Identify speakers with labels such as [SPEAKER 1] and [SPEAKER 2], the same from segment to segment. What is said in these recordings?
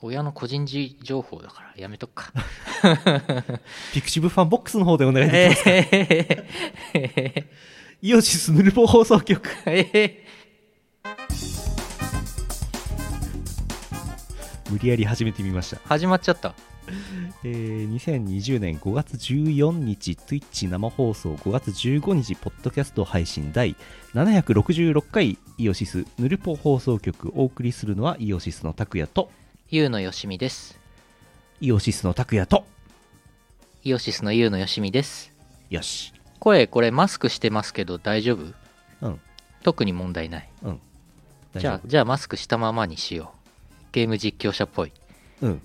[SPEAKER 1] 親の個人情報だからやめとく か。
[SPEAKER 2] ピクシブファンボックスの方でお願いできます。
[SPEAKER 1] えー
[SPEAKER 2] イオシスヌルポ放送局。
[SPEAKER 1] え
[SPEAKER 2] 無理やり始めてみました。
[SPEAKER 1] ー始まっちゃった。
[SPEAKER 2] えー、2020年5月14日、Twitch 生放送5月15日、ポッドキャスト配信第766回イオシスヌルポ放送局お送りするのはイオシスの拓也と、
[SPEAKER 1] ゆうのよしみです。
[SPEAKER 2] イオシスの拓也と、
[SPEAKER 1] イオシスのゆうのよしみです。
[SPEAKER 2] よし。
[SPEAKER 1] 声、これマスクしてますけど大丈夫
[SPEAKER 2] うん、
[SPEAKER 1] 特に問題ない。
[SPEAKER 2] うん。大
[SPEAKER 1] じ
[SPEAKER 2] 丈
[SPEAKER 1] ゃあ、
[SPEAKER 2] 夫。
[SPEAKER 1] じゃあマスクしたままにしよう。ゲーム実況者っぽい。
[SPEAKER 2] うん。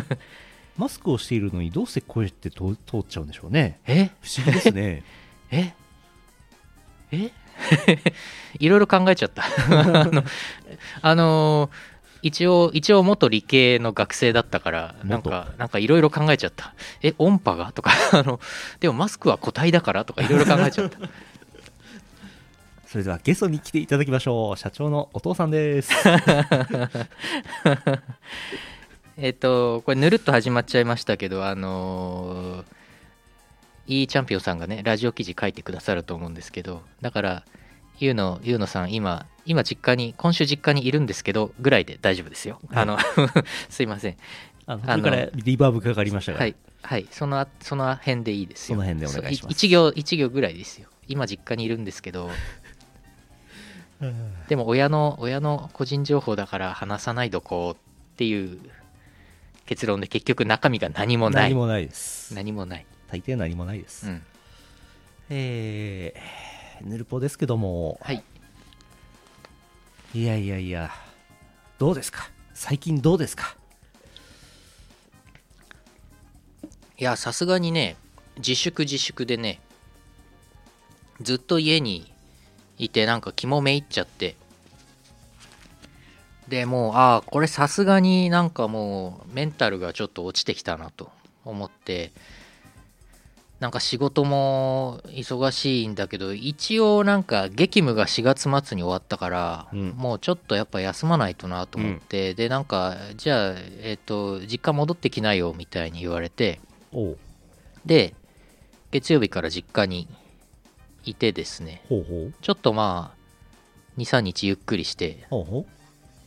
[SPEAKER 2] マスクをしているのにどうして声って通通っちゃうんでしょうね。
[SPEAKER 1] え
[SPEAKER 2] 不思議ですね。
[SPEAKER 1] ええ いろいろ考えちゃった。 あの、あのー一応、一応元理系の学生だったから、なんか、なんかいろいろ考えちゃった。え、音波がとか、 あの、でもマスクは固体だからとかいろいろ考えちゃった。
[SPEAKER 2] それではゲストに来ていただきましょう。社長のお父さんです。
[SPEAKER 1] えっと、これぬるっと始まっちゃいましたけど、あのーいいチャンピオンさんがね、ラジオ記事書いてくださると思うんですけど、だから、ゆうの、ゆうのさん、今、今実家に、今週実家にいるんですけど、ぐらいで大丈夫ですよ。
[SPEAKER 2] はい
[SPEAKER 1] あの、 すいません。
[SPEAKER 2] あの、
[SPEAKER 1] あの
[SPEAKER 2] これからリバーブかかりましたが、
[SPEAKER 1] はい、はい、その、その辺でいいですよ。
[SPEAKER 2] その辺でお願いします
[SPEAKER 1] 1行、一行ぐらいですよ。今、実家にいるんですけど、でも、親の、親の個人情報だから話さないどこうっていう結論で、結局、中身が何もない。
[SPEAKER 2] 何もないです。
[SPEAKER 1] 何もない。
[SPEAKER 2] 大抵何もないです。
[SPEAKER 1] うん。
[SPEAKER 2] えー、ヌルポですけども、
[SPEAKER 1] はい。
[SPEAKER 2] いやいやいや、どうですか最近どうですか
[SPEAKER 1] いや、さすがにね、自粛自粛でね、ずっと家にいて、なんか気もめいっちゃって。でもう、ああ、これさすがになんかもう、メンタルがちょっと落ちてきたなと思って、なんか仕事も忙しいんだけど、一応なんか激務が4月末に終わったから、
[SPEAKER 2] うん
[SPEAKER 1] もうちょっとやっぱ休まないとなと思って、で、なんか、じゃあ、えっ、と、実家戻ってきなよみたいに言われて、
[SPEAKER 2] おう
[SPEAKER 1] で月曜日から実家にいてですね
[SPEAKER 2] ほうほう
[SPEAKER 1] ちょっとまあ23日ゆっくりして
[SPEAKER 2] ほうほう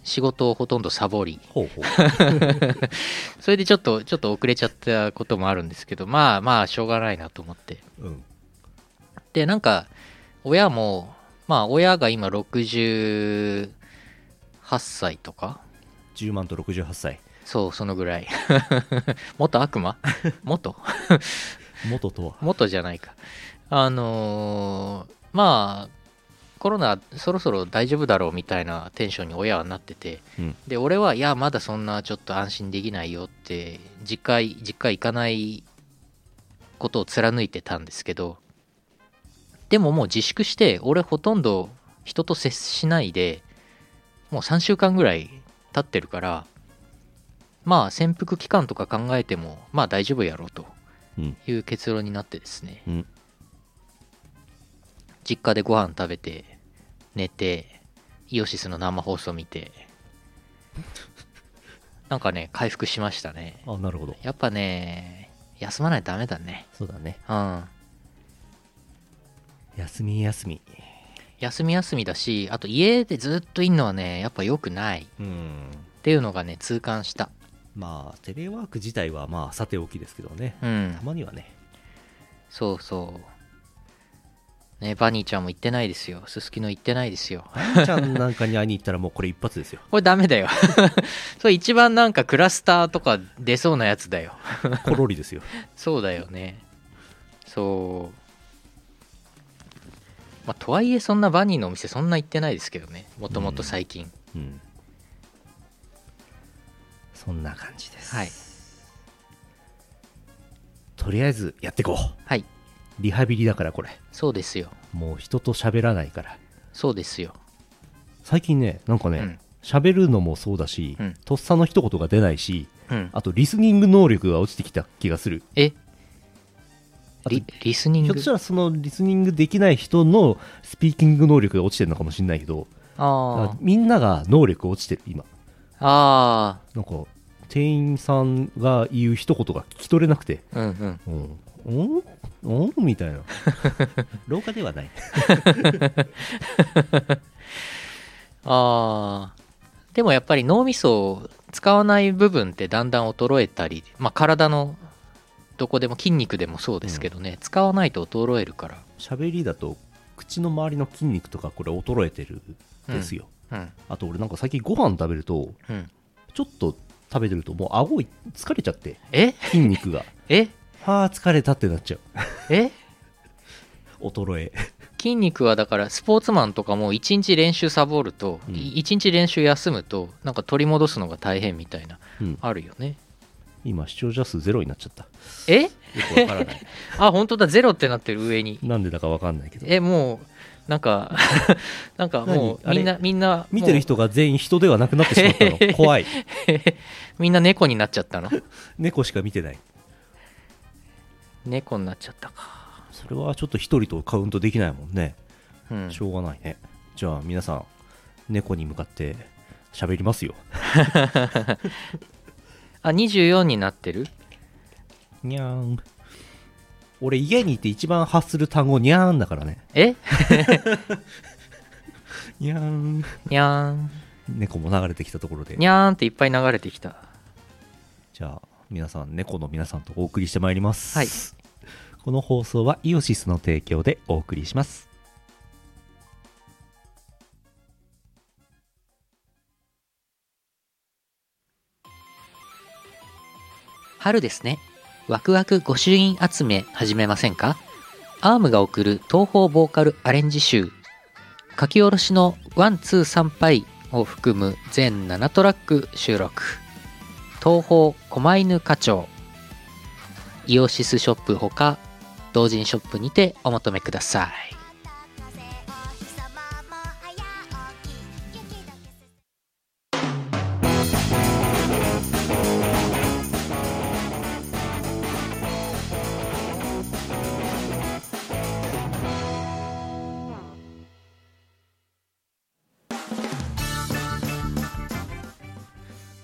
[SPEAKER 1] 仕事をほとんどサボり
[SPEAKER 2] ほうほう
[SPEAKER 1] それでちょっとちょっと遅れちゃったこともあるんですけどまあまあしょうがないなと思って
[SPEAKER 2] うん
[SPEAKER 1] でなんか親もまあ親が今68歳とか
[SPEAKER 2] 10万と68歳
[SPEAKER 1] そうそのぐらい 元悪魔 元
[SPEAKER 2] 元とは
[SPEAKER 1] 元じゃないかあのーまあコロナそろそろ大丈夫だろうみたいなテンションに親はなってて、
[SPEAKER 2] うん
[SPEAKER 1] で俺はいやまだそんなちょっと安心できないよって実家実家行かないことを貫いてたんですけどでももう自粛して俺ほとんど人と接しないでもう3週間ぐらい経ってるからまあ潜伏期間とか考えてもまあ大丈夫やろうと
[SPEAKER 2] うん
[SPEAKER 1] いう結論になってですね、
[SPEAKER 2] うん
[SPEAKER 1] 実家でご飯食べて寝てイオシスの生放送見 てなんかね回復しましたね
[SPEAKER 2] あなるほど
[SPEAKER 1] やっぱね休まないとダメだね
[SPEAKER 2] そうだね
[SPEAKER 1] うん
[SPEAKER 2] 休み休み
[SPEAKER 1] 休み休みだしあと家でずっといんのはねやっぱ良くないっ
[SPEAKER 2] うん
[SPEAKER 1] ていうのがね痛感した
[SPEAKER 2] まあテレワーク自体はまあさておきですけどね
[SPEAKER 1] うん
[SPEAKER 2] たまにはね
[SPEAKER 1] そうそうねバニーちゃんも行ってないですよすすきの行ってないですよ
[SPEAKER 2] あんちゃんなんかに会いに行ったらもうこれ一発ですよ
[SPEAKER 1] これダメだよ それ一番なんかクラスターとか出そうなやつだよ
[SPEAKER 2] コロリですよ
[SPEAKER 1] そうだよね。そう。まあ、とはいえ、そんなバニーのお店、そんな行ってないですけどね。もともと最近。
[SPEAKER 2] うんそんな感じです
[SPEAKER 1] はい
[SPEAKER 2] とりあえずやっていこう
[SPEAKER 1] はい。
[SPEAKER 2] リハビリだからこれ
[SPEAKER 1] そうですよ。
[SPEAKER 2] もう人と喋らないから
[SPEAKER 1] そうですよ。
[SPEAKER 2] 最近ねなんか
[SPEAKER 1] う
[SPEAKER 2] ね
[SPEAKER 1] ん
[SPEAKER 2] 喋、るのもそうだし、
[SPEAKER 1] うん
[SPEAKER 2] とっさの一言が出ないし
[SPEAKER 1] うん。
[SPEAKER 2] あとリスニング能力が落ちてきた気がする
[SPEAKER 1] え
[SPEAKER 2] あと
[SPEAKER 1] リリスニン
[SPEAKER 2] ひょ
[SPEAKER 1] グ
[SPEAKER 2] っとしたらそのリスニングできない人のスピーキング能力が落ちてるのかもしれないけどだ
[SPEAKER 1] あ
[SPEAKER 2] からみんなが能力落ちてる今
[SPEAKER 1] あ。あ
[SPEAKER 2] なんか店員さんが言う一言が聞き取れなくて
[SPEAKER 1] あ、うんうん。
[SPEAKER 2] うんうんうんみたい な廊下ではない
[SPEAKER 1] ああ。でもやっぱり脳みそを使わない部分ってだんだん衰えたり、まあ、体のどこでも筋肉でもそうですけどね、使わないと衰えるから。
[SPEAKER 2] 喋りだと口の周りの筋肉とかこれ衰えてるんですよ、
[SPEAKER 1] うん
[SPEAKER 2] あと俺なんか最近ご飯食べると
[SPEAKER 1] うん、
[SPEAKER 2] ちょっと食べてるともう顎い疲れちゃって
[SPEAKER 1] え
[SPEAKER 2] 筋肉が
[SPEAKER 1] え
[SPEAKER 2] は あ疲れたってなっちゃ
[SPEAKER 1] え
[SPEAKER 2] う衰え
[SPEAKER 1] 筋肉はだからスポーツマンとかも1日練習サボると、
[SPEAKER 2] うん
[SPEAKER 1] 1日練習休むとなんか取り戻すのが大変みたいな、
[SPEAKER 2] うん
[SPEAKER 1] あるよね
[SPEAKER 2] 今視聴者数ゼロになっちゃった
[SPEAKER 1] え
[SPEAKER 2] よくわからない
[SPEAKER 1] あ本当だゼロってなってる上に
[SPEAKER 2] なんでだかわかんないけど
[SPEAKER 1] えもうなんか なんかもう
[SPEAKER 2] 何
[SPEAKER 1] みんなみんな
[SPEAKER 2] 見てる人が全員人ではなくなってしまった の怖い
[SPEAKER 1] もうみんな猫になっちゃったの
[SPEAKER 2] 猫しか見てない
[SPEAKER 1] 猫になっちゃったか
[SPEAKER 2] それはちょっと一人とカウントできないもんね
[SPEAKER 1] うん
[SPEAKER 2] しょうがないねじゃあ皆さん猫に向かって喋りますよ
[SPEAKER 1] あ24になってる
[SPEAKER 2] にゃーん俺家にいて一番発する単語にゃーんだからね
[SPEAKER 1] え
[SPEAKER 2] にゃーん
[SPEAKER 1] にゃーん
[SPEAKER 2] 猫も流れてきたところで
[SPEAKER 1] にゃーんっていっぱい流れてきた
[SPEAKER 2] じゃあ皆さん猫の皆さんとお送りしてまいります、
[SPEAKER 1] はい
[SPEAKER 2] この放送はイオシスの提供でお送りします
[SPEAKER 1] 春ですね。ワクワク御朱印集め始めませんかアームが送る東方ボーカルアレンジ集。書き下ろしのワン、ツー、サンパイを含む全7トラック収録。東方狛犬課長。イオシスショップほか、同人ショップにてお求めください。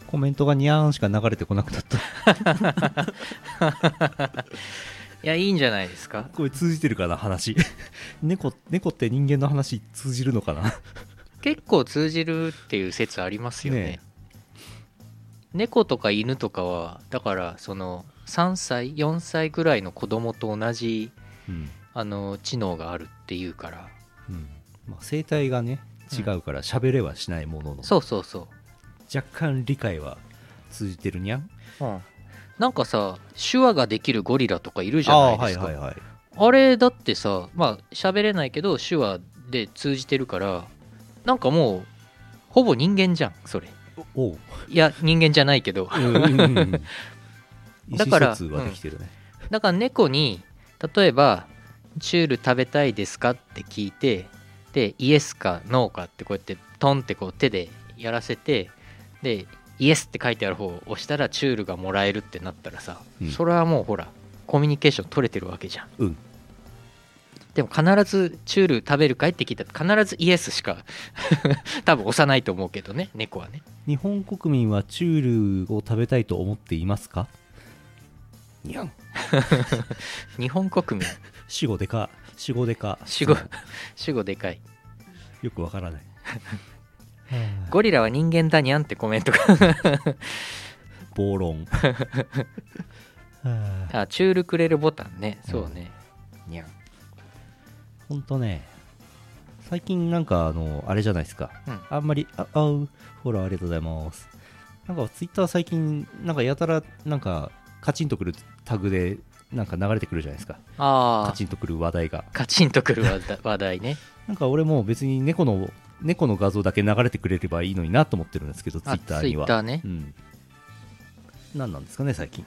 [SPEAKER 2] コメントがにゃーんしか流れてこなくな った
[SPEAKER 1] いや、いいんじゃないですか
[SPEAKER 2] これ通じてるかな話猫猫って人間の話通じるのかな
[SPEAKER 1] 結構通じるっていう説ありますよね
[SPEAKER 2] ね
[SPEAKER 1] 猫とか犬とかはだからその3歳4歳ぐらいの子供と同じ
[SPEAKER 2] うん、
[SPEAKER 1] あの知能があるっていうから
[SPEAKER 2] うんまあ、生態がね違うから喋れはしないものの、
[SPEAKER 1] そうそうそ
[SPEAKER 2] 若干理解は通じてるにゃん
[SPEAKER 1] う、なんかさ手話ができるゴリラとかいるじゃないですかあ,、
[SPEAKER 2] あーはいはいはい
[SPEAKER 1] れだってさまあ喋れないけど手話で通じてるからなんかもうほぼ人間じゃんそれ
[SPEAKER 2] おう
[SPEAKER 1] いや人間じゃないけど
[SPEAKER 2] うんうんうんうん 意
[SPEAKER 1] だ
[SPEAKER 2] 思
[SPEAKER 1] から
[SPEAKER 2] 疎通はできてるね、
[SPEAKER 1] だから猫に例えば「チュール食べたいですか?」って聞いてでイエスかノーかってこうやってトンってこう手でやらせてでイエスって書いてある方を押したらチュールがもらえるってなったらさ、
[SPEAKER 2] うん
[SPEAKER 1] それはもうほらコミュニケーション取れてるわけじゃん。
[SPEAKER 2] うん
[SPEAKER 1] でも必ずチュール食べるかいって聞いたら必ずイエスしか 多分押さないと思うけどね猫はね
[SPEAKER 2] 日本国民はチュールを食べたいと思っていますかにゃん
[SPEAKER 1] 日本国民
[SPEAKER 2] 死後でか死後でか
[SPEAKER 1] 死後主語でかい
[SPEAKER 2] よくわか らない
[SPEAKER 1] ゴリラは人間だにゃんってコメントが
[SPEAKER 2] 暴論はあ
[SPEAKER 1] あ、チュールくれるボタンね。そうね。にゃん。
[SPEAKER 2] ほんとね最近なんかあのあれじゃないですか、
[SPEAKER 1] うん
[SPEAKER 2] あんまりああうフォローありがとうございますなんかツイッター最近なんかやたらなんかカチンとくるタグでなんか流れてくるじゃないですかカ
[SPEAKER 1] ああ
[SPEAKER 2] チ、ンとくる話題が
[SPEAKER 1] カチン とくる話題話題ね。
[SPEAKER 2] なんか俺もう別に猫の猫の画像だけ流れてくれればいいのになと思ってるんですけどツイ
[SPEAKER 1] あ、
[SPEAKER 2] ッタ
[SPEAKER 1] ツ
[SPEAKER 2] ー
[SPEAKER 1] イ
[SPEAKER 2] に
[SPEAKER 1] ッ
[SPEAKER 2] は
[SPEAKER 1] ターね
[SPEAKER 2] う。ん何なんですかね最近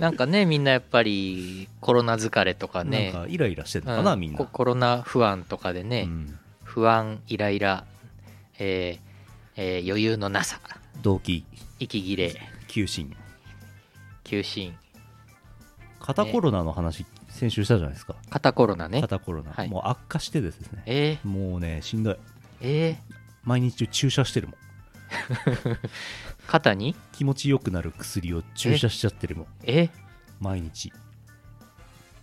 [SPEAKER 1] なんかね、みんなやっぱりコロナ疲れとかね。
[SPEAKER 2] なんかイライラしてるのかな、
[SPEAKER 1] うん
[SPEAKER 2] みんな
[SPEAKER 1] ココロナ不安とかでね、
[SPEAKER 2] うん
[SPEAKER 1] 不安、イライラ、えーえー余裕のなさ、
[SPEAKER 2] 動機
[SPEAKER 1] 息切れ、
[SPEAKER 2] 求心
[SPEAKER 1] 休止、
[SPEAKER 2] 肩コロナの話先週したじゃないですか
[SPEAKER 1] 肩コロナね。
[SPEAKER 2] 肩コロナ、
[SPEAKER 1] はい
[SPEAKER 2] もう悪化してですね
[SPEAKER 1] えー、
[SPEAKER 2] もうねしんどい
[SPEAKER 1] えー、
[SPEAKER 2] 毎日中注射してるもん
[SPEAKER 1] 肩に
[SPEAKER 2] 気持ちよくなる薬を注射しちゃってるもん
[SPEAKER 1] え
[SPEAKER 2] 毎日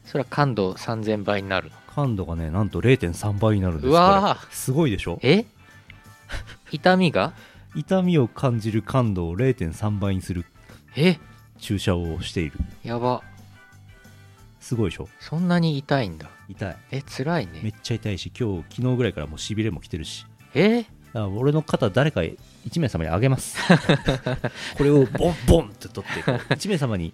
[SPEAKER 1] それは感度3000倍になるの
[SPEAKER 2] 感度がねなんと0.3倍になるんです
[SPEAKER 1] うわ
[SPEAKER 2] か
[SPEAKER 1] ー
[SPEAKER 2] らすごいでしょ
[SPEAKER 1] え痛みが
[SPEAKER 2] 痛みを感じる感度を0.3倍にする
[SPEAKER 1] え
[SPEAKER 2] 注射をしている
[SPEAKER 1] やば
[SPEAKER 2] すごいでしょ
[SPEAKER 1] そんなに痛いんだ
[SPEAKER 2] 痛い
[SPEAKER 1] え辛い
[SPEAKER 2] め
[SPEAKER 1] ね
[SPEAKER 2] っちゃ痛いし今日昨日ぐらいからもうしびれも来てるし
[SPEAKER 1] え
[SPEAKER 2] あ俺の肩誰か1名様にあげます これをボンボンって取ってこう1名様に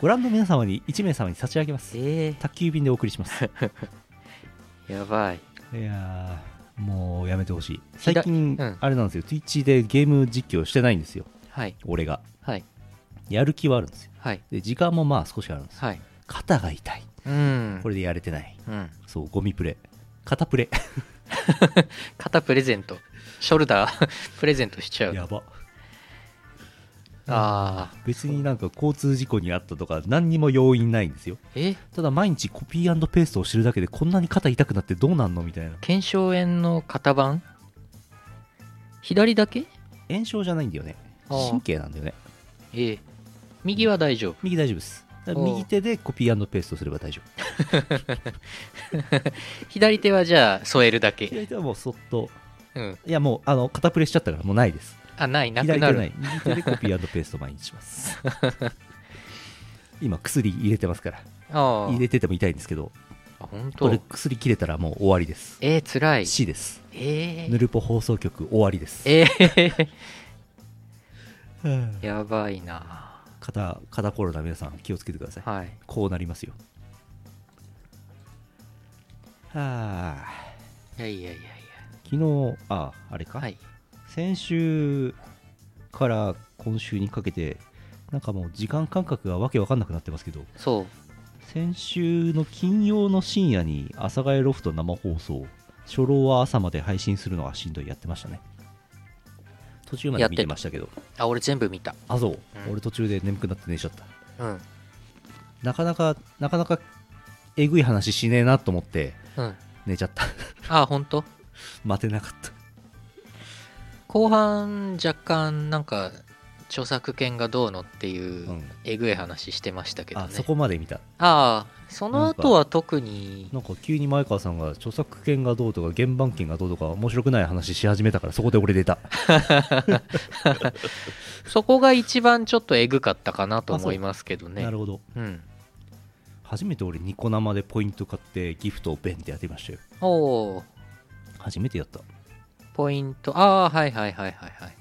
[SPEAKER 2] ご覧の皆様に1名様に差し上げます
[SPEAKER 1] え
[SPEAKER 2] 宅急便でお送りします
[SPEAKER 1] やばい
[SPEAKER 2] いやーもうやめてほしい
[SPEAKER 1] ひ
[SPEAKER 2] 最
[SPEAKER 1] だ
[SPEAKER 2] 近、
[SPEAKER 1] うん
[SPEAKER 2] あれなんですよ Twitch でゲーム実況してないんですよ
[SPEAKER 1] はい
[SPEAKER 2] 俺が
[SPEAKER 1] はい
[SPEAKER 2] やる気はあるんですよ
[SPEAKER 1] はい
[SPEAKER 2] で時間もまあ少しあるんです
[SPEAKER 1] はい
[SPEAKER 2] 肩が痛い
[SPEAKER 1] うん
[SPEAKER 2] これでやれてない
[SPEAKER 1] うん
[SPEAKER 2] そうゴミプレ肩プレ
[SPEAKER 1] 肩プレゼントショルダー プレゼントしちゃう
[SPEAKER 2] やば
[SPEAKER 1] ああ
[SPEAKER 2] 別になんか交通事故にあったとか何にも要因ないんですよ
[SPEAKER 1] え
[SPEAKER 2] ただ毎日コピーペーストをしてるだけでこんなに肩痛くなってどうなんのみたいな
[SPEAKER 1] 腱鞘炎の型番左だけ
[SPEAKER 2] 炎症じゃないんだよね
[SPEAKER 1] あー
[SPEAKER 2] 神経なんだよね
[SPEAKER 1] ええ右は大丈夫
[SPEAKER 2] 右大丈夫ですだから
[SPEAKER 1] おう
[SPEAKER 2] 右手でコピーペーストすれば大丈夫
[SPEAKER 1] 左手はじゃあ添えるだけ
[SPEAKER 2] 左手はもうそっと
[SPEAKER 1] うん
[SPEAKER 2] いやもうあの肩プレしちゃったからもうないです
[SPEAKER 1] あないなく
[SPEAKER 2] 左
[SPEAKER 1] な
[SPEAKER 2] 手
[SPEAKER 1] る
[SPEAKER 2] ない右手でコピーペースト毎日します今薬入れてますから
[SPEAKER 1] ああ
[SPEAKER 2] 入れてても痛いんですけど
[SPEAKER 1] あ本
[SPEAKER 2] こ
[SPEAKER 1] 当
[SPEAKER 2] れ薬切れたらもう終わりです
[SPEAKER 1] えー、つらい
[SPEAKER 2] C です
[SPEAKER 1] え
[SPEAKER 2] ヌ
[SPEAKER 1] ー、
[SPEAKER 2] ルポ放送局終わりです
[SPEAKER 1] えー、
[SPEAKER 2] はあ
[SPEAKER 1] やばいな
[SPEAKER 2] 肩肩コロナ皆さん気をつけてください
[SPEAKER 1] はい
[SPEAKER 2] こうなりますよはあ
[SPEAKER 1] いやいやいやい
[SPEAKER 2] 昨日ああれか、
[SPEAKER 1] やはい
[SPEAKER 2] 先週から今週にかけてなんかもう時間感覚がわけわかんなくなってますけど
[SPEAKER 1] そう
[SPEAKER 2] 先週の金曜の深夜に阿佐ヶ谷ロフト生放送初老は朝まで配信するのはしんどいやってましたね途中まで見てましたけど
[SPEAKER 1] あ俺全部見た
[SPEAKER 2] あそう、
[SPEAKER 1] うん
[SPEAKER 2] 俺途中で眠くなって寝ちゃった
[SPEAKER 1] うん
[SPEAKER 2] なかなかなかなかえぐい話しねえなと思って
[SPEAKER 1] うん
[SPEAKER 2] 寝ちゃった
[SPEAKER 1] あ本当
[SPEAKER 2] 待てなかった
[SPEAKER 1] 後半若干なんか著作権がどうのっていう、
[SPEAKER 2] うん
[SPEAKER 1] えぐい話してましたけどね
[SPEAKER 2] あそこまで見た
[SPEAKER 1] ああその後は特に
[SPEAKER 2] なんか急に前川さんが著作権がどうとか原版権がどうとか面白くない話し始めたからそこで俺出た
[SPEAKER 1] そこが一番ちょっとえぐかったかなと思いますけどね
[SPEAKER 2] なるほど
[SPEAKER 1] うん
[SPEAKER 2] 初めて俺ニコ生でポイント買ってギフトをベンってやってみましたよ
[SPEAKER 1] おお
[SPEAKER 2] 初めてやった
[SPEAKER 1] ポイントああはいはいはいはいはい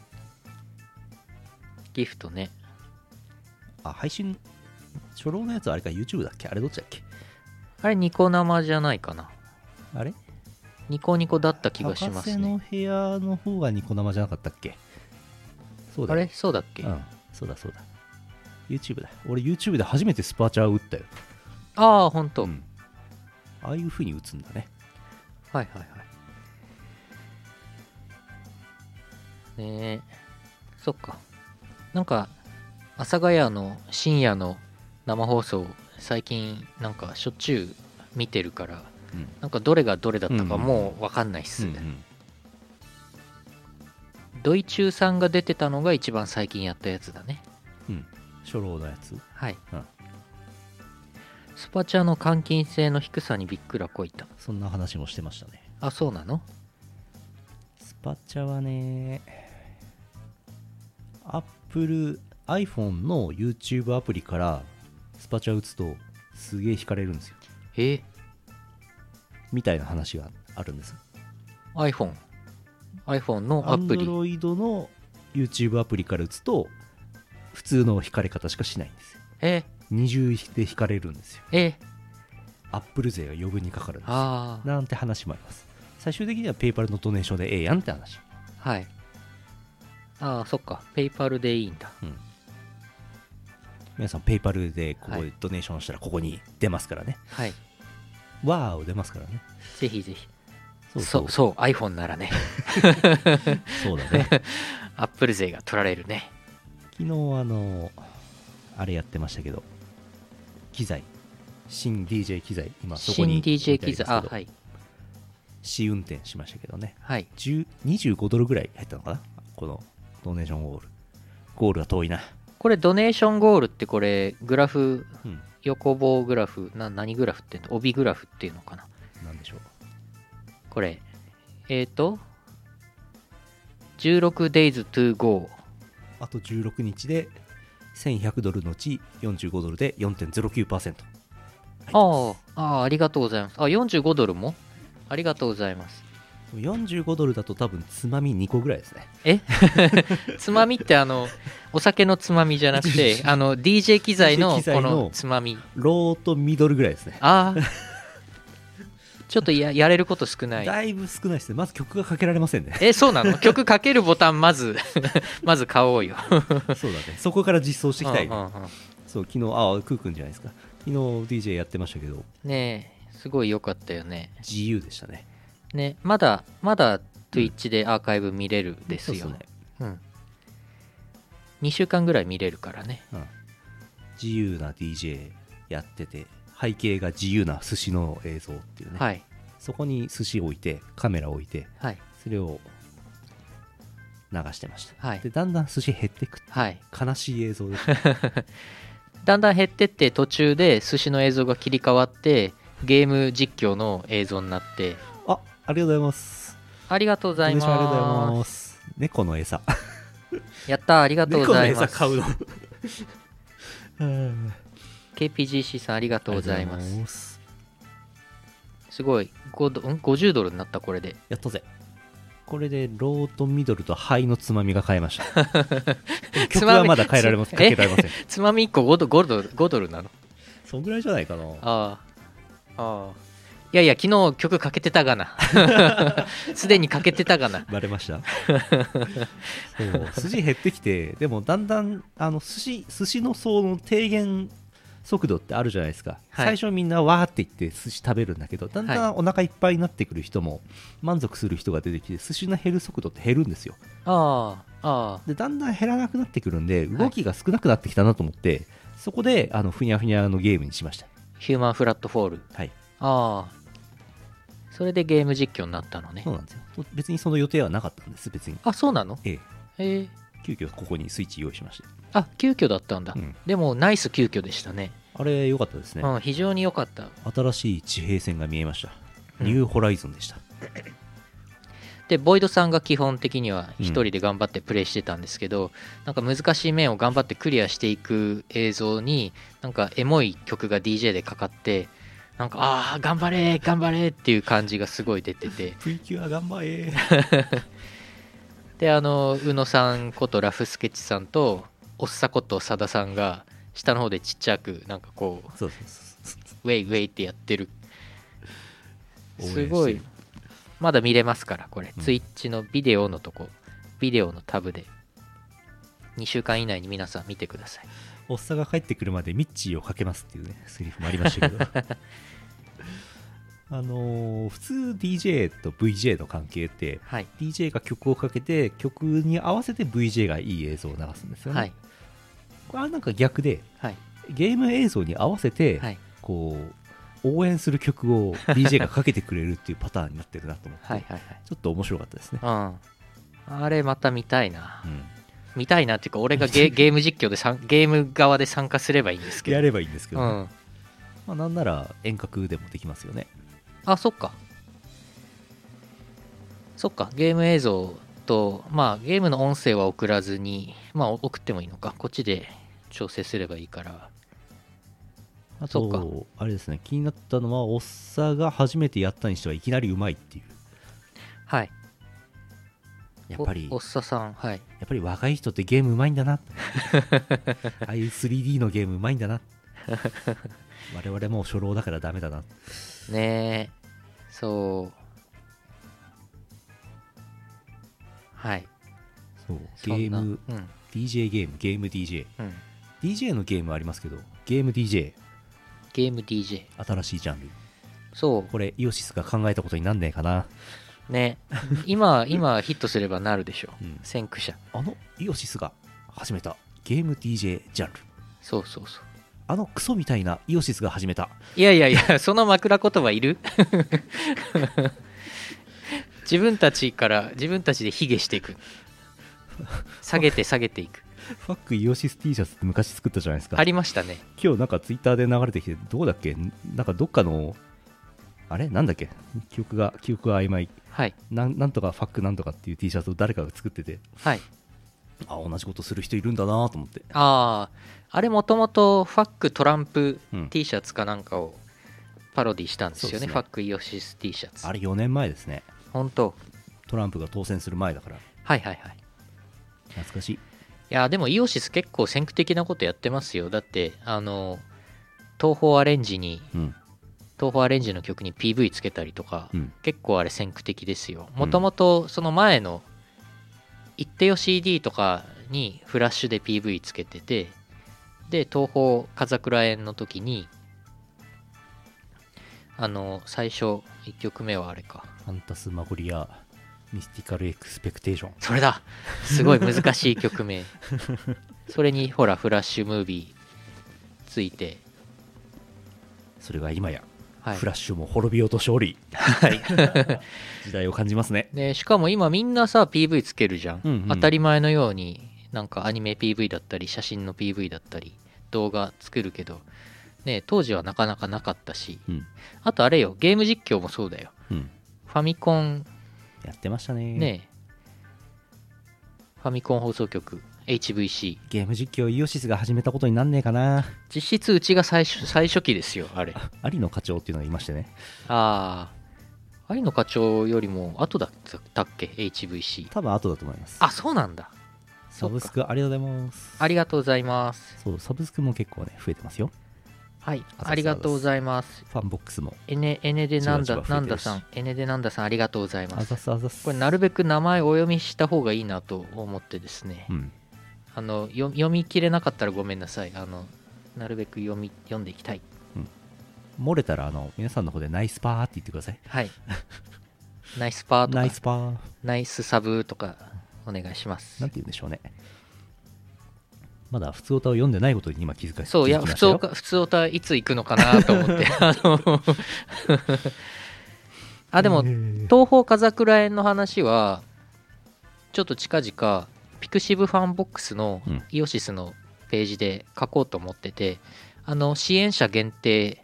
[SPEAKER 1] ギフトね
[SPEAKER 2] あ配信初老のやつあれか YouTube だっけあれどっちだっけ
[SPEAKER 1] あれニコ生じゃないかな
[SPEAKER 2] あれ
[SPEAKER 1] ニコニコだった気がしま
[SPEAKER 2] 博
[SPEAKER 1] す
[SPEAKER 2] 士
[SPEAKER 1] ね
[SPEAKER 2] の部屋の方がニコ生じゃなかったっけそうだ
[SPEAKER 1] あ
[SPEAKER 2] よ
[SPEAKER 1] れそうだっけ、
[SPEAKER 2] う
[SPEAKER 1] あ
[SPEAKER 2] んそうだそうだ YouTube だ俺 YouTube で初めてスパチャを打ったよ
[SPEAKER 1] あ本当、
[SPEAKER 2] うんああいう風に打つんだね
[SPEAKER 1] はいはいはい。ねえ、そっか。なんか、阿佐ヶ谷の深夜の生放送、最近、なんかしょっちゅう見てるから、
[SPEAKER 2] うん
[SPEAKER 1] なんかどれがどれだったか
[SPEAKER 2] うん
[SPEAKER 1] もうわかんないっす。
[SPEAKER 2] うんうん
[SPEAKER 1] ドイチューさんが出てたのが一番最近やったやつだね。
[SPEAKER 2] 初老のやつ
[SPEAKER 1] はい。
[SPEAKER 2] うん
[SPEAKER 1] スパチャの換金性の低さにびっくらこいた。
[SPEAKER 2] そんな話もしてましたね
[SPEAKER 1] あ、そうなの
[SPEAKER 2] スパチャはねアップル iPhone の YouTube アプリからスパチャ打つとすげえ惹かれるんですよ
[SPEAKER 1] えー、
[SPEAKER 2] みたいな話があるんです
[SPEAKER 1] iPhone。iPhone のアプリ。
[SPEAKER 2] Android の YouTube アプリから打つと普通の惹かれ方しかしないんですよ
[SPEAKER 1] え
[SPEAKER 2] 二重で惹かれるんですよ
[SPEAKER 1] ー、えー
[SPEAKER 2] アップル勢が余分にかかるんですよ
[SPEAKER 1] あ
[SPEAKER 2] なんて話もあります最終的にはペイパルのドネーションでええやんって話
[SPEAKER 1] あはいああそっかペイパルでいいんだ
[SPEAKER 2] 皆さんペイパルでここ
[SPEAKER 1] は
[SPEAKER 2] でドネーションしたらここに出ますからね、
[SPEAKER 1] はい
[SPEAKER 2] わーを出ますからね
[SPEAKER 1] ぜひぜひそ
[SPEAKER 2] そ
[SPEAKER 1] うう
[SPEAKER 2] そ
[SPEAKER 1] そうう iPhone ならね
[SPEAKER 2] そうだね
[SPEAKER 1] アップル勢が取られるね
[SPEAKER 2] 昨日あのあれやってましたけど機材新 DJ 機材今そこに
[SPEAKER 1] 新 DJ 機材あ
[SPEAKER 2] 置いて
[SPEAKER 1] はい
[SPEAKER 2] 試運転しましたけどね
[SPEAKER 1] はい。
[SPEAKER 2] 10 25ドルぐらい入ったのかなこのドネーションゴールゴールは遠いな、
[SPEAKER 1] これ、ドネーションゴールってこれ、グラフ、
[SPEAKER 2] うん、
[SPEAKER 1] 横棒グラフ、な何グラフっていうの帯グラフっていうのかな。
[SPEAKER 2] なんでしょう
[SPEAKER 1] これ、えっ、ー、と、16days to go。
[SPEAKER 2] あと16日で1100ドルのうち45ドルで4.09%
[SPEAKER 1] ああ、ああ、ありがとうございます。あ、45ドルもありがとうございます。
[SPEAKER 2] 45ドルだと多分つまみ2個ぐらいですね
[SPEAKER 1] つまみってあの、お酒のつまみじゃなく て、あの、DJ 機材の
[SPEAKER 2] DJ 機材
[SPEAKER 1] こ
[SPEAKER 2] の
[SPEAKER 1] のつまみ。
[SPEAKER 2] ローとミドルぐらいですね
[SPEAKER 1] ああ。ちょっとややれること少ない。
[SPEAKER 2] だいぶ少ないですねまず曲がかけられませ んね
[SPEAKER 1] え、そうなの曲かけるボタン、まず、 まず買おうよ。
[SPEAKER 2] そうだねそこから実装していきたい、
[SPEAKER 1] うんうんうん
[SPEAKER 2] そう昨日ああクーくんじゃないですか昨日 DJ やってましたけど
[SPEAKER 1] ねえ、すごい良かったよね。
[SPEAKER 2] 自由でしたね
[SPEAKER 1] ね、まだ、まだ Twitch でアーカイブ見れるですよ。
[SPEAKER 2] そうそうね
[SPEAKER 1] うん。2週間ぐらい見れるからね。
[SPEAKER 2] うん自由な DJ やってて背景が自由な寿司の映像っていうね、
[SPEAKER 1] はい。
[SPEAKER 2] そこに寿司置いてカメラ置いて
[SPEAKER 1] はい。
[SPEAKER 2] それを流してました、
[SPEAKER 1] はい
[SPEAKER 2] でだんだん寿司減ってく
[SPEAKER 1] はい。
[SPEAKER 2] 悲しい映像 でした
[SPEAKER 1] だんだん減ってって、途中で寿司の映像が切り替わって、ゲーム実況の映像になって、
[SPEAKER 2] あありがとうございます
[SPEAKER 1] ありがとうござい
[SPEAKER 2] お願しありがとうござい
[SPEAKER 1] ま
[SPEAKER 2] ます猫の餌
[SPEAKER 1] す。やったー、ありがとうご
[SPEAKER 2] 猫の
[SPEAKER 1] ざいま
[SPEAKER 2] 餌
[SPEAKER 1] す。
[SPEAKER 2] 買うのうん
[SPEAKER 1] KPGC さん、ありがとうございま
[SPEAKER 2] ありがとう
[SPEAKER 1] す
[SPEAKER 2] ござ。す
[SPEAKER 1] すごい。5ドん50ドルになった、これで。
[SPEAKER 2] やったぜこれでローとミドルとハイのつまみが変え ましたでも曲はまだ変えられます
[SPEAKER 1] つ
[SPEAKER 2] か
[SPEAKER 1] まみ
[SPEAKER 2] けられません
[SPEAKER 1] つまみ1個5ドル ,5 ドル5ドルなの
[SPEAKER 2] そんぐらいじゃないかな
[SPEAKER 1] ああ。ああ。いやいや、昨日曲かけてたが な。すでにかけてたがな。
[SPEAKER 2] バレました そう筋減ってきてでもだんだんあの寿司寿司の層の低減速度ってあるじゃないですか、
[SPEAKER 1] はい
[SPEAKER 2] 最初みんなわーって言って寿司食べるんだけどだんだんお腹いっぱいになってくる人も満足する人が出てきて寿司の減る速度って減るんですよ
[SPEAKER 1] ああ。あ
[SPEAKER 2] でだんだん減らなくなってくるんで動きが少なくなってきたなと思って、そこであのふにゃふにゃのゲームにしました
[SPEAKER 1] あ。ヒューマンフラットフォール。
[SPEAKER 2] はい
[SPEAKER 1] ああ。それでゲーム実況になったのね
[SPEAKER 2] そう。なんですよ別にその予定はなかったんです別に
[SPEAKER 1] あ、そうなの
[SPEAKER 2] ええ
[SPEAKER 1] へえ。
[SPEAKER 2] 急遽ここにスイッチ用意しました
[SPEAKER 1] あ、急遽だったんだ。
[SPEAKER 2] うん
[SPEAKER 1] でも、ナイス急遽でしたね。
[SPEAKER 2] あれ良かったですね
[SPEAKER 1] うん、非常に良かった。
[SPEAKER 2] 新しい地平線が見えました、
[SPEAKER 1] うん
[SPEAKER 2] ニューホライゾンでした
[SPEAKER 1] で、ボイドさんが基本的には一人で頑張ってプレイしてたんですけど、なんか難しい面を頑張ってクリアしていく映像に、なんかエモい曲が DJ でかかって、なんか、ああ、頑張れ、頑張れっていう感じがすごい出てて、
[SPEAKER 2] V キュア頑張れ
[SPEAKER 1] で、あの、宇野さんことラフスケッチさんと、おっさことさださんが、下の方でちっちゃく、なんかこう、
[SPEAKER 2] そうそうそうそ
[SPEAKER 1] ウェイウェイってやってる。
[SPEAKER 2] 応援して
[SPEAKER 1] す
[SPEAKER 2] る
[SPEAKER 1] ごい。まだ見れますから、これ。
[SPEAKER 2] うん
[SPEAKER 1] ツイッチのビデオのとこ、ビデオのタブで。2週間以内に皆さん見てください。
[SPEAKER 2] うおっさんが帰ってくるまでミッチーをかけますっていうねセリフもありましたけど あのー普通 DJ と VJ の関係って
[SPEAKER 1] はい。
[SPEAKER 2] DJ が曲をかけて曲に合わせて VJ がいい映像を流すんですよね、
[SPEAKER 1] はい。
[SPEAKER 2] これはなんか逆で
[SPEAKER 1] はい。
[SPEAKER 2] ゲーム映像に合わせて、
[SPEAKER 1] はい。
[SPEAKER 2] こう応援する曲を DJ がかけてくれるっていうパターンになってるなと思って、
[SPEAKER 1] はい。
[SPEAKER 2] ち
[SPEAKER 1] はい。
[SPEAKER 2] ょっと面白かったですね、
[SPEAKER 1] はい。うん。あれ、また見たいな
[SPEAKER 2] う。ん
[SPEAKER 1] 見たいなっていうか、俺が ゲゲーム実況でさん、ゲーム側で参加すればいいんですけど。
[SPEAKER 2] やればいいんですけど
[SPEAKER 1] う
[SPEAKER 2] ね、
[SPEAKER 1] ん。
[SPEAKER 2] まあ、なんなら遠隔でもできますよね。
[SPEAKER 1] あ、そっか。そっか、ゲーム映像と、まあ、ゲームの音声は送らずに、まあ、送ってもいいのか。こっちで調整すればいいから。
[SPEAKER 2] あ
[SPEAKER 1] そっか
[SPEAKER 2] と、あれですね、気になったのは、おっさんが初めてやったにしてはいきなりうまいっていう。
[SPEAKER 1] はい。
[SPEAKER 2] やっぱり、
[SPEAKER 1] おお
[SPEAKER 2] や
[SPEAKER 1] っささん、はい。
[SPEAKER 2] っぱり若い人ってゲームうまいんだな。 ああいう 3D のゲームうまい んだな。我々もう初老だからダメだな。
[SPEAKER 1] ねえ。そう。はい。
[SPEAKER 2] そう、ゲ
[SPEAKER 1] そん
[SPEAKER 2] ー
[SPEAKER 1] な
[SPEAKER 2] ム、
[SPEAKER 1] うん。
[SPEAKER 2] DJ ゲーム、ゲーム DJ。
[SPEAKER 1] うん。
[SPEAKER 2] DJ のゲームありますけど、ゲーム DJ、
[SPEAKER 1] ゲーム DJ。
[SPEAKER 2] 新しいジャンル。
[SPEAKER 1] そ
[SPEAKER 2] これ、イオシスが考えたことになんねえかな。
[SPEAKER 1] う。 ね今、今ヒットすればなるでしょ
[SPEAKER 2] うん
[SPEAKER 1] う。先駆者。
[SPEAKER 2] あのイオシスが始めたゲーム DJ ジャンル。
[SPEAKER 1] そうそうそう。
[SPEAKER 2] あのクソみたいなイオシスが始めた。
[SPEAKER 1] いやいやいや、その枕言葉いる 自分たちから自分たちで卑下していく下げて下げて いく
[SPEAKER 2] ファックイオシス T シャツって昔作ったじゃないですか
[SPEAKER 1] ありましたね
[SPEAKER 2] 今日なんかツイッターで流れてきてどうだっけなんかどっかのあれなんだっけ記憶が記憶が曖昧
[SPEAKER 1] はい
[SPEAKER 2] なんなんとかファックなんとかっていう T シャツを誰かが作ってて
[SPEAKER 1] はい
[SPEAKER 2] あ同じことする人いるんだなと思って
[SPEAKER 1] あああれもともとファックトランプ
[SPEAKER 2] うん
[SPEAKER 1] T シャツかなんかをパロディしたんですよ
[SPEAKER 2] そう
[SPEAKER 1] ね
[SPEAKER 2] ですね
[SPEAKER 1] ファックイオシス T シャツ
[SPEAKER 2] あれ4年前ですね
[SPEAKER 1] 本当
[SPEAKER 2] トランプが当選する前だから
[SPEAKER 1] はいはいはい
[SPEAKER 2] 懐かしい
[SPEAKER 1] いやでもイオシス結構先駆的なことやってますよだってあの東宝アレンジに
[SPEAKER 2] うん
[SPEAKER 1] 東宝アレンジの曲に PV つけたりとか、
[SPEAKER 2] うん
[SPEAKER 1] 結構あれ先駆的ですよ
[SPEAKER 2] ん
[SPEAKER 1] もともとその前の「一定よ CD」とかにフラッシュで PV つけててで東宝風倉園の時にあの最初1曲目はあれか
[SPEAKER 2] ファンタスマゴリアミスティカルエクスペクテーション
[SPEAKER 1] それだすごい難しい曲名それにほらフラッシュムービーついて
[SPEAKER 2] それが今や、
[SPEAKER 1] はい
[SPEAKER 2] フラッシュも滅びようと勝利、 時代を感じますね
[SPEAKER 1] でしかも今みんなさ PV つけるじゃん、
[SPEAKER 2] うんうん
[SPEAKER 1] 当たり前のようになんかアニメ PV だったり写真の PV だったり動画作るけどね当時はなかなかなかったし
[SPEAKER 2] うん、
[SPEAKER 1] あとあれよゲーム実況もそうだよ
[SPEAKER 2] うん、
[SPEAKER 1] ファミコン
[SPEAKER 2] やってましたね
[SPEAKER 1] ね、ファミコン放送局 HVC
[SPEAKER 2] ゲーム実況イオシスが始めたことになんねえかな
[SPEAKER 1] 実質うちが最初最初期ですよあれあ
[SPEAKER 2] 有野課長っていうのがいましてね
[SPEAKER 1] あー有野課長よりも後だったっけ HVC
[SPEAKER 2] 多分後だと思います
[SPEAKER 1] あそうなんだ
[SPEAKER 2] サブスクありがとうございます
[SPEAKER 1] ありがとうございます
[SPEAKER 2] そうサブスクも結構ね増えてますよ
[SPEAKER 1] はい、
[SPEAKER 2] 朝
[SPEAKER 1] ありがとうございます。
[SPEAKER 2] ファンボックスも
[SPEAKER 1] エネエネでなん
[SPEAKER 2] じ
[SPEAKER 1] だ
[SPEAKER 2] わじ
[SPEAKER 1] な
[SPEAKER 2] わ増え
[SPEAKER 1] ん
[SPEAKER 2] てる
[SPEAKER 1] だ
[SPEAKER 2] し
[SPEAKER 1] さん、エネでなんださん、ありがとうございま
[SPEAKER 2] あ
[SPEAKER 1] す
[SPEAKER 2] ざ。すあざす
[SPEAKER 1] これ、なるべく名前お読みした方がいいなと思ってですね
[SPEAKER 2] う、ん
[SPEAKER 1] あのよ読み切れなかったらごめんなさい。あのなるべく読み読んでいきたい。
[SPEAKER 2] 漏れたらあの皆さんの方でナイスパーって言ってください
[SPEAKER 1] はい。ナイスパーとか
[SPEAKER 2] ナ
[SPEAKER 1] ナ
[SPEAKER 2] イ
[SPEAKER 1] イ
[SPEAKER 2] スパ
[SPEAKER 1] ス
[SPEAKER 2] ー
[SPEAKER 1] サブとかお願いしま
[SPEAKER 2] な
[SPEAKER 1] す
[SPEAKER 2] んて。言うんでしょうねまだ普通歌を読んでないことに今気づか
[SPEAKER 1] そう、いや、
[SPEAKER 2] 気づき
[SPEAKER 1] 普
[SPEAKER 2] ました
[SPEAKER 1] 通
[SPEAKER 2] よ
[SPEAKER 1] か、普通歌いつ行くのかなと思って。 あの あ、でも、
[SPEAKER 2] えー
[SPEAKER 1] 東方風倉園の話はちょっと近々ピクシブファンボックスの
[SPEAKER 2] うん
[SPEAKER 1] イオシスのページで書こうと思ってて、あの支援者限定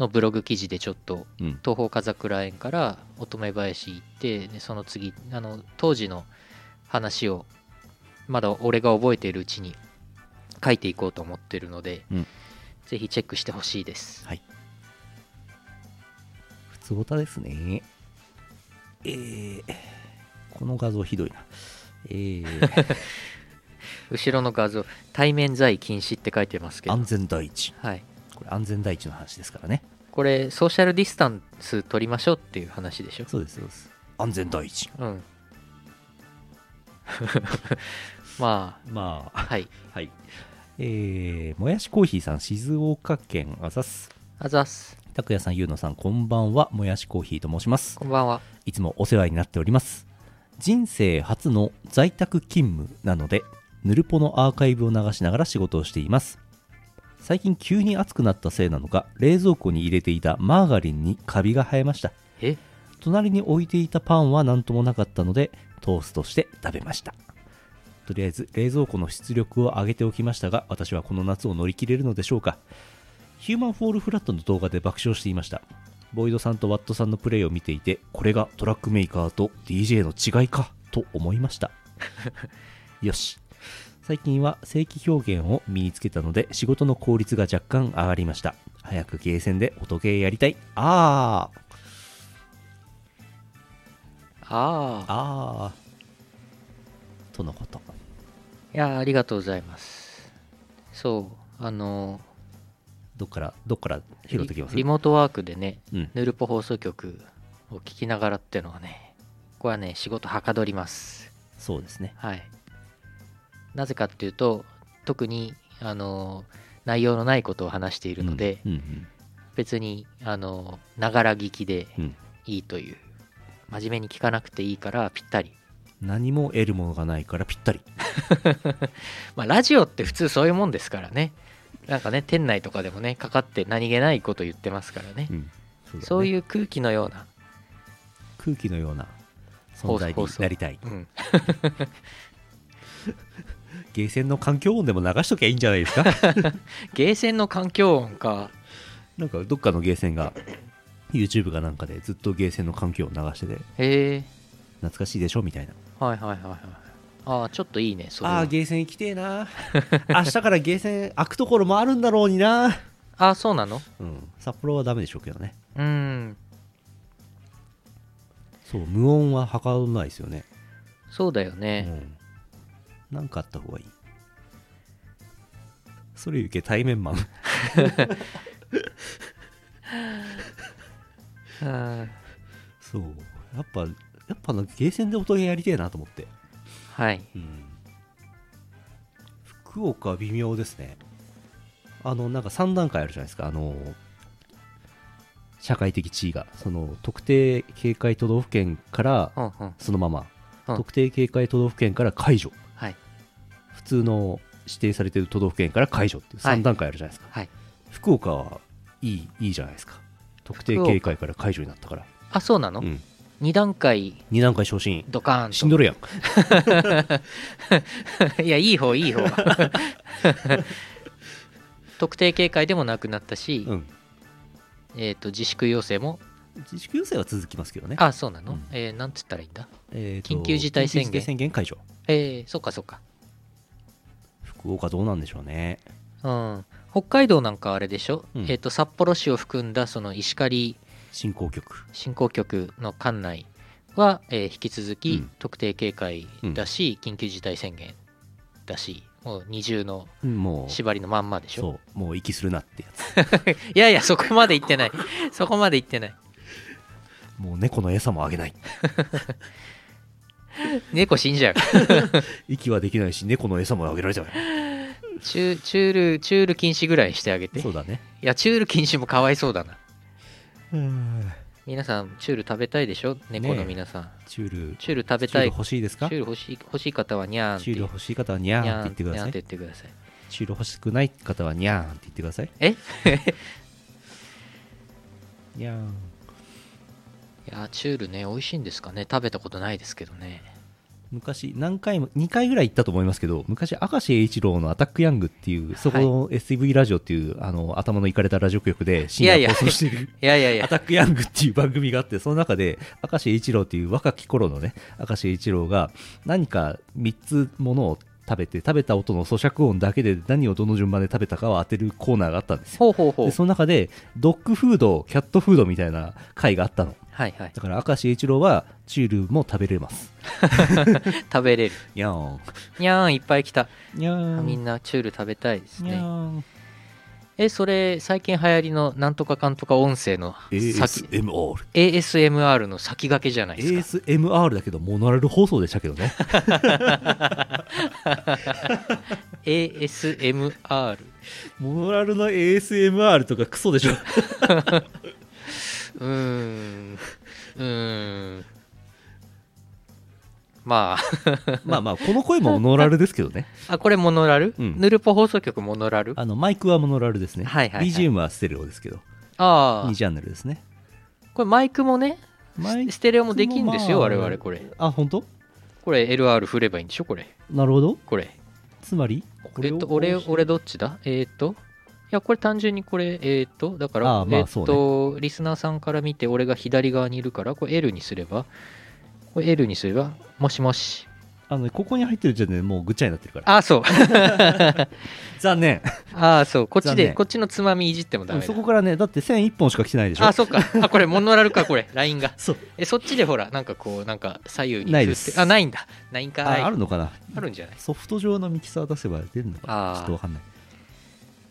[SPEAKER 1] のブログ記事でちょっと
[SPEAKER 2] うん
[SPEAKER 1] 東方風倉園から乙女林行ってでその次あの当時の話をまだ俺が覚えているうちに書いていこうと思ってるので、
[SPEAKER 2] うん
[SPEAKER 1] ぜひチェックしてほしいです
[SPEAKER 2] 普通歌ですねえー、この画像ひどいなえ ー、
[SPEAKER 1] 後ろの画像対面在禁止って書いてますけど
[SPEAKER 2] 安全第一
[SPEAKER 1] はい
[SPEAKER 2] これ安全第一の話ですからね
[SPEAKER 1] これソーシャルディスタンス取りましょうっていう話でしょ
[SPEAKER 2] そうですそうです安全第一
[SPEAKER 1] うん ま
[SPEAKER 2] ま
[SPEAKER 1] あ
[SPEAKER 2] あ
[SPEAKER 1] はい
[SPEAKER 2] はいえー、もやしコーヒーさん静岡県あざす
[SPEAKER 1] あざっす
[SPEAKER 2] 拓也さんゆうのさんこんばんはもやしコーヒーと申します
[SPEAKER 1] こんばんはい
[SPEAKER 2] つもお世話になっております。人生初の在宅勤務なので、ヌルポのアーカイブを流しながら仕事をしています。最近急に暑くなったせいなのか、冷蔵庫に入れていたマーガリンにカビが生えました。
[SPEAKER 1] え
[SPEAKER 2] 隣に置いていたパンは何ともなかったので、トーストして食べました。とりあえず冷蔵庫の出力を上げておきましたが、私はこの夏を乗り切れるのでしょうか。ヒューマンフォールフラットの動画で爆笑していました。ボイドさんとワットさんのプレイを見ていて、これがトラックメーカーと DJ の違いかと思いました。 よし。最近は正規表現を身につけたので仕事の効率が若干上がりました。早くゲーセンで音ゲーやりたい。あー
[SPEAKER 1] ああ
[SPEAKER 2] あーとのこと。
[SPEAKER 1] いやありがとうございますそうあの
[SPEAKER 2] どっから、どっから拾ってきます
[SPEAKER 1] リリモートワークでね
[SPEAKER 2] うん。
[SPEAKER 1] ヌルポ放送局を聞きながらってのはねここはね仕事はかどります
[SPEAKER 2] そうですね。
[SPEAKER 1] はいなぜかっていうと特にあの内容のないことを話しているので、
[SPEAKER 2] うんうん
[SPEAKER 1] 別にあのながら聞きで
[SPEAKER 2] うん
[SPEAKER 1] いいという、真面目に聞かなくていいからぴったり
[SPEAKER 2] 何も得るものがないからぴったり。
[SPEAKER 1] まあラジオって普通そういうもんですからねなんかね店内とかでもねかかって何気ないこと言ってますからね
[SPEAKER 2] うんそうだね
[SPEAKER 1] そういう空気のような
[SPEAKER 2] 空気のような存在に
[SPEAKER 1] 放送
[SPEAKER 2] なりたい
[SPEAKER 1] うん、
[SPEAKER 2] ゲーセンの環境音でも流しときゃいいんじゃない ですか
[SPEAKER 1] ゲーセンの環境音か
[SPEAKER 2] なんかどっかのゲーセンが YouTube かなんかでずっとゲーセンの環境音流してて
[SPEAKER 1] へえ
[SPEAKER 2] 懐かしいでしょみたいな
[SPEAKER 1] はいはいはいはいああちょっといいねそれは
[SPEAKER 2] ああーゲーセン行きてえな 明日からゲーセン開くところもあるんだろうにな
[SPEAKER 1] ああそうなの
[SPEAKER 2] うん札幌はダメでしょうけどね
[SPEAKER 1] うん
[SPEAKER 2] そう無音ははかどらないですよね、
[SPEAKER 1] そうだよ
[SPEAKER 2] う
[SPEAKER 1] ね、
[SPEAKER 2] ん、なんかあった方がいいそれゆけ対面マン
[SPEAKER 1] うん、
[SPEAKER 2] そうやっぱやっぱなんかゲーセンで音ゲーやりてえなと思って
[SPEAKER 1] はい
[SPEAKER 2] うん福岡は微妙ですねあのなんか3段階あるじゃないですかあの社会的地位がその特定警戒都道府県から
[SPEAKER 1] うんうん
[SPEAKER 2] そのまま、
[SPEAKER 1] うん
[SPEAKER 2] 特定警戒都道府県から解除
[SPEAKER 1] はい
[SPEAKER 2] 普通の指定されてる都道府県から解除っていう
[SPEAKER 1] はい
[SPEAKER 2] 3段階あるじゃないですか、
[SPEAKER 1] はい
[SPEAKER 2] 福岡はいいいいじゃないですか特定
[SPEAKER 1] 福岡
[SPEAKER 2] 警戒から解除になったから、
[SPEAKER 1] あそうな
[SPEAKER 2] う
[SPEAKER 1] の、
[SPEAKER 2] ん、
[SPEAKER 1] 二2段階
[SPEAKER 2] 2段階昇進
[SPEAKER 1] ドカーンと
[SPEAKER 2] しんどるや ん
[SPEAKER 1] いや、いい方、いい方。特定警戒でもなくなったし、
[SPEAKER 2] うん
[SPEAKER 1] えっ、と、自粛要請も、
[SPEAKER 2] 自粛要請は続きますけどね
[SPEAKER 1] あ、そうなの、
[SPEAKER 2] うん
[SPEAKER 1] えーなんつったらいいんだ
[SPEAKER 2] えーと
[SPEAKER 1] 緊急事態宣言
[SPEAKER 2] 緊急事態宣言解除
[SPEAKER 1] えー、そっかそっか。
[SPEAKER 2] 福岡どうなんでしょうね
[SPEAKER 1] うん。北海道なんかあれでしょ、
[SPEAKER 2] うん
[SPEAKER 1] えっ、と、札幌市を含んだ、その石狩
[SPEAKER 2] 振興局
[SPEAKER 1] 振興局の管内は、えー引き続き、
[SPEAKER 2] うん
[SPEAKER 1] 特定警戒だし、緊急事態宣言だし、もう二重の
[SPEAKER 2] もう
[SPEAKER 1] 縛りのまんまでしょ
[SPEAKER 2] そうもう息するなってやつ
[SPEAKER 1] いやいや、そこまで行ってない。そこまで行ってない。
[SPEAKER 2] もう猫の餌もあげない
[SPEAKER 1] 猫死んじゃう。
[SPEAKER 2] 息はできないし猫の餌もあげられちゃうよ
[SPEAKER 1] チュチュール、チュール禁止ぐらいしてあげて。い
[SPEAKER 2] そうだね
[SPEAKER 1] や、チュール禁止もかわいそうだな。
[SPEAKER 2] うん
[SPEAKER 1] 皆さん、チュール食べたいでしょ猫
[SPEAKER 2] ね
[SPEAKER 1] の
[SPEAKER 2] え
[SPEAKER 1] 皆さん。
[SPEAKER 2] チュール
[SPEAKER 1] チュール食べ
[SPEAKER 2] チュ
[SPEAKER 1] た
[SPEAKER 2] ール
[SPEAKER 1] い。チ
[SPEAKER 2] 欲しいですか
[SPEAKER 1] ュール欲しい欲しい方はにゃーんっ
[SPEAKER 2] チ
[SPEAKER 1] て
[SPEAKER 2] ュー
[SPEAKER 1] 言
[SPEAKER 2] ル
[SPEAKER 1] う。
[SPEAKER 2] 欲しい方はにゃーんって言ってくだ
[SPEAKER 1] にゃー
[SPEAKER 2] さ
[SPEAKER 1] んって
[SPEAKER 2] い
[SPEAKER 1] 言ってください。
[SPEAKER 2] チュール欲しくない方はにゃーんって言ってください
[SPEAKER 1] えい
[SPEAKER 2] にゃーん
[SPEAKER 1] や、チュールね、美味しいんですかね食べたことないですけどね。
[SPEAKER 2] 昔何回も2回ぐらい行ったと思いますけど昔明石栄一郎の「アタックヤング」っていうそこの SEV ラジオっていう、あの頭のいかれたラジオ局で深
[SPEAKER 1] いやい
[SPEAKER 2] 夜
[SPEAKER 1] や
[SPEAKER 2] 放送してる
[SPEAKER 1] いやいやい
[SPEAKER 2] ア
[SPEAKER 1] や、
[SPEAKER 2] タックヤングっていう番組があって、その中で、明石一郎っていう若き頃のね、明石一郎が何か3つものを食べて、食べた音の咀嚼音だけで何をどの順番で食べたかを当てるコーナーがあったんですよ。
[SPEAKER 1] ほうほうほう
[SPEAKER 2] で、。その中で、ドッグフード、キャットフードみたいな回があったの。
[SPEAKER 1] はいはい。
[SPEAKER 2] だから、明石一郎はチュールも食べれます。
[SPEAKER 1] 食べれる。
[SPEAKER 2] にゃーん。
[SPEAKER 1] にゃーん、いっぱい来た。
[SPEAKER 2] にゃーん。
[SPEAKER 1] みんなチュール食べたいです
[SPEAKER 2] にゃ
[SPEAKER 1] ね。
[SPEAKER 2] ーん。
[SPEAKER 1] え、それ、最近流行りのなんとかかんとか音声の先、
[SPEAKER 2] ASMR。
[SPEAKER 1] ASMR の先駆けじゃないですか。
[SPEAKER 2] ASMR だけど、モノラル放送でしたけどね。
[SPEAKER 1] ASMR
[SPEAKER 2] モノラルの ASMR とかクソ でしょ。
[SPEAKER 1] うーんうーんま
[SPEAKER 2] まあまあ、この声もモノラルですけどね。
[SPEAKER 1] ああこれモノラル、
[SPEAKER 2] うん
[SPEAKER 1] ヌルポ放送局モノラルあ
[SPEAKER 2] あのマイクはモノラルですね、
[SPEAKER 1] はいはいはい
[SPEAKER 2] BGM はステレオですけど
[SPEAKER 1] あ
[SPEAKER 2] 2チャンネルですね
[SPEAKER 1] これマイクもね
[SPEAKER 2] マイク
[SPEAKER 1] ステレオもできんですよ
[SPEAKER 2] まあ
[SPEAKER 1] 我々これ
[SPEAKER 2] あ本当
[SPEAKER 1] これ LR 振ればいいんでしょこれ
[SPEAKER 2] なるほど
[SPEAKER 1] これ
[SPEAKER 2] つまりこれ
[SPEAKER 1] え
[SPEAKER 2] を
[SPEAKER 1] っと俺
[SPEAKER 2] こうして
[SPEAKER 1] 俺どっちだえーっといやこれ単純にこれえーっとだから
[SPEAKER 2] ああまあ
[SPEAKER 1] えーっと、リスナーさんから見て俺が左側にいるからこれ L にすればこれ L にすればもしもし
[SPEAKER 2] あのねここに入ってる時点でもうぐっちゃになってるから
[SPEAKER 1] ああそう
[SPEAKER 2] 残念
[SPEAKER 1] ああ、そう、こっち
[SPEAKER 2] 残
[SPEAKER 1] で、
[SPEAKER 2] 念
[SPEAKER 1] こっちのつまみいじってもダメだ。
[SPEAKER 2] そこからねだって線1本しか来てないでしょ
[SPEAKER 1] ああ、そっか。あ、これ、モノラルか、これ、ラインが。
[SPEAKER 2] そう
[SPEAKER 1] え、そっちでほら、なんかこう、なんか左右に。
[SPEAKER 2] ないです
[SPEAKER 1] あ、ないんだ。ないんか
[SPEAKER 2] あ
[SPEAKER 1] い。
[SPEAKER 2] あるのかな
[SPEAKER 1] あるんじゃない
[SPEAKER 2] ソフト上のミキサー出せば出るのかな
[SPEAKER 1] あー
[SPEAKER 2] ちょっとわかんない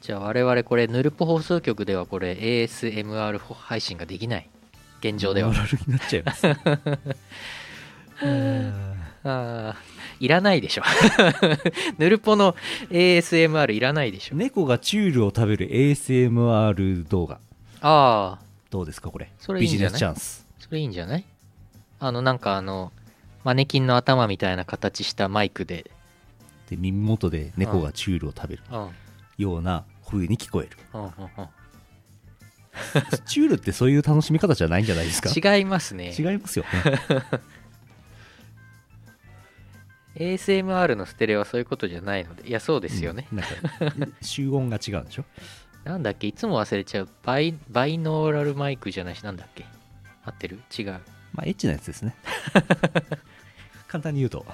[SPEAKER 1] じゃあ、我々、これ、ヌルポ放送局では、これ、ASMR 配信ができない。現状では
[SPEAKER 2] モ。ノラルになっちゃいま すうーん
[SPEAKER 1] ああ、いらないでしょ。 ヌルポの ASMR いらないでしょ。
[SPEAKER 2] 猫がチュールを食べる ASMR 動画
[SPEAKER 1] ああ、
[SPEAKER 2] どうですかこれ
[SPEAKER 1] それいいんじゃない
[SPEAKER 2] ビジネスチャンス
[SPEAKER 1] それいいんじゃないあの、なんか、あの、マネキンの頭みたいな形したマイクで。
[SPEAKER 2] で耳元で猫がチュールを食べる
[SPEAKER 1] うん、うん、
[SPEAKER 2] ような風に聞こえる
[SPEAKER 1] うん、うん。
[SPEAKER 2] チュールってそういう楽しみ方じゃないんじゃないですか
[SPEAKER 1] 違いますね。
[SPEAKER 2] 違いますよね
[SPEAKER 1] ASMR のステレオはそういうことじゃないのでいやそうですよね、
[SPEAKER 2] うんなんか集音が違うんでしょ
[SPEAKER 1] なんだっけいつも忘れちゃうバイバイノーラルマイクじゃないしなんだっけ合ってる違う
[SPEAKER 2] まあエッチなやつで すね簡単に言うと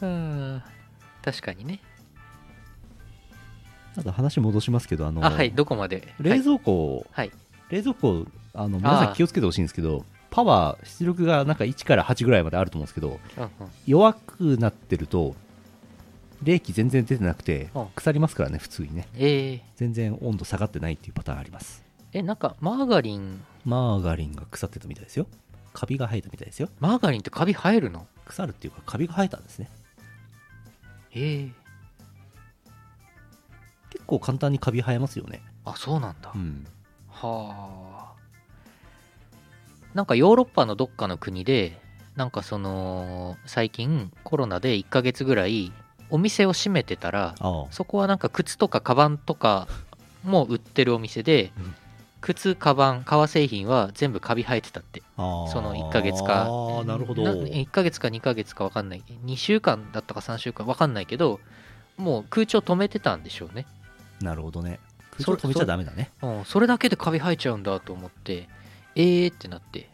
[SPEAKER 1] うん確かにね
[SPEAKER 2] あと話戻しますけどあの
[SPEAKER 1] あはいどこまで
[SPEAKER 2] 冷蔵庫、
[SPEAKER 1] はい、はい
[SPEAKER 2] 冷蔵庫あの皆さ
[SPEAKER 1] あ
[SPEAKER 2] ん
[SPEAKER 1] ー
[SPEAKER 2] 気をつけてほしいんですけどパワー出力がなんか1から8ぐらいまであると思うんですけど
[SPEAKER 1] うんうん
[SPEAKER 2] 弱くなってると冷気全然出てなくて
[SPEAKER 1] うん
[SPEAKER 2] 腐りますからね普通にね
[SPEAKER 1] えー
[SPEAKER 2] 全然温度下がってないっていうパターンあります
[SPEAKER 1] えなんかマーガリン
[SPEAKER 2] マーガリンが腐ってたみたいですよカビが生えたみたいですよ
[SPEAKER 1] マーガリンってカビ生えるの
[SPEAKER 2] 腐るっていうかカビが生えたんですね
[SPEAKER 1] ええ
[SPEAKER 2] 結構簡単にカビ生えますよね
[SPEAKER 1] あそうなんだ、
[SPEAKER 2] うん
[SPEAKER 1] はあなんかヨーロッパのどっかの国でなんかその最近コロナで1ヶ月ぐらいお店を閉めてたら
[SPEAKER 2] ああ
[SPEAKER 1] そこはなんか靴とかカバンとかも売ってるお店で
[SPEAKER 2] うん
[SPEAKER 1] 靴カバン革製品は全部カビ生えてたって
[SPEAKER 2] ああ
[SPEAKER 1] その1ヶ月か
[SPEAKER 2] ああなるほど
[SPEAKER 1] 1ヶ月か2ヶ月か分かんない2週間だったか3週間分かんないけどもう空調止めてたんでしょうね
[SPEAKER 2] なるほどね空
[SPEAKER 1] そ
[SPEAKER 2] 調止めちゃダメだね
[SPEAKER 1] うん、それだけでカビ生えちゃうんだと思って、えーってなって、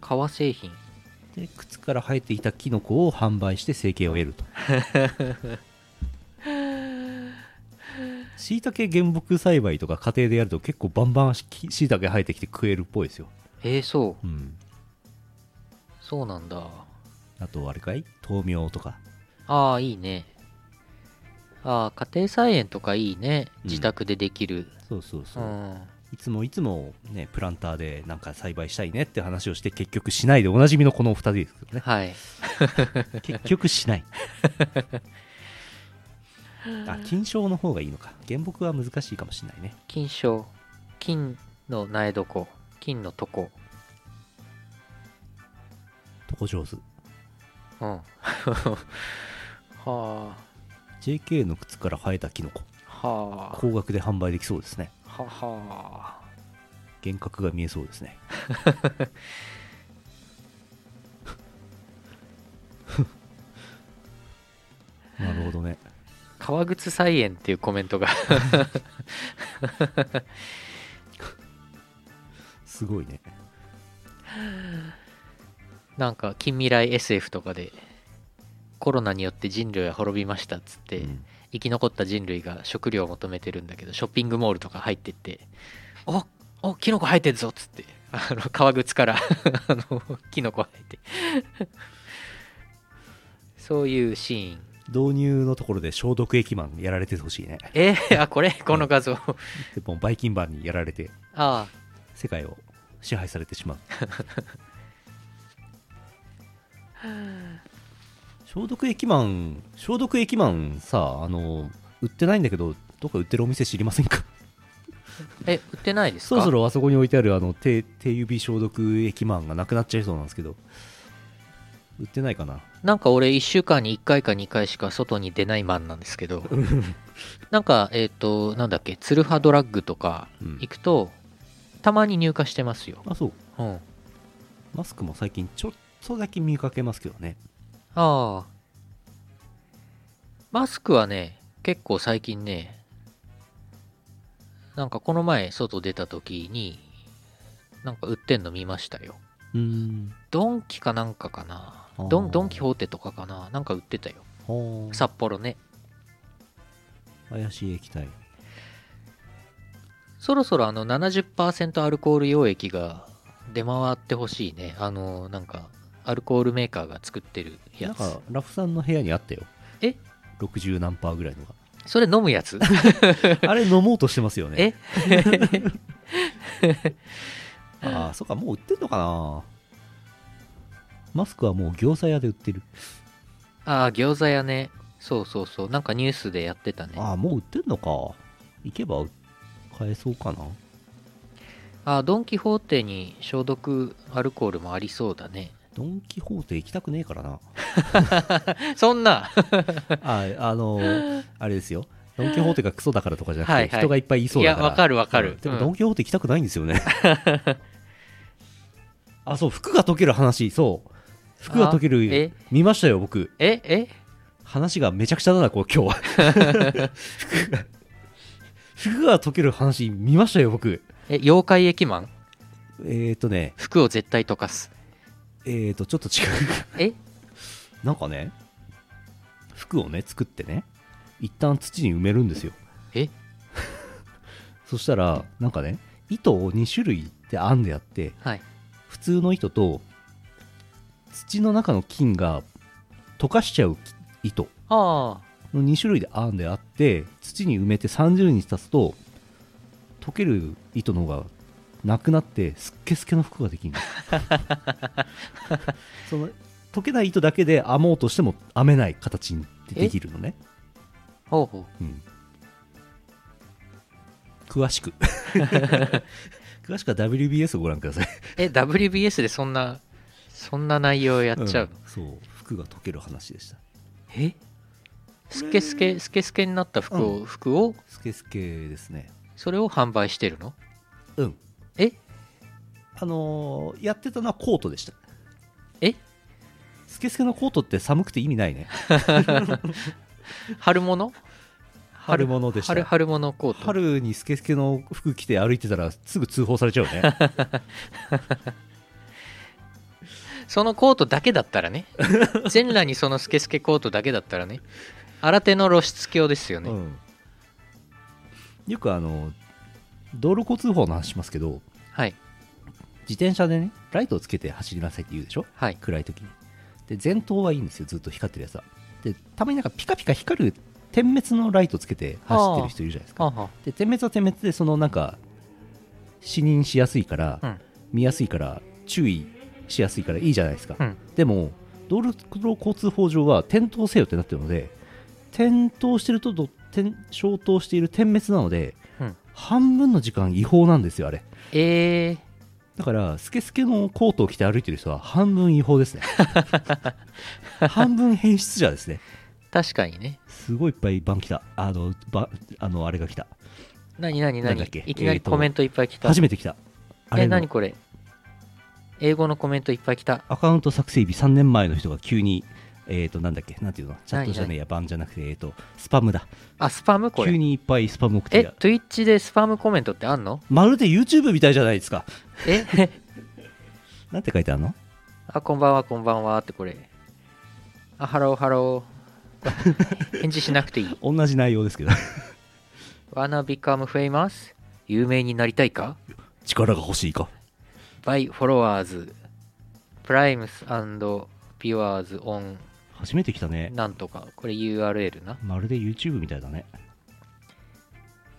[SPEAKER 1] 革製品。
[SPEAKER 2] で靴から生えていたキノコを販売して生計を得るとしいたけ原木栽培とか家庭でやると結構バンバンしいたけ生えてきて食えるっぽいですよ、
[SPEAKER 1] えー、そう、
[SPEAKER 2] うん、
[SPEAKER 1] そうなんだ。
[SPEAKER 2] あとあれかい豆苗とか
[SPEAKER 1] ああ、いいね。ああ、家庭菜園とかいいね。
[SPEAKER 2] うん
[SPEAKER 1] 自宅でできる。
[SPEAKER 2] そうそうそうう、
[SPEAKER 1] ん。
[SPEAKER 2] いつもいつもねプランターでなんか栽培したいねって話をして結局しないでおなじみのこのお二人です けどね
[SPEAKER 1] はい。
[SPEAKER 2] 結局しないあ金賞の方がいいのか原木は難しいかもしれないね
[SPEAKER 1] 金賞。金の苗床。金のとこ。
[SPEAKER 2] 床上手
[SPEAKER 1] うん。 はあ。
[SPEAKER 2] JK の靴から生えたキノコ
[SPEAKER 1] は
[SPEAKER 2] 高額で販売できそうですね
[SPEAKER 1] あ。ははあ。
[SPEAKER 2] 幻覚が見えそうですねなるほどね
[SPEAKER 1] 革靴菜園っていうコメントが。
[SPEAKER 2] すごいね
[SPEAKER 1] なんか近未来 SF とかでコロナによって人類は滅びましたっつって、
[SPEAKER 2] うん
[SPEAKER 1] 生き残った人類が食料を求めてるんだけどショッピングモールとか入ってって「おおキノコ生えてるぞ」っつって あの革靴から あのキノコ生えて そういうシーン
[SPEAKER 2] 導入のところで消毒液マンやられてほしいね
[SPEAKER 1] えー、あこれこの画像あ
[SPEAKER 2] でもうバイキンマンにやられて
[SPEAKER 1] あ
[SPEAKER 2] 世界を支配され てしまう消毒液マン消毒液マンさあの売ってないんだけどどっか売ってるお店知りませんか
[SPEAKER 1] え売ってないですか
[SPEAKER 2] そろそろあそこに置いてあるあの手手指消毒液マンがなくなっちゃいそうなんですけど売ってないかな
[SPEAKER 1] なんか俺1週間に1回か2回しか外に出ないマンなんですけどなんかえっ、となんだっけツルハドラッグとか
[SPEAKER 2] うん
[SPEAKER 1] 行くとたまに入荷してますよ、
[SPEAKER 2] あそう
[SPEAKER 1] うん、あ
[SPEAKER 2] マスクも最近ちょっとだけ見かけますけどね
[SPEAKER 1] あマスクはね結構最近ねなんかこの前外出た時になんか売ってんの見ましたよ
[SPEAKER 2] うーん
[SPEAKER 1] ドンキかなんかかな
[SPEAKER 2] あー
[SPEAKER 1] ドンドンキホーテとかかななんか売ってたよ
[SPEAKER 2] ほー
[SPEAKER 1] 札幌ね
[SPEAKER 2] 怪しい液体
[SPEAKER 1] そろそろあの70%アルコール溶液が出回ってほしいね。あの、なんか、アルコールメーカーが作ってる
[SPEAKER 2] な
[SPEAKER 1] や
[SPEAKER 2] ん
[SPEAKER 1] つ。
[SPEAKER 2] かラフさんの部屋にあったよ
[SPEAKER 1] え
[SPEAKER 2] 60何パーぐらいのが
[SPEAKER 1] それ飲む やつ
[SPEAKER 2] あれ飲もうとしてますよね
[SPEAKER 1] え。
[SPEAKER 2] ああ、そっか、もう売ってんのかな。マスクはもう餃子屋で売ってる。
[SPEAKER 1] ああ、餃子屋ね。そうそうそう。なんかニュースでやってたね。
[SPEAKER 2] あ
[SPEAKER 1] あ
[SPEAKER 2] あ、もう売ってんのか。行けば買えそうかな。
[SPEAKER 1] あ、ドン・キホーテに消毒アルコールもありそうだね。
[SPEAKER 2] ドン・キホーテ行きたくねえか らな。
[SPEAKER 1] そんな
[SPEAKER 2] あーあのー、あれですよ。ドン・キホーテがクソだからとかじゃなくて、
[SPEAKER 1] はいはい
[SPEAKER 2] 人がいっぱいいそうだから。
[SPEAKER 1] いやわかるわかる
[SPEAKER 2] うんでも、
[SPEAKER 1] うん
[SPEAKER 2] ドン・キホーテ行きたく ないんですよね。あ、そう、服が溶ける話、そう。服が溶け
[SPEAKER 1] あ
[SPEAKER 2] る
[SPEAKER 1] え
[SPEAKER 2] 見ましたよ僕
[SPEAKER 1] ええ
[SPEAKER 2] 話がめちゃくちゃだなこう今日は 服が服が溶ける話見ましたよ僕
[SPEAKER 1] え妖怪駅マン
[SPEAKER 2] えっ、ー、とね
[SPEAKER 1] 服を絶対溶かす
[SPEAKER 2] えっ、ー、とちょっと違う
[SPEAKER 1] え
[SPEAKER 2] なんかね服をね作ってね一旦土に埋めるんですよ
[SPEAKER 1] え
[SPEAKER 2] そしたらなんかね糸を2種類で編んであって
[SPEAKER 1] はい
[SPEAKER 2] 普通の糸と土の中の菌が溶かしちゃう糸
[SPEAKER 1] ああ
[SPEAKER 2] の2種類で編んであって土に埋めて30日経つと溶ける糸の方がなくなってすっけすけの服ができる その溶けない糸だけで編もうとしても編めない形にできるのね、
[SPEAKER 1] ほうほ
[SPEAKER 2] うん、詳 しく詳しくは WBS をご覧くださいう
[SPEAKER 1] え WBS でそんなそんな内容やっちゃうの、
[SPEAKER 2] んそう服が溶ける話でした
[SPEAKER 1] えスケスケスケスケになった服を、服を
[SPEAKER 2] スケスケですね
[SPEAKER 1] それを販売してるの
[SPEAKER 2] うん
[SPEAKER 1] え
[SPEAKER 2] あのーやってたのはコートでした
[SPEAKER 1] え
[SPEAKER 2] スケスケのコートって寒くて意 味ないね
[SPEAKER 1] 春物
[SPEAKER 2] 春物でした
[SPEAKER 1] 春春物コート
[SPEAKER 2] 春にスケスケの服着て歩いてたらすぐ通報され ちゃうね
[SPEAKER 1] そのコートだけだったら ね全裸にそのスケスケコートだけだったらね新手の露出狂ですよ
[SPEAKER 2] う
[SPEAKER 1] ね、
[SPEAKER 2] んよくあの道路交通法の話しますけど
[SPEAKER 1] はい
[SPEAKER 2] 自転車でねライトをつけて走りなさいって言うでしょ
[SPEAKER 1] はい
[SPEAKER 2] 暗い時にで前頭はいいんですよずっと光ってるやつはでたまになんかピカピカ光る点滅のライトつけて走ってる人いるじゃないですか
[SPEAKER 1] はあは
[SPEAKER 2] で点滅は点滅でそのなんか視認しやすいから、
[SPEAKER 1] うん
[SPEAKER 2] 見やすいから注意しやすいからいいじゃないですか、
[SPEAKER 1] うん
[SPEAKER 2] でも道路交通法上は転倒せよってなってるので転倒してるとど点消灯している点滅なので、
[SPEAKER 1] うん
[SPEAKER 2] 半分の時間違法なんですよあれ
[SPEAKER 1] えー、
[SPEAKER 2] だからスケスケのコートを着て歩いてる人は半分違法です ね半分変質者ですね
[SPEAKER 1] 確かにね
[SPEAKER 2] すごいいっぱい番来たあのばあのあれが来た
[SPEAKER 1] 何何
[SPEAKER 2] な
[SPEAKER 1] 何
[SPEAKER 2] んだ
[SPEAKER 1] い
[SPEAKER 2] っけ
[SPEAKER 1] きな
[SPEAKER 2] え
[SPEAKER 1] り
[SPEAKER 2] ーと
[SPEAKER 1] コメントいっぱい来た、
[SPEAKER 2] 初めて来たあれ
[SPEAKER 1] え
[SPEAKER 2] の
[SPEAKER 1] 何これ英語のコメントいっぱい来た
[SPEAKER 2] アカウント作成日3年前の人が急に、えっ、と、なんだっけ、なんていうの、チャットじゃねえや、バンじゃなくて、えっ、と、スパムだ。
[SPEAKER 1] あスパムこ
[SPEAKER 2] 急
[SPEAKER 1] れ
[SPEAKER 2] にいっぱいスパム送って
[SPEAKER 1] え
[SPEAKER 2] きた
[SPEAKER 1] Twitch でスパムコメントってあんの
[SPEAKER 2] まるで YouTube みたいじゃないですか。
[SPEAKER 1] え
[SPEAKER 2] なんて書いてあるの
[SPEAKER 1] あこんばんはこんばんはってこれあハローハロ ー返事しなくていい
[SPEAKER 2] 同じ内 容ですけど、
[SPEAKER 1] Wanna become famous? 有名になりたいか
[SPEAKER 2] 力が欲しいか。
[SPEAKER 1] by followers primes and viewers on
[SPEAKER 2] 初めて来たね。
[SPEAKER 1] なんとかこれ URL な
[SPEAKER 2] まるで YouTube みたいだね。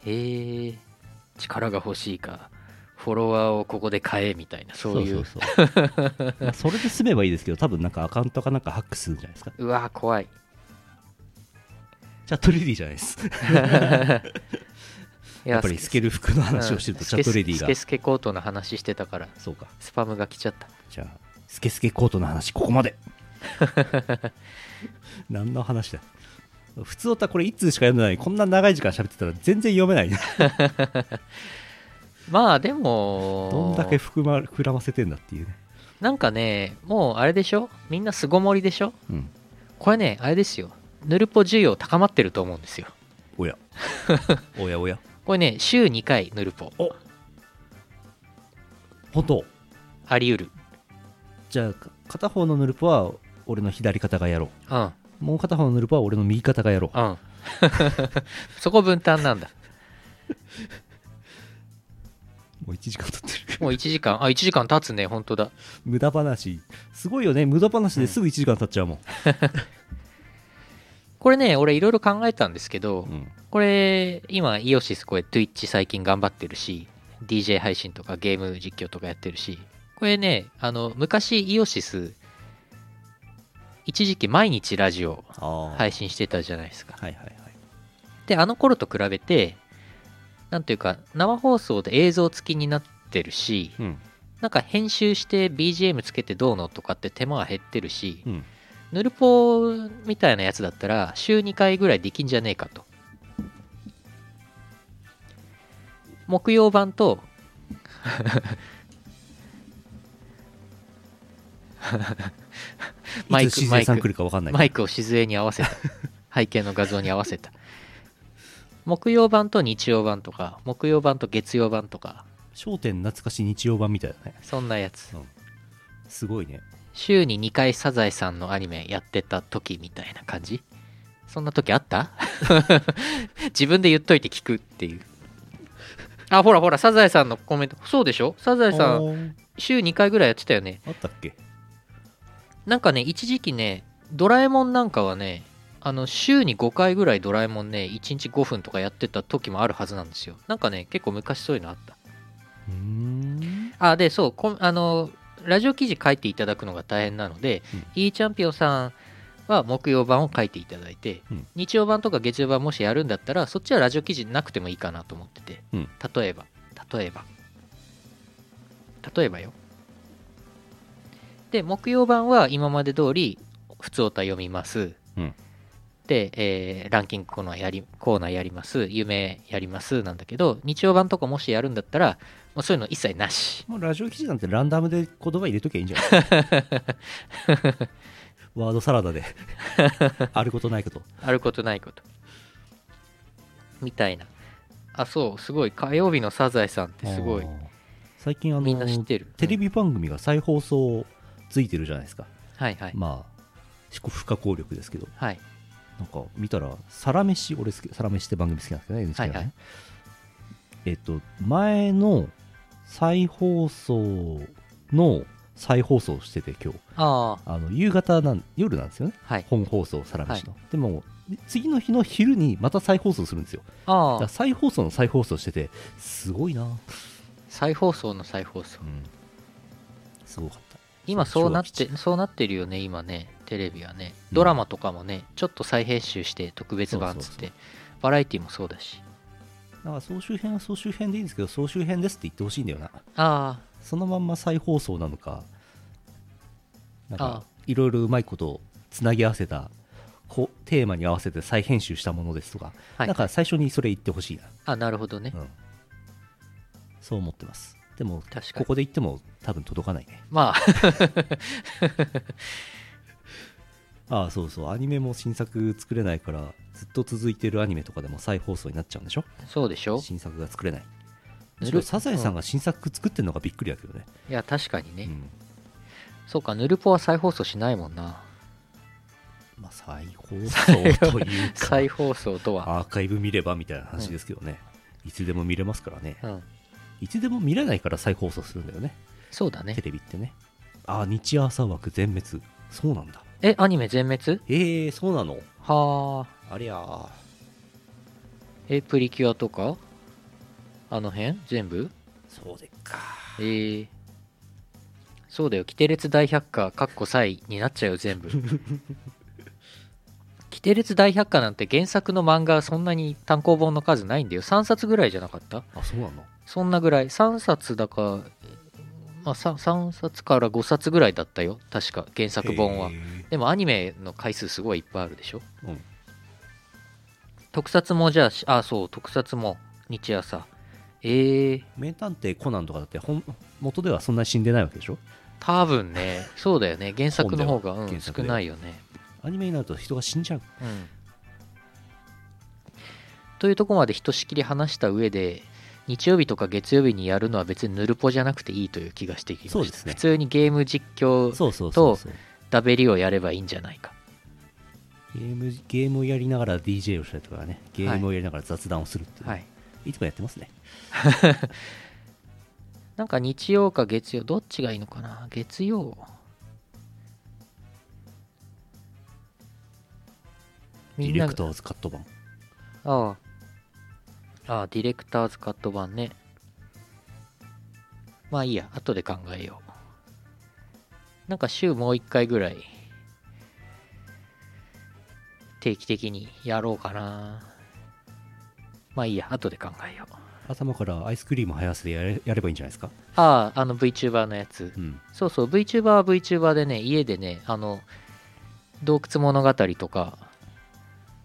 [SPEAKER 1] へー力が欲しいかフォロワーをここで買えみたいなそういうう
[SPEAKER 2] そうそうそう まあそれで済めばいいですけど、多分なんかアカウントかなんかハックするんじゃないですか。
[SPEAKER 1] わー怖い
[SPEAKER 2] チャットレディじゃないです。
[SPEAKER 1] い
[SPEAKER 2] やっぱりスケル服の話をしてると、チャットレディ
[SPEAKER 1] ス
[SPEAKER 2] が
[SPEAKER 1] ケ。スケコートの話してたから
[SPEAKER 2] そうか。
[SPEAKER 1] スパムが来ちゃった
[SPEAKER 2] じゃあ、スケスケコートの話、ここまで。 何の話だ普通だったらこれ1通しか読んでないこんな長い時間喋ってたら全然読めないね
[SPEAKER 1] まあでも
[SPEAKER 2] どんだけ膨,、ま、膨らませてんだっていうね、
[SPEAKER 1] なんかねもうあれでしょみんな巣ごもりでしょ
[SPEAKER 2] うん、
[SPEAKER 1] これねあれですよヌルポ需要高まってると思うんですよ
[SPEAKER 2] お やおやおや
[SPEAKER 1] これね週2回ヌルポ
[SPEAKER 2] 本当
[SPEAKER 1] あり得る
[SPEAKER 2] じゃあか片方のヌルポは俺の左肩がやろ
[SPEAKER 1] うん
[SPEAKER 2] うもう片方のヌルポは俺の右肩がやろう
[SPEAKER 1] うん そこ分担なんだ
[SPEAKER 2] もう1時間経ってる
[SPEAKER 1] もう1時間あ1時間経つね本当だ
[SPEAKER 2] 無駄話すごいよね無駄話ですぐ1時間経っちゃうもん、
[SPEAKER 1] これね俺いろいろ考えたんですけど
[SPEAKER 2] うん
[SPEAKER 1] これ今イオシスこれ Twitch 最近頑張ってるし DJ 配信とかゲーム実況とかやってるしこれねあの昔イオシス一時期毎日ラジオ
[SPEAKER 2] ああ、
[SPEAKER 1] 配信してたじゃないですか
[SPEAKER 2] はいはいはい
[SPEAKER 1] であの頃と比べてなんていうか生放送で映像付きになってるし
[SPEAKER 2] うん
[SPEAKER 1] なんか編集して BGM つけてどうのとかって手間は減ってるし
[SPEAKER 2] うん
[SPEAKER 1] ヌルポみたいなやつだったら週2回ぐらいできんじゃねえかと木曜版とマイ
[SPEAKER 2] い
[SPEAKER 1] ク
[SPEAKER 2] つ静江さん来るか分かんない
[SPEAKER 1] マイクを静に合わせた背景の画像に合わせた木曜版と日曜版とか木曜版と月曜版とか
[SPEAKER 2] 焦点懐かし日曜版みたいだね
[SPEAKER 1] そんなやつ
[SPEAKER 2] すごいね
[SPEAKER 1] 週に2回サザエさんのアニメやってた時みたいな感じそんな時あった 自分で言っといて聞くっていうあほらほらサザエさんのコメントそうでしょサザエさん
[SPEAKER 2] おー
[SPEAKER 1] 週2回ぐらいやってたよね
[SPEAKER 2] あったっけ
[SPEAKER 1] なんかね、一時期ね、ドラえもんなんかはね、あの週に5回ぐらいドラえもんね、1日5分とかやってた時もあるはずなんですよ。なんかね、結構昔そういうのあった。
[SPEAKER 2] うーん
[SPEAKER 1] あ、で、そう、こんあの、ラジオ記事書いていただくのが大変なので、
[SPEAKER 2] うん
[SPEAKER 1] いいチャンピオンさんは木曜版を書いていただいて、
[SPEAKER 2] うん
[SPEAKER 1] 日曜版とか月曜版もしやるんだったら、そっちはラジオ記事なくてもいいかなと思ってて、
[SPEAKER 2] うん
[SPEAKER 1] 例えば、例えば、例えばよ。で、木曜版は今まで通り、普通歌読みます。
[SPEAKER 2] うん
[SPEAKER 1] で、えーランキングコーナーやり、コーナーやります。夢やります。なんだけど、日曜版とかもしやるんだったら、もうそういうの一切なし。
[SPEAKER 2] もうラジオ記事なんてランダムで言葉入れときゃいいんじゃない ワードサラダであることないこと
[SPEAKER 1] あることないこと。みたいな。あ、そう、すごい。火曜日のサザエさんってすごい
[SPEAKER 2] あー。最近あの
[SPEAKER 1] みんな知ってる。
[SPEAKER 2] テレ
[SPEAKER 1] ビ、
[SPEAKER 2] ビ番組が再放送ついてるじゃないですか、
[SPEAKER 1] はいはい。
[SPEAKER 2] まあしこ不可抗力ですけど
[SPEAKER 1] はい。
[SPEAKER 2] なんか見たら「サラメシ」俺好き「サラメシ」って番組好きなんですけどね NHK のね、
[SPEAKER 1] はいはい
[SPEAKER 2] えっと前の再放送の再放送してて今日
[SPEAKER 1] ああ、
[SPEAKER 2] あの夕方なん夜なんですよね
[SPEAKER 1] はい。
[SPEAKER 2] 本放送「サラメシの」でも次の日の昼にまた再放送するんですよだ
[SPEAKER 1] あ
[SPEAKER 2] から
[SPEAKER 1] あ、
[SPEAKER 2] 再放送の再放送しててすごいな、
[SPEAKER 1] 再放送の再放送
[SPEAKER 2] う。ん、すごかった
[SPEAKER 1] 今そうなっ
[SPEAKER 2] 昭和
[SPEAKER 1] て、そうなってるよね、今ね。テレビはね。ドラマとかもね、ちょっと再編集して特別版っつっ
[SPEAKER 2] そうそう
[SPEAKER 1] て。バラエティもそうだし。
[SPEAKER 2] だから総集編は総集編でいいんですけど総集編ですって言ってほしいんだよな
[SPEAKER 1] あ
[SPEAKER 2] そのまんま再放送なのかなん
[SPEAKER 1] ああ
[SPEAKER 2] かいろいろうまいことをつなぎ合わせたこうテーマに合わせて再編集したものですとか、
[SPEAKER 1] あ、は
[SPEAKER 2] ないん。か最初にそれ言ってほしいな、
[SPEAKER 1] あ、なるほどね
[SPEAKER 2] う。ん、そう思ってますでも
[SPEAKER 1] 確か
[SPEAKER 2] こ
[SPEAKER 1] に。
[SPEAKER 2] こで言っても多分届かないね
[SPEAKER 1] まあ、
[SPEAKER 2] ああそうそうアニメも新作作れないからずっと続いてるアニメとかでも再放送になっちゃうんでしょ
[SPEAKER 1] そうでしょ
[SPEAKER 2] 新作が作れない
[SPEAKER 1] ぬる
[SPEAKER 2] むしろサザエさんが新作作ってるのがびっくりだけどね、
[SPEAKER 1] いや、確かにね。
[SPEAKER 2] うん
[SPEAKER 1] そうか、ヌルポは再放送しないもんな。
[SPEAKER 2] まあ、再放 送というか
[SPEAKER 1] 再放送とは。
[SPEAKER 2] アーカイブ見ればみたいな話ですけどね、いつでも見れますからね
[SPEAKER 1] うん。
[SPEAKER 2] いつでも見れないから再放送するんだよね
[SPEAKER 1] そうだね
[SPEAKER 2] テ。レビってねああ日朝枠全滅そうなんだ
[SPEAKER 1] え、アニメ全滅
[SPEAKER 2] ええそうなの
[SPEAKER 1] はあ。
[SPEAKER 2] ありゃー
[SPEAKER 1] え、プリキュアとかあの辺全部
[SPEAKER 2] そうでっか
[SPEAKER 1] えーそうだよ。キテレツ大百科、カッコ歳になっちゃうよ、全 部。キテレツ大百科なんて原作の漫画そんなに単行本の数ないんだよ。3冊ぐらいじゃなかった
[SPEAKER 2] あそうなの
[SPEAKER 1] そんなぐらい。3冊だか、まあ、3, 3冊から5冊ぐらいだったよ。確か、原作本は
[SPEAKER 2] へ。ー
[SPEAKER 1] でもアニメの回数すごいいっぱいあるでしょ
[SPEAKER 2] うん
[SPEAKER 1] 特撮もじゃあし、あ、そう、特撮も日朝。ええー、
[SPEAKER 2] 名探偵コナンとかだって本元ではそんなに死んでないわけでしょ
[SPEAKER 1] 多分 ね、そうだよね、原作の方が、う
[SPEAKER 2] 本では
[SPEAKER 1] ん、
[SPEAKER 2] 原作で
[SPEAKER 1] 少ないよね。
[SPEAKER 2] アニメになると人が死んじゃう
[SPEAKER 1] うん。というとこまでひとしきり話した上で、日曜日とか月曜日にやるのは別にぬるぽじゃなくていいという気がしてきました。
[SPEAKER 2] そうですね
[SPEAKER 1] 普通にゲーム実況
[SPEAKER 2] そうそうそうそう
[SPEAKER 1] ダベリをやればいいんじゃないか。
[SPEAKER 2] ゲームゲームをやりながら DJ をしたりとかねゲームをやりながら雑談をするっていう、
[SPEAKER 1] はいい。
[SPEAKER 2] いとこやってますね
[SPEAKER 1] なんか日曜か月曜、どっちがいいのかな月曜。
[SPEAKER 2] デ
[SPEAKER 1] み
[SPEAKER 2] ィ
[SPEAKER 1] んな
[SPEAKER 2] レ
[SPEAKER 1] が
[SPEAKER 2] クターズカット版
[SPEAKER 1] ああ。ああ、ディレクターズカット版ね。まあいいや、後で考えよう。なんか週もう一回ぐらい、定期的にやろうかな。まあいいや、後で考えよう。
[SPEAKER 2] 頭からアイスクリーム生やせてやれやればいいんじゃないですか、
[SPEAKER 1] ああ、あの VTuber のやつ。
[SPEAKER 2] うん、
[SPEAKER 1] そうそう、VTuber は VTuber でね、家でね、あの、洞窟物語とか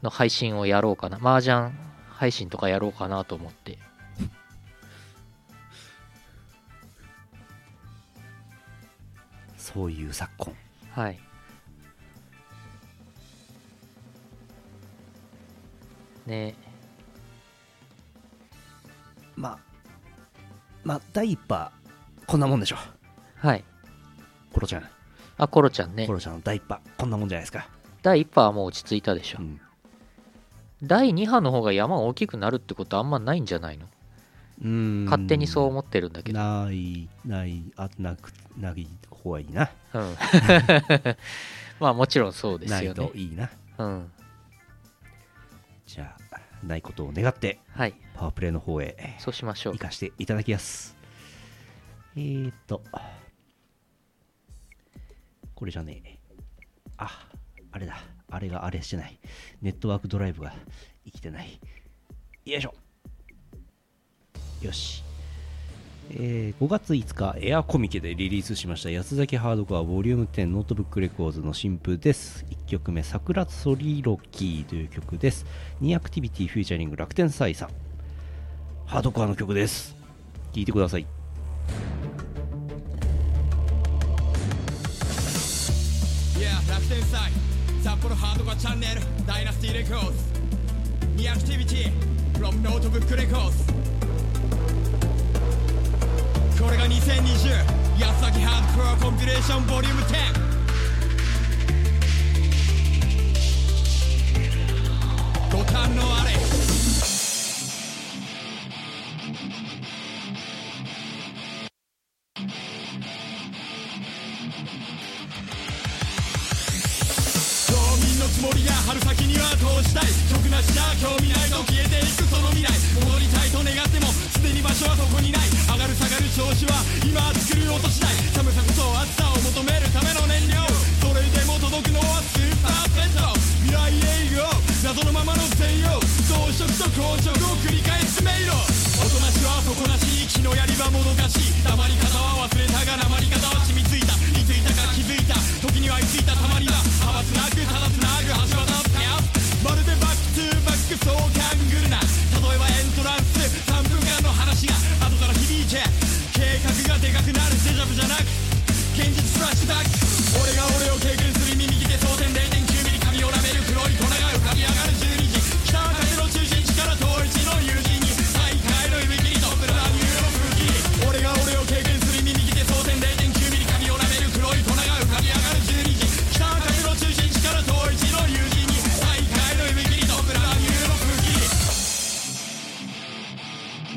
[SPEAKER 1] の配信をやろうかな。麻雀配信とかやろうかなと思って。
[SPEAKER 2] そういう昨今
[SPEAKER 1] はいね
[SPEAKER 2] まあまあ第一波こんなもんでしょ
[SPEAKER 1] はい
[SPEAKER 2] コロちゃん
[SPEAKER 1] あコロちゃんね
[SPEAKER 2] コロちゃんの第一波こんなもんじゃないですか、
[SPEAKER 1] 第1波はもう落ち着いたでしょ、
[SPEAKER 2] うん
[SPEAKER 1] 第2波の方が山大きくなるってことあんまないんじゃないの
[SPEAKER 2] うん
[SPEAKER 1] 勝手にそう思ってるんだけど、
[SPEAKER 2] ないないあなくない方がいいな
[SPEAKER 1] うん まあもちろんそうですよ
[SPEAKER 2] な
[SPEAKER 1] ね
[SPEAKER 2] いといいな
[SPEAKER 1] うん
[SPEAKER 2] じゃあないことを願って
[SPEAKER 1] はい
[SPEAKER 2] パワープレイの方へ
[SPEAKER 1] そうしましょう
[SPEAKER 2] 生かしていただきますえーとこれじゃねえああれだあれがあれしてないネットワークドライブが生きてないよいしょよしえー5月5日エアコミケでリリースしました安崎ハードコアボリューム10ノートブックレコーズの新譜です1曲目「桜ソリロキー」という曲ですニアクティビティフューチャリング楽天サイさんハードコアの曲です聴いてください
[SPEAKER 3] いや楽天祭札幌ハードコアチャンネルダイナスティレコーズニアクティビティ from ノートブックレコーズこれが2020安崎ハードコアコンピレーションボリューム10ご堪能あれ町民のつもりが春先には通したい曲なしじゃ興味ないと消えていくその未来戻りたいと願ってもすでに場所はそこにない上がる下がる調子は今作る音次第寒さこそ暑さを求めるための燃料それでも届くのはスーパーペット未来営業謎のままの専用増殖と硬直を繰り返す迷路おとなしは底なし気のやりはもどかしい黙り方は忘れたが黙り方は染みついたいついたか気づいた時にはいついたたまには派閥なくただつなぐ橋渡ってやまるでバックトゥーバックそうカングルな例えばエントランス3分間の話が後から響いて計画がでかくなるデジャブじゃなく現実フラッシュバック俺が俺を経験する耳切て当然0.9ミリ髪をなめる黒い粉が浮かび上がる12時北は風の中心地から遠い地の友人に再会の指切りとブラニューの風紀俺が俺を経験する耳切て当然0.9ミリ髪をなめる黒い粉が浮かび上がる12時北は風の中心地から遠い地の友人に再会の指切りとブラニューの風紀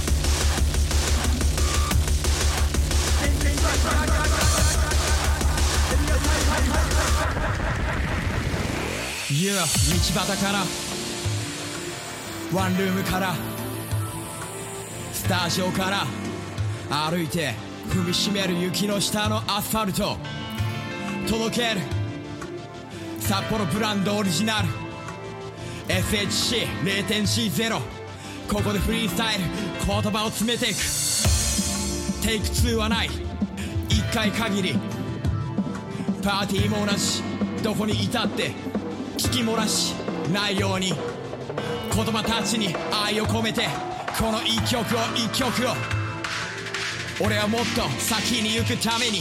[SPEAKER 3] グいや道端からワンルームからスタジオから歩いて踏みしめる雪の下のアスファルト届ける札幌ブランドオリジナル SHC0.C0 ここでフリースタイル言葉を詰めていくテイク2はない1回限りパーティーも同じどこにいたって聞き漏らしないように言葉たちに愛を込めてこの一曲を一曲を俺はもっと先に行くために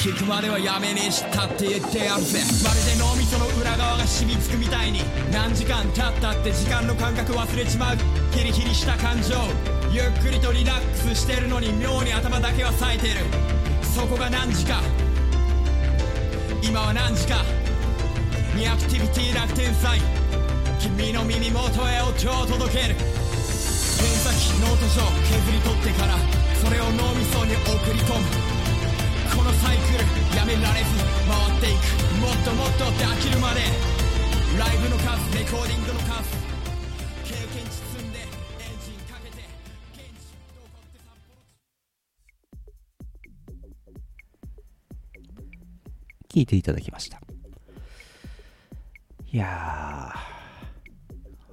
[SPEAKER 3] 聞くまではやめにしたって言ってやるぜまるで脳みその裏側が染みつくみたいに何時間経ったって時間の感覚忘れちまうヒリヒリした感情ゆっくりとリラックスしてるのに妙に頭だけは冴えてるそこが何時か今は何時かニアクティビティ楽天祭君の耳元へ音を届けるペン先ノート上削り取ってからそれを脳みそに送り込むこのサイクルやめられず回っていくもっともっとって飽きるまでライブの数レコーディングの数経験値積んでエンジンかけて現地どこって札幌
[SPEAKER 2] い聞いていただきましたいやー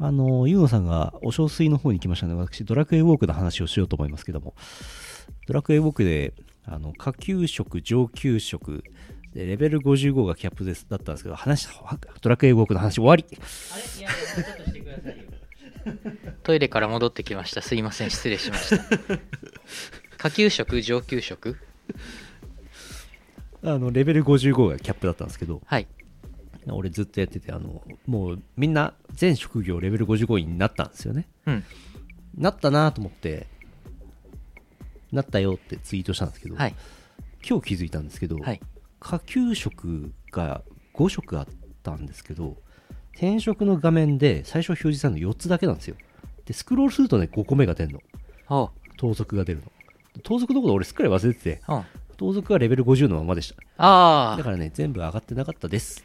[SPEAKER 2] あのユーノさんがお小水の方に来ましたので私ドラクエウォークの話をしようと思いますけどもドラクエウォークであの下級職上級職でレベル55がキャップですだったんですけど話ドラクエウォークの話終わり
[SPEAKER 1] トイレから戻ってきましたすいません失礼しました 下級職上級職
[SPEAKER 2] あのレベル55がキャップだったんですけど
[SPEAKER 1] はい
[SPEAKER 2] 俺ずっとやっててあのもうみんな全職業レベル55位になったんですよね
[SPEAKER 1] うん
[SPEAKER 2] なったなと思ってなったよってツイートしたんですけど、
[SPEAKER 1] はい
[SPEAKER 2] 今日気づいたんですけど、
[SPEAKER 1] はい
[SPEAKER 2] 下級職が5色あったんですけど転職の画面で最初表示されるの4つだけなんですよでスクロールするとね5個目が出るの
[SPEAKER 1] ほ
[SPEAKER 2] 盗賊が出るの盗賊のこと俺すっかり忘れてて
[SPEAKER 1] ううんあ
[SPEAKER 2] 盗賊はレベル50のままでした
[SPEAKER 1] あ
[SPEAKER 2] だからね全部上がってなかったです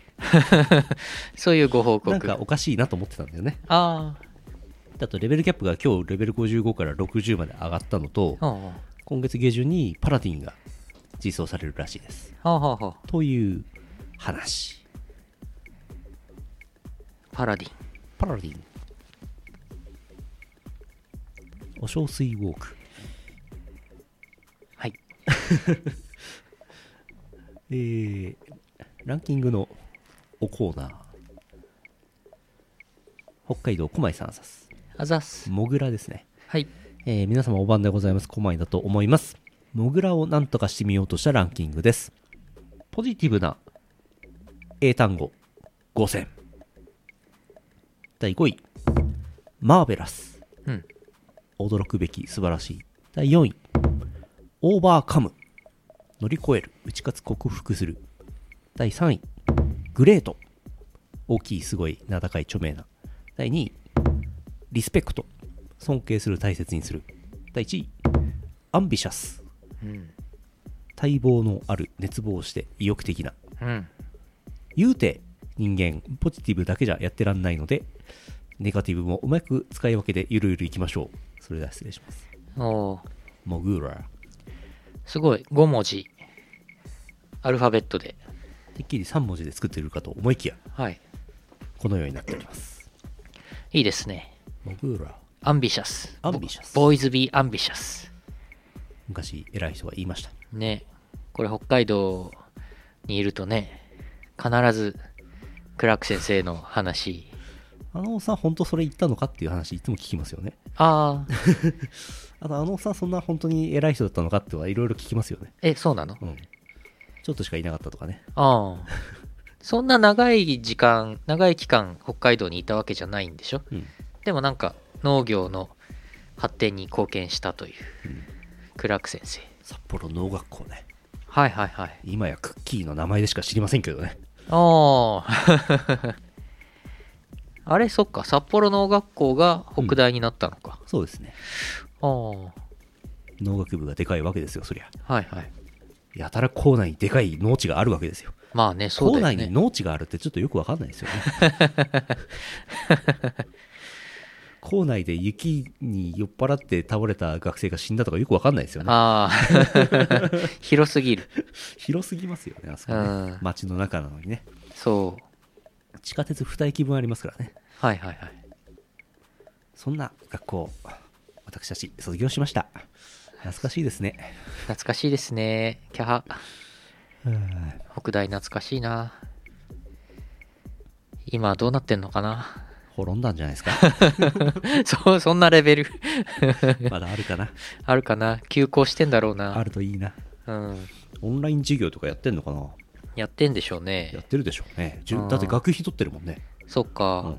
[SPEAKER 1] そういうご報告
[SPEAKER 2] なんかおかしいなと思ってたんだよね
[SPEAKER 1] あ
[SPEAKER 2] だとレベルキャップが今日レベル55から60まで上がったのと
[SPEAKER 1] あほう
[SPEAKER 2] 今月下旬にパラディンが実装されるらしいです
[SPEAKER 1] ほうほうほう
[SPEAKER 2] という話
[SPEAKER 1] パラディン
[SPEAKER 2] パラディンお小水ウォーク
[SPEAKER 1] はい
[SPEAKER 2] えー、ランキングのおコーナー北海道狛江さんさす
[SPEAKER 1] あざっす
[SPEAKER 2] モグラですね
[SPEAKER 1] はい
[SPEAKER 2] えー皆様お晩でございます。コマイだと思います。モグラを何とかしてみようとしたランキングです。ポジティブな英単語5000。第5位、マーベラス。
[SPEAKER 1] うん
[SPEAKER 2] 驚くべき、素晴らしい。第4位、オーバーカム。乗り越える、打ち勝つ、克服する。第3位、グレート。大きい、すごい、名高い、著名な。第2位、リスペクト。尊敬する、大切にする。第1位、アンビシャス。
[SPEAKER 1] うん
[SPEAKER 2] 待望のある、熱望して、意欲的な。
[SPEAKER 1] うん
[SPEAKER 2] 言うて、人間、ポジティブだけじゃやってらんないので、ネガティブもうまく使い分けて、ゆるゆるいきましょう。それでは失礼します。
[SPEAKER 1] おー
[SPEAKER 2] モグラ。
[SPEAKER 1] すごい5文字アルファベットで
[SPEAKER 2] てっきり3文字で作ってるかと思いきや、
[SPEAKER 1] はい
[SPEAKER 2] このようになっております。
[SPEAKER 1] いいですね
[SPEAKER 2] モグラ。
[SPEAKER 1] アンビシャス
[SPEAKER 2] アンビシャス
[SPEAKER 1] ボーイズビーアンビシャス
[SPEAKER 2] 昔、偉い人が言いました。
[SPEAKER 1] ねこれ北海道にいるとね必ずクラーク先生の話
[SPEAKER 2] あのおっさん、本当それ言ったのかっていう話、いつも聞きますよね。
[SPEAKER 1] ああ
[SPEAKER 2] あと、あのおっさん、そんな本当に偉い人だったのかってはいろいろ聞きますよね。
[SPEAKER 1] えそうなの
[SPEAKER 2] うん。ちょっとしかいなかったとかね。
[SPEAKER 1] ああそんな長い時間長い期間北海道にいたわけじゃないんでしょ
[SPEAKER 2] うん。
[SPEAKER 1] でもなんか農業の発展に貢献したというクラーク先生
[SPEAKER 2] 札幌農学校ね。
[SPEAKER 1] はいはいはい
[SPEAKER 2] 今やクッキーの名前でしか知りませんけどね。
[SPEAKER 1] ああ あれそっか札幌農学校が北大になったのか、
[SPEAKER 2] そうですね。
[SPEAKER 1] あ
[SPEAKER 2] 農学部がでかいわけですよ、そりゃ。
[SPEAKER 1] あはいはい
[SPEAKER 2] やたら校内にでかい農地があるわけですよ。
[SPEAKER 1] まあねそう
[SPEAKER 2] 校
[SPEAKER 1] だよ
[SPEAKER 2] 内
[SPEAKER 1] ね
[SPEAKER 2] に農地があるってちょっとよくわかんない ですよね。校内で雪に酔っ払って倒れた学生が死んだとかよくわかんないですよね。
[SPEAKER 1] ああ 広すぎる
[SPEAKER 2] 広すぎますよね、あそこ
[SPEAKER 1] うん
[SPEAKER 2] ね。街の中なのにね。
[SPEAKER 1] そう
[SPEAKER 2] 地下鉄2駅分ありますからね。
[SPEAKER 1] はいはいはい
[SPEAKER 2] そんな学校、私たち卒業しました。懐かしいですね。
[SPEAKER 1] 懐かしいですねキャハ
[SPEAKER 2] うん
[SPEAKER 1] 北大懐かしいな今どうなってんのか な
[SPEAKER 2] 滅んだんじゃないで すか。
[SPEAKER 1] そうそんなレベル
[SPEAKER 2] まだあるかな。
[SPEAKER 1] あるかな休校してんだろう
[SPEAKER 2] あ
[SPEAKER 1] な
[SPEAKER 2] るといいな。
[SPEAKER 1] うん
[SPEAKER 2] オンライン授業とかやってんのかな
[SPEAKER 1] やってんでしょうね
[SPEAKER 2] やってるでしょうね。じゅ
[SPEAKER 1] あー
[SPEAKER 2] だって学費取ってるもんね。
[SPEAKER 1] そっか、
[SPEAKER 2] うん
[SPEAKER 1] い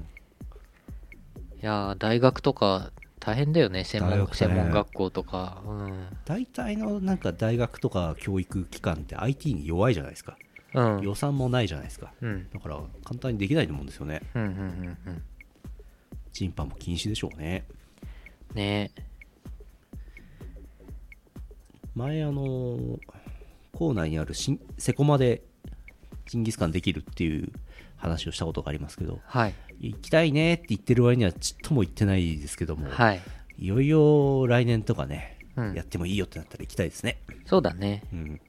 [SPEAKER 1] やー大学とか大変だよね専門
[SPEAKER 2] 大学ね
[SPEAKER 1] 専門学校とか、うん
[SPEAKER 2] 大体のなんか大学とか教育機関って IT に弱いじゃないですか。
[SPEAKER 1] うん、うん
[SPEAKER 2] 予算もないじゃないですか。
[SPEAKER 1] うん
[SPEAKER 2] だから簡単にできないと思うんですよね。
[SPEAKER 1] うんうんうん
[SPEAKER 2] チンパンも禁止でしょうね。
[SPEAKER 1] ねえ
[SPEAKER 2] 前あのー校内にある新セコマでジンギスカンできるっていう話をしたことがありますけど
[SPEAKER 1] はい
[SPEAKER 2] 行きたいねって言ってる割にはちっとも行ってないですけども、
[SPEAKER 1] はい
[SPEAKER 2] い、よいよ来年とかね、
[SPEAKER 1] うん
[SPEAKER 2] やってもいいよってなったら行きたいですね
[SPEAKER 1] そうだね
[SPEAKER 2] うん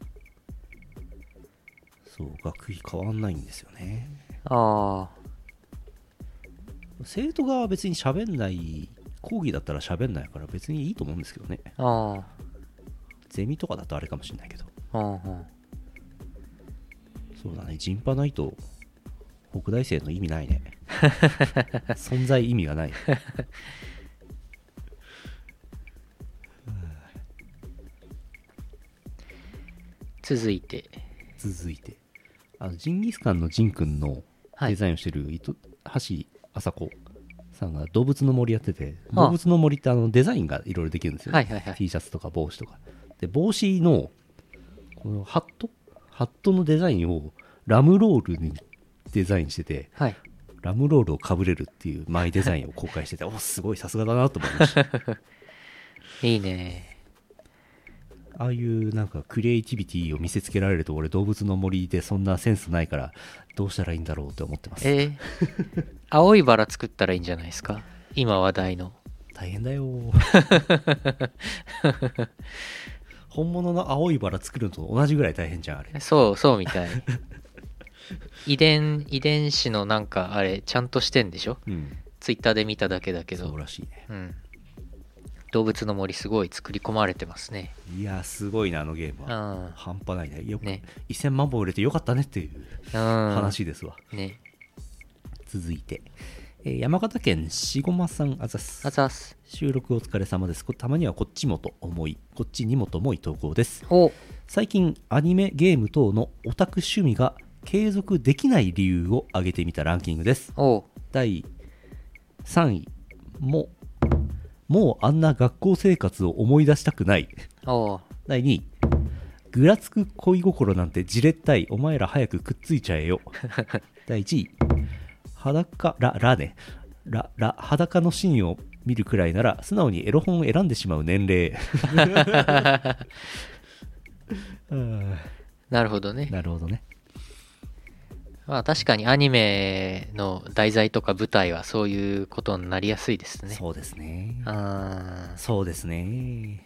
[SPEAKER 2] そう学費変わんないんですよね
[SPEAKER 1] ああ
[SPEAKER 2] 生徒側は別に喋んない講義だったら喋んないから別にいいと思うんですけどね
[SPEAKER 1] あ
[SPEAKER 2] ゼミとかだとあれかもしれないけど
[SPEAKER 1] あうん
[SPEAKER 2] そうだねジンパないと北大生の意味な いね存在意味がない
[SPEAKER 1] 続いて
[SPEAKER 2] 続いてあのジンギスカンのジンくんの
[SPEAKER 1] は
[SPEAKER 2] デ
[SPEAKER 1] い
[SPEAKER 2] ザインをしてる糸橋麻子さんが動物の森やってて
[SPEAKER 1] ああ
[SPEAKER 2] 動物の森ってあのデザインがいろいろできるんですよ、ね
[SPEAKER 1] はいはいはい
[SPEAKER 2] T シャツとか帽子とかで帽子のこのハットハットのデザインをラムロールにデザインしてて
[SPEAKER 1] はい
[SPEAKER 2] ラムロールをかぶれるっていうマイデザインを公 開してておすごいさすがだなと思いました
[SPEAKER 1] いいね
[SPEAKER 2] ああいうなんかクリエイティビティを見せつけられると俺動物の森でそんなセンスないからどうしたらいいんだろうって思ってます
[SPEAKER 1] えー、 青いバラ作ったらいいんじゃないですか今話題の
[SPEAKER 2] 大変だよ本物の青いバラ作るのと同じぐらい大変じゃんあれ
[SPEAKER 1] そうそうみたい遺伝遺伝子のなんかあれちゃんとしてんでしょ
[SPEAKER 2] うん
[SPEAKER 1] ツイッターで見ただけだけ
[SPEAKER 2] そ
[SPEAKER 1] ど
[SPEAKER 2] うらしいね
[SPEAKER 1] うん動物の森すごい作り込まれてますね
[SPEAKER 2] いやすごいなあのゲーム
[SPEAKER 1] う
[SPEAKER 2] は
[SPEAKER 1] ん
[SPEAKER 2] 半端ないねよく
[SPEAKER 1] ね
[SPEAKER 2] 1000万本売れてよかったねっていう話ですわ、
[SPEAKER 1] うんね
[SPEAKER 2] 続いて、えー山形県しごまさんあざっす
[SPEAKER 1] あざっす
[SPEAKER 2] 収録お疲れ様ですこたまにはこっちもと思いこっちにもと思い投稿です
[SPEAKER 1] お
[SPEAKER 2] 最近アニメゲーム等のオタク趣味が継続できない理由を挙げてみたランキングです
[SPEAKER 1] お
[SPEAKER 2] 第3位ももうあんな学校生活を思い出したくない
[SPEAKER 1] お
[SPEAKER 2] 第2位ぐらつく恋心なんてじれったいお前ら早くくっついちゃえよ第1位裸ララねララ裸のシーンを見るくらいなら素直にエロ本を選んでしまう年齢 うん
[SPEAKER 1] なるほどね
[SPEAKER 2] なるほどね
[SPEAKER 1] まあ確かにアニメの題材とか舞台はそういうことになりやすいですね
[SPEAKER 2] そうですね
[SPEAKER 1] あー
[SPEAKER 2] そうですね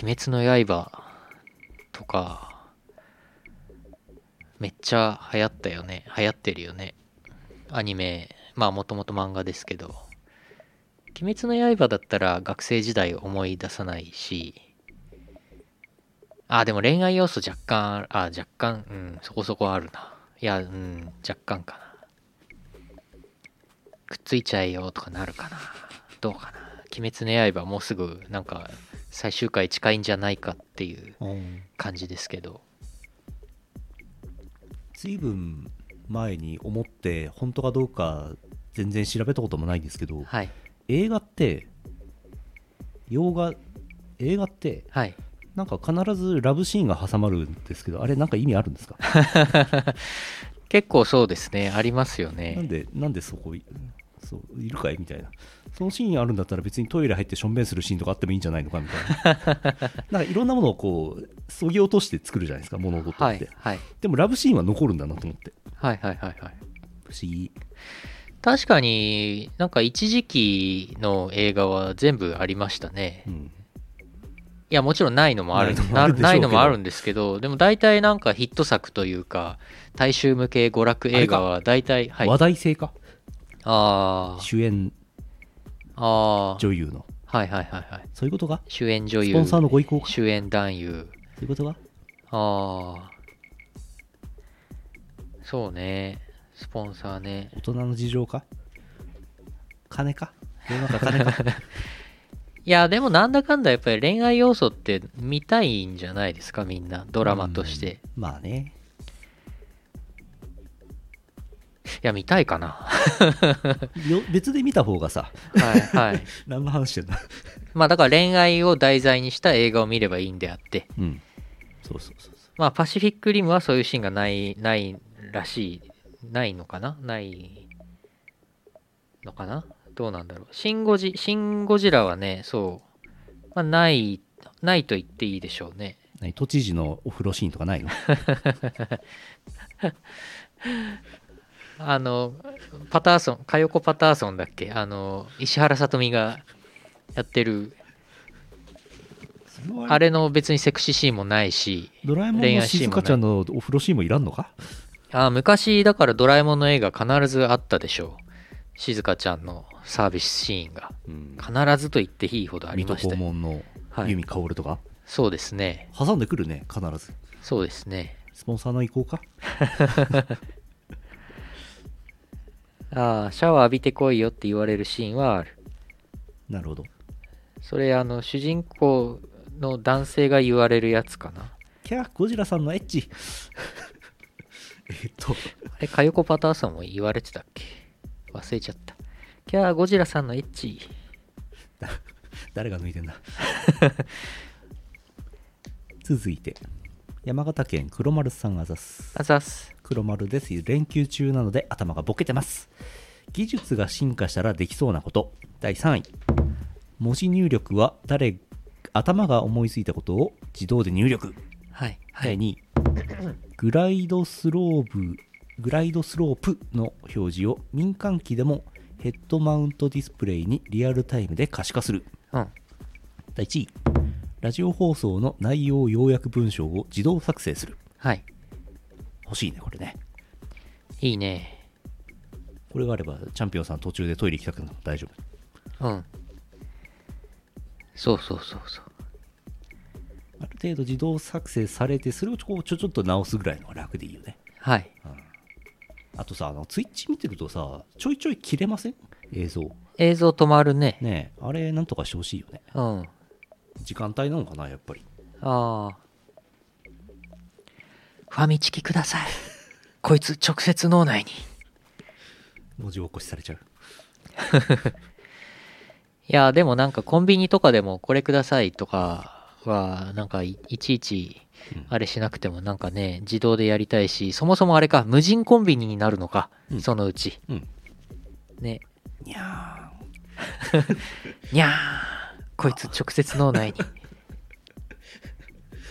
[SPEAKER 1] 鬼滅の刃とかめっちゃ流行ったよね流行ってるよねアニメまあもともと漫画ですけど鬼滅の刃だったら学生時代を思い出さないしあでも恋愛要素若干あるあ若干うんそこそこあるないやうん若干かなくっついちゃえよとかなるかなどうかな鬼滅の刃もうすぐなんか最終回近いんじゃないかっていう感じですけど
[SPEAKER 2] 随分前に思って本当かどうか全然調べたこともないんですけど
[SPEAKER 1] はい
[SPEAKER 2] 映画って洋画映画って
[SPEAKER 1] はい
[SPEAKER 2] なんか必ずラブシーンが挟まるんですけどあれなんか意味あるんですか
[SPEAKER 1] 結構そうですねありますよ
[SPEAKER 2] なん
[SPEAKER 1] ね
[SPEAKER 2] でなんでそこいそういるかいみたいなそのシーンあるんだったら別にトイレ入ってしょんべんするシーンとかあってもいいんじゃないのかみたい ななんかいろんなものをこうそぎ落として作るじゃないですか物事って、
[SPEAKER 1] はいはい
[SPEAKER 2] でもラブシーンは残るんだなと思って
[SPEAKER 1] はいはいはいはい
[SPEAKER 2] 不思議
[SPEAKER 1] 確かになんか一時期の映画は全部ありましたね
[SPEAKER 2] うん
[SPEAKER 1] いやもちろんないのもある
[SPEAKER 2] ないのもあ
[SPEAKER 1] な
[SPEAKER 2] るでしょうけど
[SPEAKER 1] ないのもあるんですけどでも大体なんかヒット作というか大衆向け娯楽映画は大体はい
[SPEAKER 2] 話題性か
[SPEAKER 1] あー
[SPEAKER 2] 主演
[SPEAKER 1] あー
[SPEAKER 2] 女優の
[SPEAKER 1] はいはいはいはい
[SPEAKER 2] そういうことか
[SPEAKER 1] 主演女優
[SPEAKER 2] スポンサーのご意向かそ
[SPEAKER 1] 主演男優
[SPEAKER 2] ういうことか
[SPEAKER 1] ああ。そうね。スポンサーね。
[SPEAKER 2] 大人の事情か金か世の中金か
[SPEAKER 1] いや、でもなんだかんだやっぱり恋愛要素って見たいんじゃないですか、みんな。ドラマとして。
[SPEAKER 2] うんまあね
[SPEAKER 1] いや、見たいかな。
[SPEAKER 2] よ別で見た方がさ
[SPEAKER 1] はい はい。
[SPEAKER 2] 何の話してんだ
[SPEAKER 1] まあだから恋愛を題材にした映画を見ればいいんであって。
[SPEAKER 2] うんそうそうそうそ
[SPEAKER 1] まあパシフィックリムはそういうシーンがない、ないらしい。ないのかなないのかなどうなんだろう。シンゴジ、シンゴジラはね、そう。まあない、ないと言っていいでしょうね。
[SPEAKER 2] う何都知事のお風呂シーンとかないの
[SPEAKER 1] あの、パターソン、かよこパターソンだっけあの、石原さとみがやってるあれの別にセクシーシーンもないし、
[SPEAKER 2] ドラえもん
[SPEAKER 1] 恋
[SPEAKER 2] の
[SPEAKER 1] 愛シーン
[SPEAKER 2] 静
[SPEAKER 1] も
[SPEAKER 2] 香ちゃんのお風呂シーンもいらんのか
[SPEAKER 1] あー昔だからドラえもんの映画必ずあったでしょう。静香ちゃんのサービスシーンが。
[SPEAKER 2] うん
[SPEAKER 1] 必ずと言っていいほどあり
[SPEAKER 2] 水戸
[SPEAKER 1] まし
[SPEAKER 2] 黄
[SPEAKER 1] たよ。
[SPEAKER 2] 門の
[SPEAKER 1] はい
[SPEAKER 2] 由美薫とか、
[SPEAKER 1] そうですね。
[SPEAKER 2] 挟んでくるね必ず
[SPEAKER 1] そうですね。
[SPEAKER 2] スポンサーの意向か
[SPEAKER 1] ああ、シャワー浴びてこいよって言われるシーンはある。
[SPEAKER 2] なるほど
[SPEAKER 1] それ、あの、主人公の男性が言われるやつかな。
[SPEAKER 2] キャーゴジラさんのエッチ えっと
[SPEAKER 1] あれ、カヨコパターソンも言われてたっけ忘れちゃった。キャー、ゴジラさんのエッチ。
[SPEAKER 2] 誰が抜いてんだ 続いて山形県黒丸さんあざす
[SPEAKER 1] あざっす。
[SPEAKER 2] 黒丸です連休中なので頭がボケてます技術が進化したらできそうなこと第3位文字入力は誰頭が思いついたことを自動で入力
[SPEAKER 1] はい。はい。
[SPEAKER 2] 第2位グライドスローブグライドスロープの表示を民間機でもヘッドマウントディスプレイにリアルタイムで可視化する
[SPEAKER 1] うん。
[SPEAKER 2] 第1位ラジオ放送の内容要約文章を自動作成する
[SPEAKER 1] はい。
[SPEAKER 2] 欲しいねこれね
[SPEAKER 1] いいね。
[SPEAKER 2] これがあればチャンピオンさん途中でトイレ行きたくなっても大丈夫
[SPEAKER 1] うん。そうそうそうそう。
[SPEAKER 2] ある程度自動作成されてそれをこうちょちょっと直すぐらいのが楽でいいよね
[SPEAKER 1] はい。
[SPEAKER 2] あとさあのツイッチ見てるとさちょいちょい切れません映像
[SPEAKER 1] 映像止まるね。
[SPEAKER 2] ねえあれなんとかしてほしいよね
[SPEAKER 1] うん。
[SPEAKER 2] 時間帯なのかなやっぱり
[SPEAKER 1] ああ。ファミチキください。こいつ直接脳内に。
[SPEAKER 2] 文字起こしされちゃう
[SPEAKER 1] いや、でもなんかコンビニとかでもこれくださいとかは、なんかいいちいち
[SPEAKER 2] うん
[SPEAKER 1] あれしなくてもなんかね、自動でやりたいし、そもそもあれか、無人コンビニになるのか、
[SPEAKER 2] うん
[SPEAKER 1] そのうち。
[SPEAKER 2] うん
[SPEAKER 1] ね。
[SPEAKER 2] いや
[SPEAKER 1] にゃーこいつ直接脳 内に。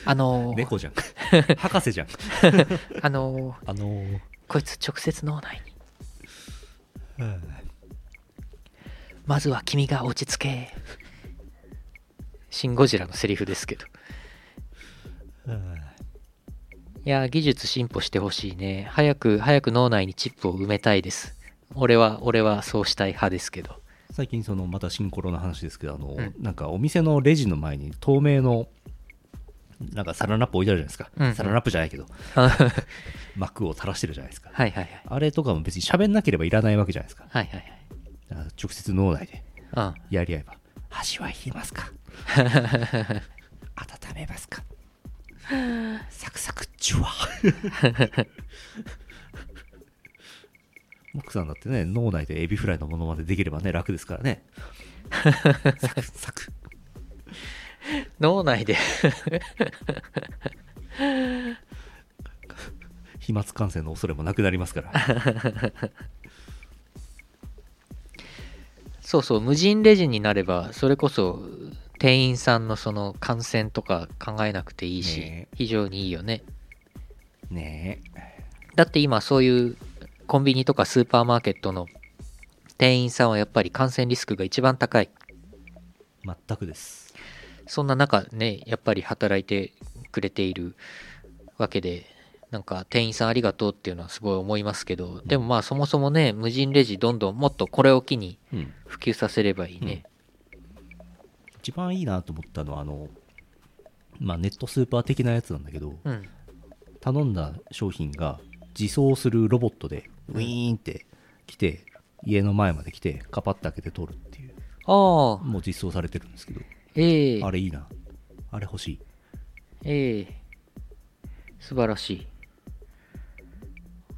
[SPEAKER 1] あの
[SPEAKER 2] ー
[SPEAKER 1] ー
[SPEAKER 2] 猫 じゃん博士じゃん
[SPEAKER 1] あのー
[SPEAKER 2] あのー
[SPEAKER 1] こいつ直接脳内に。まずは君が落ち着け。シン・ゴジラのセリフですけど。いやー、技術進歩してほしいね。早く、早く脳内にチップを埋めたいです。俺は、俺はそうしたい派ですけど。
[SPEAKER 2] 最近そのまたシンコロの話ですけどあの、
[SPEAKER 1] うん
[SPEAKER 2] なんかお店のレジの前に透明のなんかサランラップ置いてあるじゃないですか、
[SPEAKER 1] うんうん
[SPEAKER 2] サランラップじゃないけど
[SPEAKER 1] はい
[SPEAKER 2] 膜を垂らしてるじゃないですか
[SPEAKER 1] はいはい。
[SPEAKER 2] あれとかも別に喋んなければいらないわけじゃないですか
[SPEAKER 1] はいはい
[SPEAKER 2] だから直接脳内で
[SPEAKER 1] はい。
[SPEAKER 2] やり合えば箸は引きますか温めますかサクサクチュワ モックさんだってね脳内でエビフライのものまでできればね楽ですからねサクサク
[SPEAKER 1] うん。脳内で、
[SPEAKER 2] 飛沫感染の恐れもなくなりますから
[SPEAKER 1] そうそう、無人レジになれば、それこそ、店員さんのその感染とか考えなくていいし、
[SPEAKER 2] ね
[SPEAKER 1] 非常にいいよね。
[SPEAKER 2] ねえ
[SPEAKER 1] だって今そういうコンビニとかスーパーマーケットの店員さんはやっぱり感染リスクが一番高い。
[SPEAKER 2] 全くです
[SPEAKER 1] そんな中ね、やっぱり働いてくれているわけで、なんか店員さんありがとうっていうのはすごい思いますけど、でもまあそもそもね、無人レジどんどんもっとこれを機に
[SPEAKER 2] うん
[SPEAKER 1] 普及させればいいね。
[SPEAKER 2] 一番いいなと思ったのはあのまあネットスーパー的なやつなんだけど、
[SPEAKER 1] うん。
[SPEAKER 2] 頼んだ商品が自走するロボットでウィーンって来て家の前まで来てカパッと開けて取るっていう
[SPEAKER 1] ああ、
[SPEAKER 2] もう実装されてるんですけど
[SPEAKER 1] ええ
[SPEAKER 2] あれいいなあれ欲しい
[SPEAKER 1] ええ素晴らしい。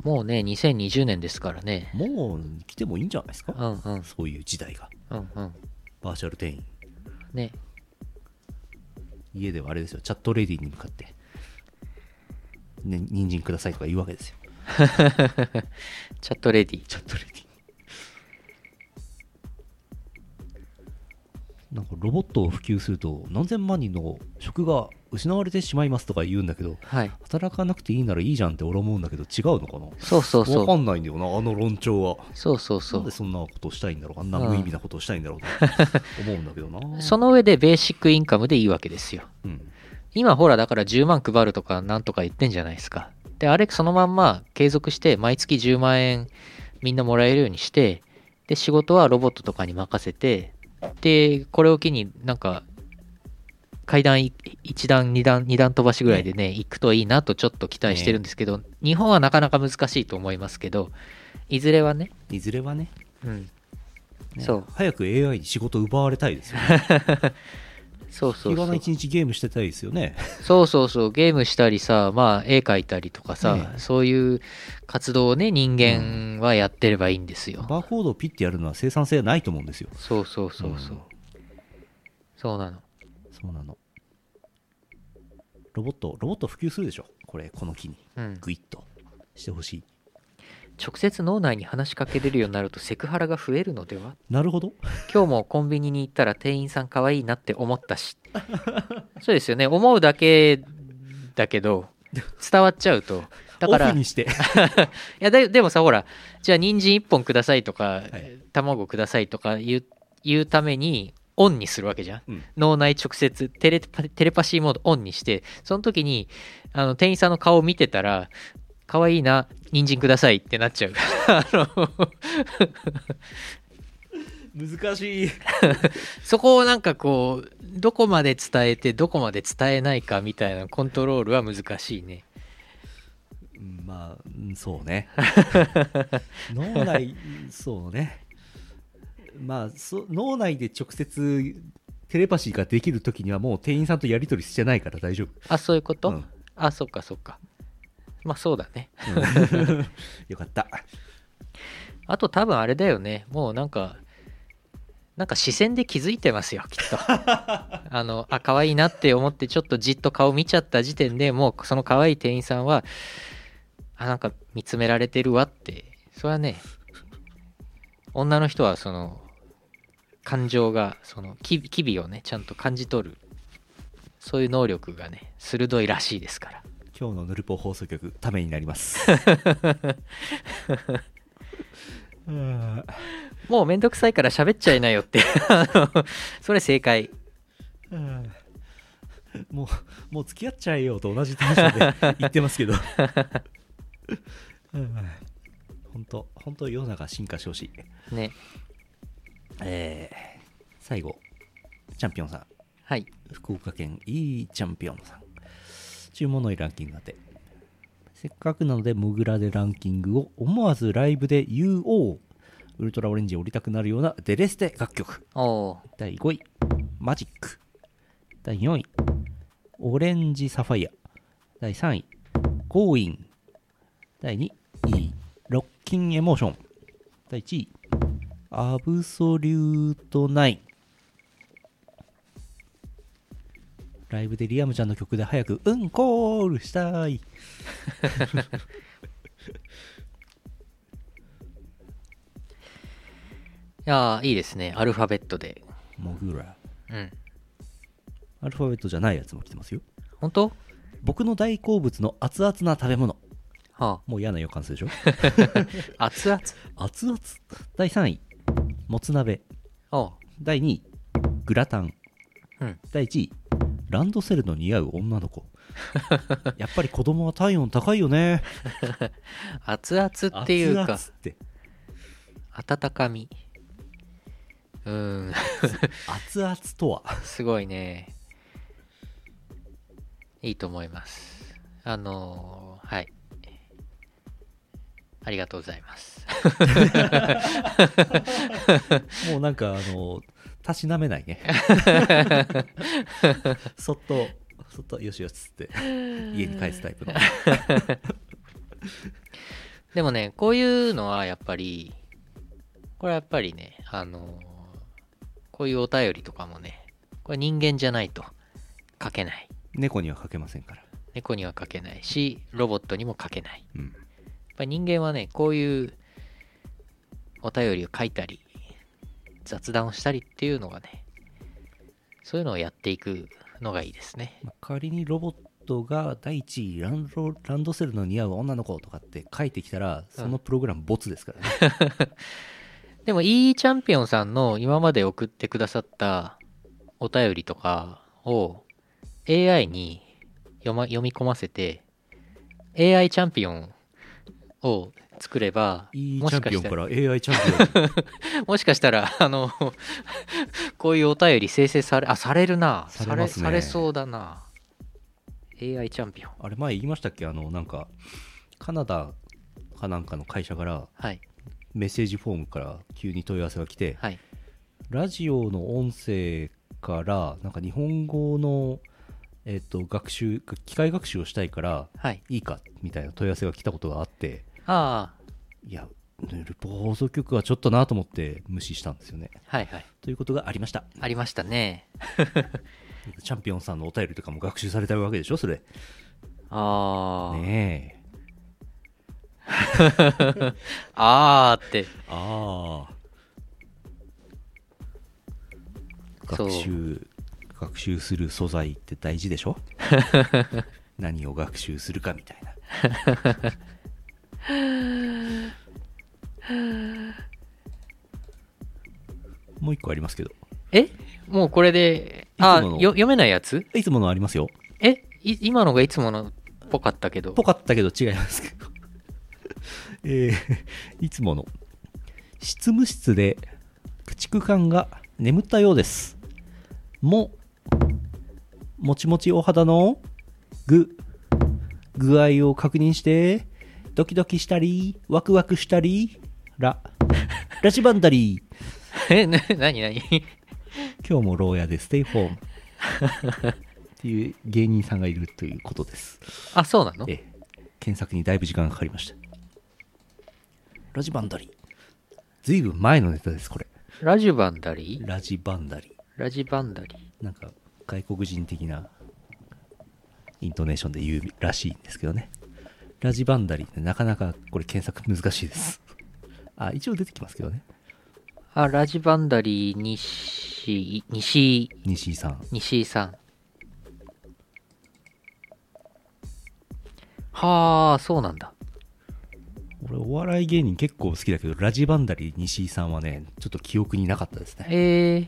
[SPEAKER 1] もうね、2020年ですからね。
[SPEAKER 2] もう来てもいいんじゃないです
[SPEAKER 1] う
[SPEAKER 2] か
[SPEAKER 1] んうん、
[SPEAKER 2] そういう時代が
[SPEAKER 1] うんうん。
[SPEAKER 2] バーチャル店員
[SPEAKER 1] ね、
[SPEAKER 2] 家ではあれですよチャットレディに向かってね人参くださいとか言うわけですよ
[SPEAKER 1] チャットレディ。
[SPEAKER 2] チャットレディなんかロボットを普及すると何千万人の職が失われてしまいますとか言うんだけど
[SPEAKER 1] はい
[SPEAKER 2] 働かなくていいならいいじゃんって俺は思うんだけど違うのかな
[SPEAKER 1] そうそうそ
[SPEAKER 2] わか
[SPEAKER 1] うん
[SPEAKER 2] ないんだよなあの論調は
[SPEAKER 1] そうそうそ
[SPEAKER 2] なん
[SPEAKER 1] う
[SPEAKER 2] でそんなことをしたいんだろうあんな
[SPEAKER 1] うん
[SPEAKER 2] 無意味なことをしたいんだろうと思うんだけど な
[SPEAKER 1] その上でベーシックインカムでいいわけですよ
[SPEAKER 2] うん
[SPEAKER 1] 今ほらだから10万配るとかなんとか言ってんじゃないですかであれそのまんま継続して毎月10万円みんなもらえるようにしてで仕事はロボットとかに任せてでこれを機になんか階段1段2段2段飛ばしぐらいでね行くといいなとちょっと期待してるんですけど、日本はなかなか難しいと思いますけどいずれはね
[SPEAKER 2] いずれはね
[SPEAKER 1] うん
[SPEAKER 2] ね
[SPEAKER 1] そう
[SPEAKER 2] 早く AI に仕事を奪われたいですよね
[SPEAKER 1] そうそ
[SPEAKER 2] 日
[SPEAKER 1] うそ
[SPEAKER 2] が
[SPEAKER 1] う
[SPEAKER 2] な一日ゲームしてたいですよね
[SPEAKER 1] そうそうそう、ゲームしたりさ、まあ、絵描いたりとかさ、
[SPEAKER 2] ねえ
[SPEAKER 1] そういう活動をね、人間はやってればいいんですよ。
[SPEAKER 2] バーコードをピッてやるのは生産性はないと思うんですよ
[SPEAKER 1] そうそうそうそう。
[SPEAKER 2] うん
[SPEAKER 1] そうなの。
[SPEAKER 2] そうなのロボットロボット普及するでしょこれこの機に
[SPEAKER 1] うん。
[SPEAKER 2] グイッとしてほしい
[SPEAKER 1] 直接脳内に話しかけれるようになるとセクハラが増えるのでは
[SPEAKER 2] なるほど
[SPEAKER 1] 今日もコンビニに行ったら店員さん可愛いなって思った し。そうですよね。思うだけだけど、伝わっちゃうと。だか
[SPEAKER 2] オ
[SPEAKER 1] ら
[SPEAKER 2] フ、に して
[SPEAKER 1] いやででもさほらじゃあ人参1本くださいとか、
[SPEAKER 2] い
[SPEAKER 1] 卵くださいとか言う言うためにオンにするわけじゃん、
[SPEAKER 2] うん
[SPEAKER 1] 脳内直接テレパテレパシーモードオンにしてその時にあの店員さんの顔を見てたら可愛いな人参くださいってなっちゃう あの
[SPEAKER 2] 難しい
[SPEAKER 1] そこをなんかこうどこまで伝えてどこまで伝えないかみたいなコントロールは難しいね
[SPEAKER 2] うんまあうんそうね 脳内そうねまあそ脳内で直接テレパシーができるときにはもう店員さんとやり取りしてないから大丈
[SPEAKER 1] あそういうこと、
[SPEAKER 2] 夫、うん
[SPEAKER 1] あそっかそっかまあそうだね
[SPEAKER 2] うん よかった
[SPEAKER 1] あと多分あれだよね。もうなんか、なんか視線で気づいてますよ、きっと。あの、あ、可愛いなって思って、ちょっとじっと顔見ちゃった時点でもう、その可愛い店員さんは、あ、なんか見つめられてるわって。それはね、女の人はその、感情が、その、機機微をね、ちゃんと感じ取る。そういう能力がね、鋭いらしいですから。
[SPEAKER 2] 今日のヌルポ放送局ためになります うん
[SPEAKER 1] もうめんどくさいから喋っちゃいなよって。 あのそれ正解。
[SPEAKER 2] うんもう、もう付き合っちゃえよと同じテンションで言ってますけど。本当、本当世の中進化してほしい。
[SPEAKER 1] ね。
[SPEAKER 2] えー最後、チャンピオンさん。
[SPEAKER 1] はい。
[SPEAKER 2] 福岡県いいチャンピオンさん。注文のいいランキング当て。せっかくなので、モグラでランキングを思わずライブで言おう。ウルトラオレンジを降りたくなるようなデレステ楽曲。
[SPEAKER 1] おお
[SPEAKER 2] 第5位、マジック。第4位、オレンジサファイア。第3位、ゴーイン。第2位、ロッキンエモーション。第1位、アブソリュートナイン。ライブでリアムちゃんの曲で早く、うんコールしたい。
[SPEAKER 1] いやーいいですね。アルファベットで。
[SPEAKER 2] モグラ。
[SPEAKER 1] うん。
[SPEAKER 2] アルファベットじゃないやつも来てますよ。
[SPEAKER 1] 本当
[SPEAKER 2] 僕の大好物の熱々な食べ物。
[SPEAKER 1] は
[SPEAKER 2] もう嫌な予感するでしょ
[SPEAKER 1] あ。熱々
[SPEAKER 2] 熱々第3位もつ鍋
[SPEAKER 1] おう
[SPEAKER 2] 第2位グラタン
[SPEAKER 1] うん。
[SPEAKER 2] 第1位ランドセルの似合う女の 子やっぱり子供は体温高いよね
[SPEAKER 1] 熱々 っていうか
[SPEAKER 2] 熱、々って
[SPEAKER 1] 温かみ。うーん。
[SPEAKER 2] 熱々とは
[SPEAKER 1] すごいね。いいと思います。あのーはい。ありがとうございます。
[SPEAKER 2] もうなんかあのたしなめないね そっとそっとよしよしっつって家に帰すタイプの
[SPEAKER 1] でもね、こういうのはやっぱり、これはやっぱりね、あのーこういうお便りとかもね、これ人間じゃないと書けない。
[SPEAKER 2] 猫にはかけませんから、
[SPEAKER 1] 猫には書けないし、ロボットにも書けない。
[SPEAKER 2] うん、
[SPEAKER 1] やっぱり人間はね、こういうお便りを書いたり、雑談をしたりっていうのがね、そういうのをやっていくのがいいですね。
[SPEAKER 2] まあ仮にロボットが第一位ランドランドセルの似合う女の子とかって書いてきたらそのプログラムボツですからね、
[SPEAKER 1] でも E チャンピオンさんの今まで送ってくださったお便りとかを AI に読,、ま、読み込ませて AI チャンピオンを作れば
[SPEAKER 2] E チ
[SPEAKER 1] も
[SPEAKER 2] ャ
[SPEAKER 1] し
[SPEAKER 2] ン
[SPEAKER 1] か
[SPEAKER 2] ピオ
[SPEAKER 1] し
[SPEAKER 2] ン
[SPEAKER 1] た
[SPEAKER 2] からら AI チャンピオンに
[SPEAKER 1] もしかしたらあのこういうお便り生成されあされるな
[SPEAKER 2] されますね
[SPEAKER 1] されそうだな AI チャンピオン
[SPEAKER 2] あれ前言いましたっけあのなんかカナダかなんかの会社から
[SPEAKER 1] はい
[SPEAKER 2] メッセージフォームから急に問い合わせが来て、
[SPEAKER 1] はい
[SPEAKER 2] ラジオの音声からなんか日本語の、えっと学習機械学習をしたいから
[SPEAKER 1] はい
[SPEAKER 2] いいかみたいな問い合わせが来たことがあって
[SPEAKER 1] あ
[SPEAKER 2] いやヌルポ放送局はちょっとなと思って無視したんですよね
[SPEAKER 1] あはいはい
[SPEAKER 2] ということがありました
[SPEAKER 1] ありましたね
[SPEAKER 2] チャンピオンさんのお便りとかも学習されたわけでしょそれ
[SPEAKER 1] ああ、
[SPEAKER 2] ねえ
[SPEAKER 1] ああって
[SPEAKER 2] ああ
[SPEAKER 1] そう
[SPEAKER 2] 学習学習する素材って大事でしょ何を学習するかみたいなもう一個ありますけど
[SPEAKER 1] えもうこれで、
[SPEAKER 2] いつも
[SPEAKER 1] あ、
[SPEAKER 2] の
[SPEAKER 1] よ読めないやつ
[SPEAKER 2] いつものありますよ
[SPEAKER 1] えい今のがいつものっぽかったけど。
[SPEAKER 2] ぽかったけど違いますけど えーいつもの執務室で駆逐艦が眠ったようですももちもちお肌の具具合を確認してドキドキしたりワクワクしたりラ ラジバンダリー
[SPEAKER 1] え、な、なになに
[SPEAKER 2] 今日も牢屋でステイホームっていう芸人さんがいるということです
[SPEAKER 1] あ、そうなの
[SPEAKER 2] ええ検索にだいぶ時間がかかりましたラジバンダリーずいぶん前のネタですこれ
[SPEAKER 1] ラジバンダリー
[SPEAKER 2] ラジバンダリ
[SPEAKER 1] ラジバンダリー
[SPEAKER 2] ーなんか外国人的なイントネーションで言うらしいんですけどねラジバンダリーってなかなかこれ検索難しいです あ一応出てきますけどね
[SPEAKER 1] あ、ラジバンダリー西、西、
[SPEAKER 2] 西井さん
[SPEAKER 1] 西井さん。はあ、そうなんだ。
[SPEAKER 2] 俺お笑い芸人結構好きだけどラジバンダリー西井さんはねちょっと記憶になかったですね
[SPEAKER 1] えー、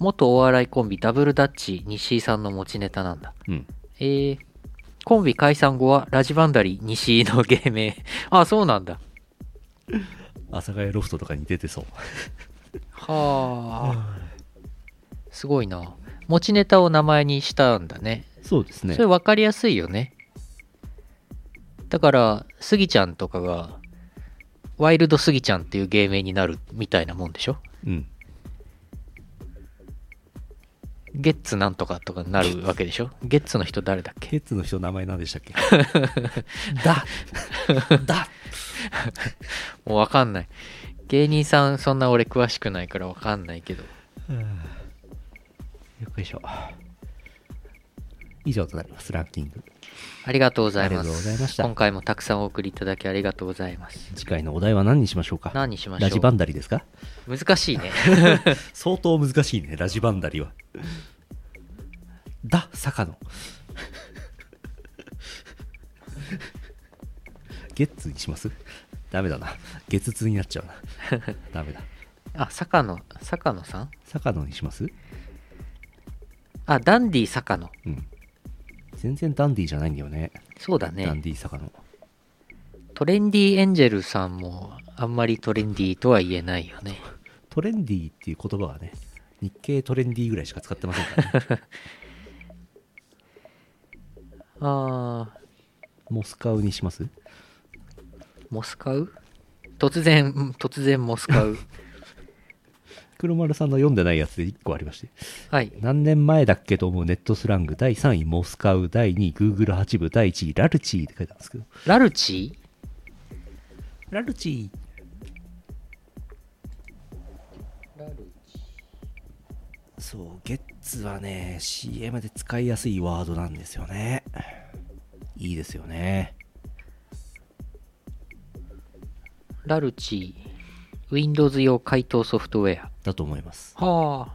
[SPEAKER 1] 元お笑いコンビダブルダッチ西井さんの持ちネタなんだ。
[SPEAKER 2] うん
[SPEAKER 1] えー、コンビ解散後はラジバンダリ西井の芸名。あ、そうなんだ。
[SPEAKER 2] 阿佐ヶ谷ロフトとかに出てそう
[SPEAKER 1] はあ。すごいな。持ちネタを名前にしたんだね。
[SPEAKER 2] そうですね
[SPEAKER 1] それ分かりやすいよね。だから、スギちゃんとかが、ワイルドスギちゃんっていう芸名になるみたいなもんでしょ
[SPEAKER 2] うん
[SPEAKER 1] ゲッツなんとかとかになるわけでしょゲッツの人誰だっけ
[SPEAKER 2] ケツの人名前何でしたっ けだ だ
[SPEAKER 1] もうわかんない。芸人さんそんな俺詳しくないからわかんないけど。
[SPEAKER 2] よくでしょ以上となりますランキング
[SPEAKER 1] ありがとうござい
[SPEAKER 2] あ
[SPEAKER 1] ま
[SPEAKER 2] りが
[SPEAKER 1] す。
[SPEAKER 2] とうございました
[SPEAKER 1] 今回もたくさんお送りいただきありがとうございます。
[SPEAKER 2] 次回のお題は何にしましょうか
[SPEAKER 1] 何にしましょう
[SPEAKER 2] ラジバンダリですか
[SPEAKER 1] 難しい ね。
[SPEAKER 2] 相当難しいねラジバンダリはだ坂野ゲッツにしますダメだな月通になっちゃうなダメだ
[SPEAKER 1] あ、坂野、坂野さん
[SPEAKER 2] 坂野にします
[SPEAKER 1] あ、ダンディ坂野。
[SPEAKER 2] うん全然ダンディーじゃないんだよね
[SPEAKER 1] そうだ
[SPEAKER 2] ダン
[SPEAKER 1] ね。
[SPEAKER 2] ディー坂野
[SPEAKER 1] トレンディエンジェルさんもあんまりトレンディとは言えないよね。
[SPEAKER 2] トレンディーっていう言葉はね日経トレンディーぐらいしか使ってませんから、ね、
[SPEAKER 1] あ
[SPEAKER 2] モスカウにします
[SPEAKER 1] ー、モスカウ突然、うん突然モスカウ。
[SPEAKER 2] 黒丸さんの読んでないやつで1個ありまして
[SPEAKER 1] はい。
[SPEAKER 2] 何年前だっけと思うネットスラング第3位モスカウ第2位 Google8 部第1位ラルチーって書いてあるんですけど
[SPEAKER 1] ラルチ
[SPEAKER 2] ラルチ
[SPEAKER 1] ラルチ
[SPEAKER 2] ーそうゲッツはね CM で使いやすいワードなんですよねいいですよね
[SPEAKER 1] ラルチ。Windows 用回答ソフトウェア。
[SPEAKER 2] だと思います
[SPEAKER 1] はあ。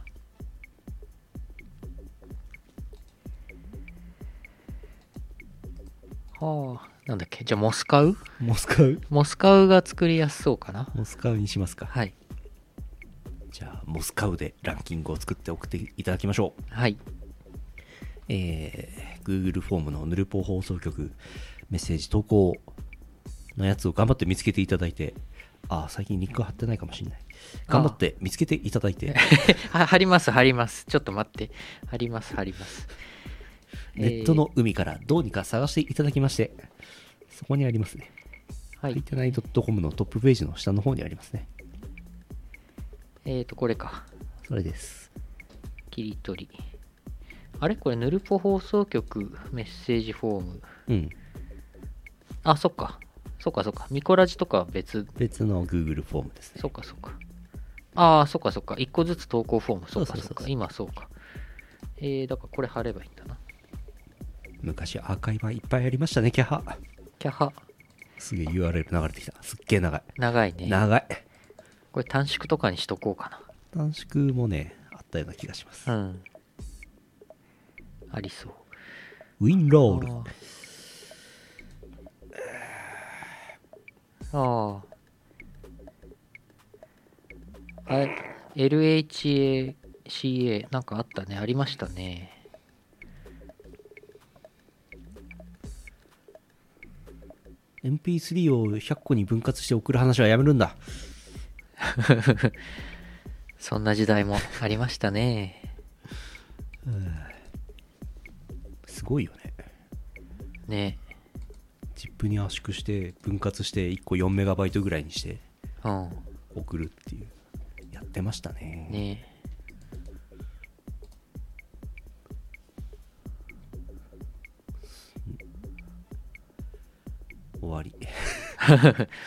[SPEAKER 1] はあなんだっけじゃあモスカウ
[SPEAKER 2] モスカウ
[SPEAKER 1] モスカウが作りやすそうかな
[SPEAKER 2] モスカウにしますか
[SPEAKER 1] はい
[SPEAKER 2] じゃあモスカウでランキングを作って送っていただきましょう
[SPEAKER 1] はい
[SPEAKER 2] えー、Google フォームのヌルポ放送局メッセージ投稿のやつを頑張って見つけていただいてあー最近リンク貼ってないかもしれない頑張って見つけていただいて
[SPEAKER 1] は貼ります貼りますちょっと待って貼ります貼ります
[SPEAKER 2] ネットの海からどうにか探していただきまして、そこにありますね。
[SPEAKER 1] えーは
[SPEAKER 2] はいいてない .com のトップページの下の方にありますね。
[SPEAKER 1] えっ、とこれか
[SPEAKER 2] それです。
[SPEAKER 1] 切り取りあれこれヌルポ放送局メッセージフォーム
[SPEAKER 2] うん。
[SPEAKER 1] あそっかそっかそっかミコラジとかは別
[SPEAKER 2] 別の Google フォームですね。
[SPEAKER 1] そっかそっかああそっかそっか一個ずつ投稿フォームそっか
[SPEAKER 2] そうそ
[SPEAKER 1] そうっ
[SPEAKER 2] そうそう
[SPEAKER 1] か今そうかえー、だからこれ貼ればいいんだな
[SPEAKER 2] 昔アーカイバーいっぱいありましたね、キャハ。
[SPEAKER 1] キャハ
[SPEAKER 2] すげえ URL 流れてきた。すっげえ長い。
[SPEAKER 1] 長いね
[SPEAKER 2] 長い。
[SPEAKER 1] これ短縮とかにしとこうか
[SPEAKER 2] 短縮もね、あったような気がします。
[SPEAKER 1] なうんありそう
[SPEAKER 2] ウィンロール。
[SPEAKER 1] ああ。あれ、LHACA、なんかあったね、ありましたね。
[SPEAKER 2] MP3 を100個に分割して送る話はやめるんだ。
[SPEAKER 1] そんな時代もありましたね。
[SPEAKER 2] すごいよね。
[SPEAKER 1] ね。
[SPEAKER 2] ZIP に圧縮して、分割して1個 4MB ぐらいにして。
[SPEAKER 1] うん。
[SPEAKER 2] 送るっていうやってましたね
[SPEAKER 1] ね
[SPEAKER 2] 終わり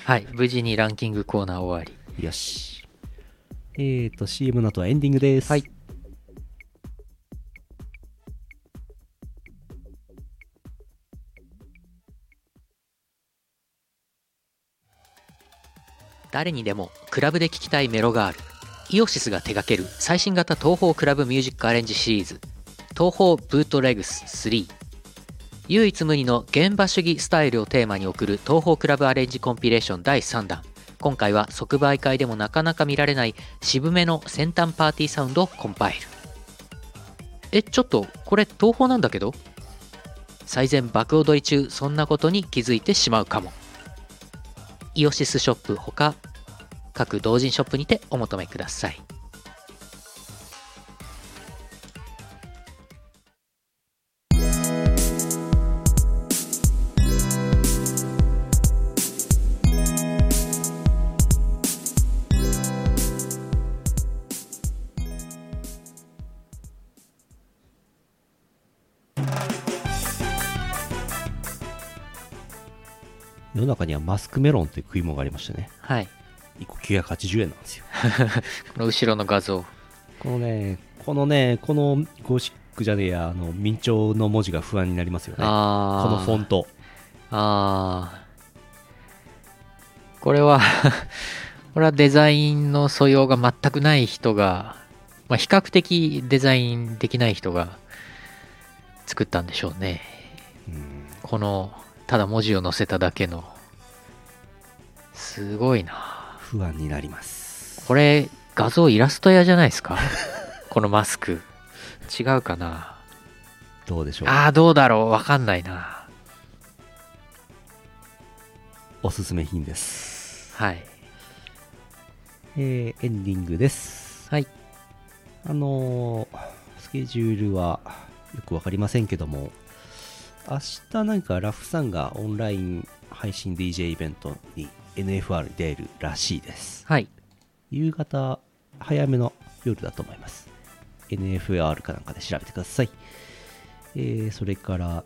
[SPEAKER 1] はい、無事にランキングコーナー終わ
[SPEAKER 2] よしえーと CM の後はエンディングです
[SPEAKER 1] はいり。誰にでもクラブで聴きたいメロがある。イオシスが手掛ける最新型東宝クラブミュージックアレンジシリーズ東宝ブートレグス3唯一無二の現場主義スタイルをテーマに送る東宝クラブアレンジコンピレーション第3弾今回は即売会でもなかなか見られない渋めの先端パーティーサウンドをコンパイルえちょっとこれ東宝なんだけど最前爆踊り中そんなことに気づいてしまうかもイオシスショップほか各同人ショップにてお求めください
[SPEAKER 2] 世の中にはマスクメロンっていう食い物がありましてね
[SPEAKER 1] はい
[SPEAKER 2] 1個980円なんですよ
[SPEAKER 1] この後ろの画像
[SPEAKER 2] このねこのねこのゴシックじゃねえやあの明朝の文字が不安になりますよねこ
[SPEAKER 1] ああ
[SPEAKER 2] のフォント
[SPEAKER 1] あーこれは これはデザインの素養が全くない人が、まあ、比較的デザインできない人が作ったんでしょうね
[SPEAKER 2] うん
[SPEAKER 1] このただ文字を載せただけのすごいな
[SPEAKER 2] 不安になります
[SPEAKER 1] これ画像イラスト屋じゃないです かこのマスク違うかな
[SPEAKER 2] どうでしょう
[SPEAKER 1] ああどうだろうわかんないな
[SPEAKER 2] おすすめ品です
[SPEAKER 1] はい
[SPEAKER 2] えーエンディングです
[SPEAKER 1] はい
[SPEAKER 2] あのースケジュールはよくわかりませんけども、明日なんかラフさんがオンライン配信 DJ イベントに NFR に出るらしいです。
[SPEAKER 1] はい
[SPEAKER 2] 夕方早めの夜だと思います。NFR かなんかで調べてください。えーそれから、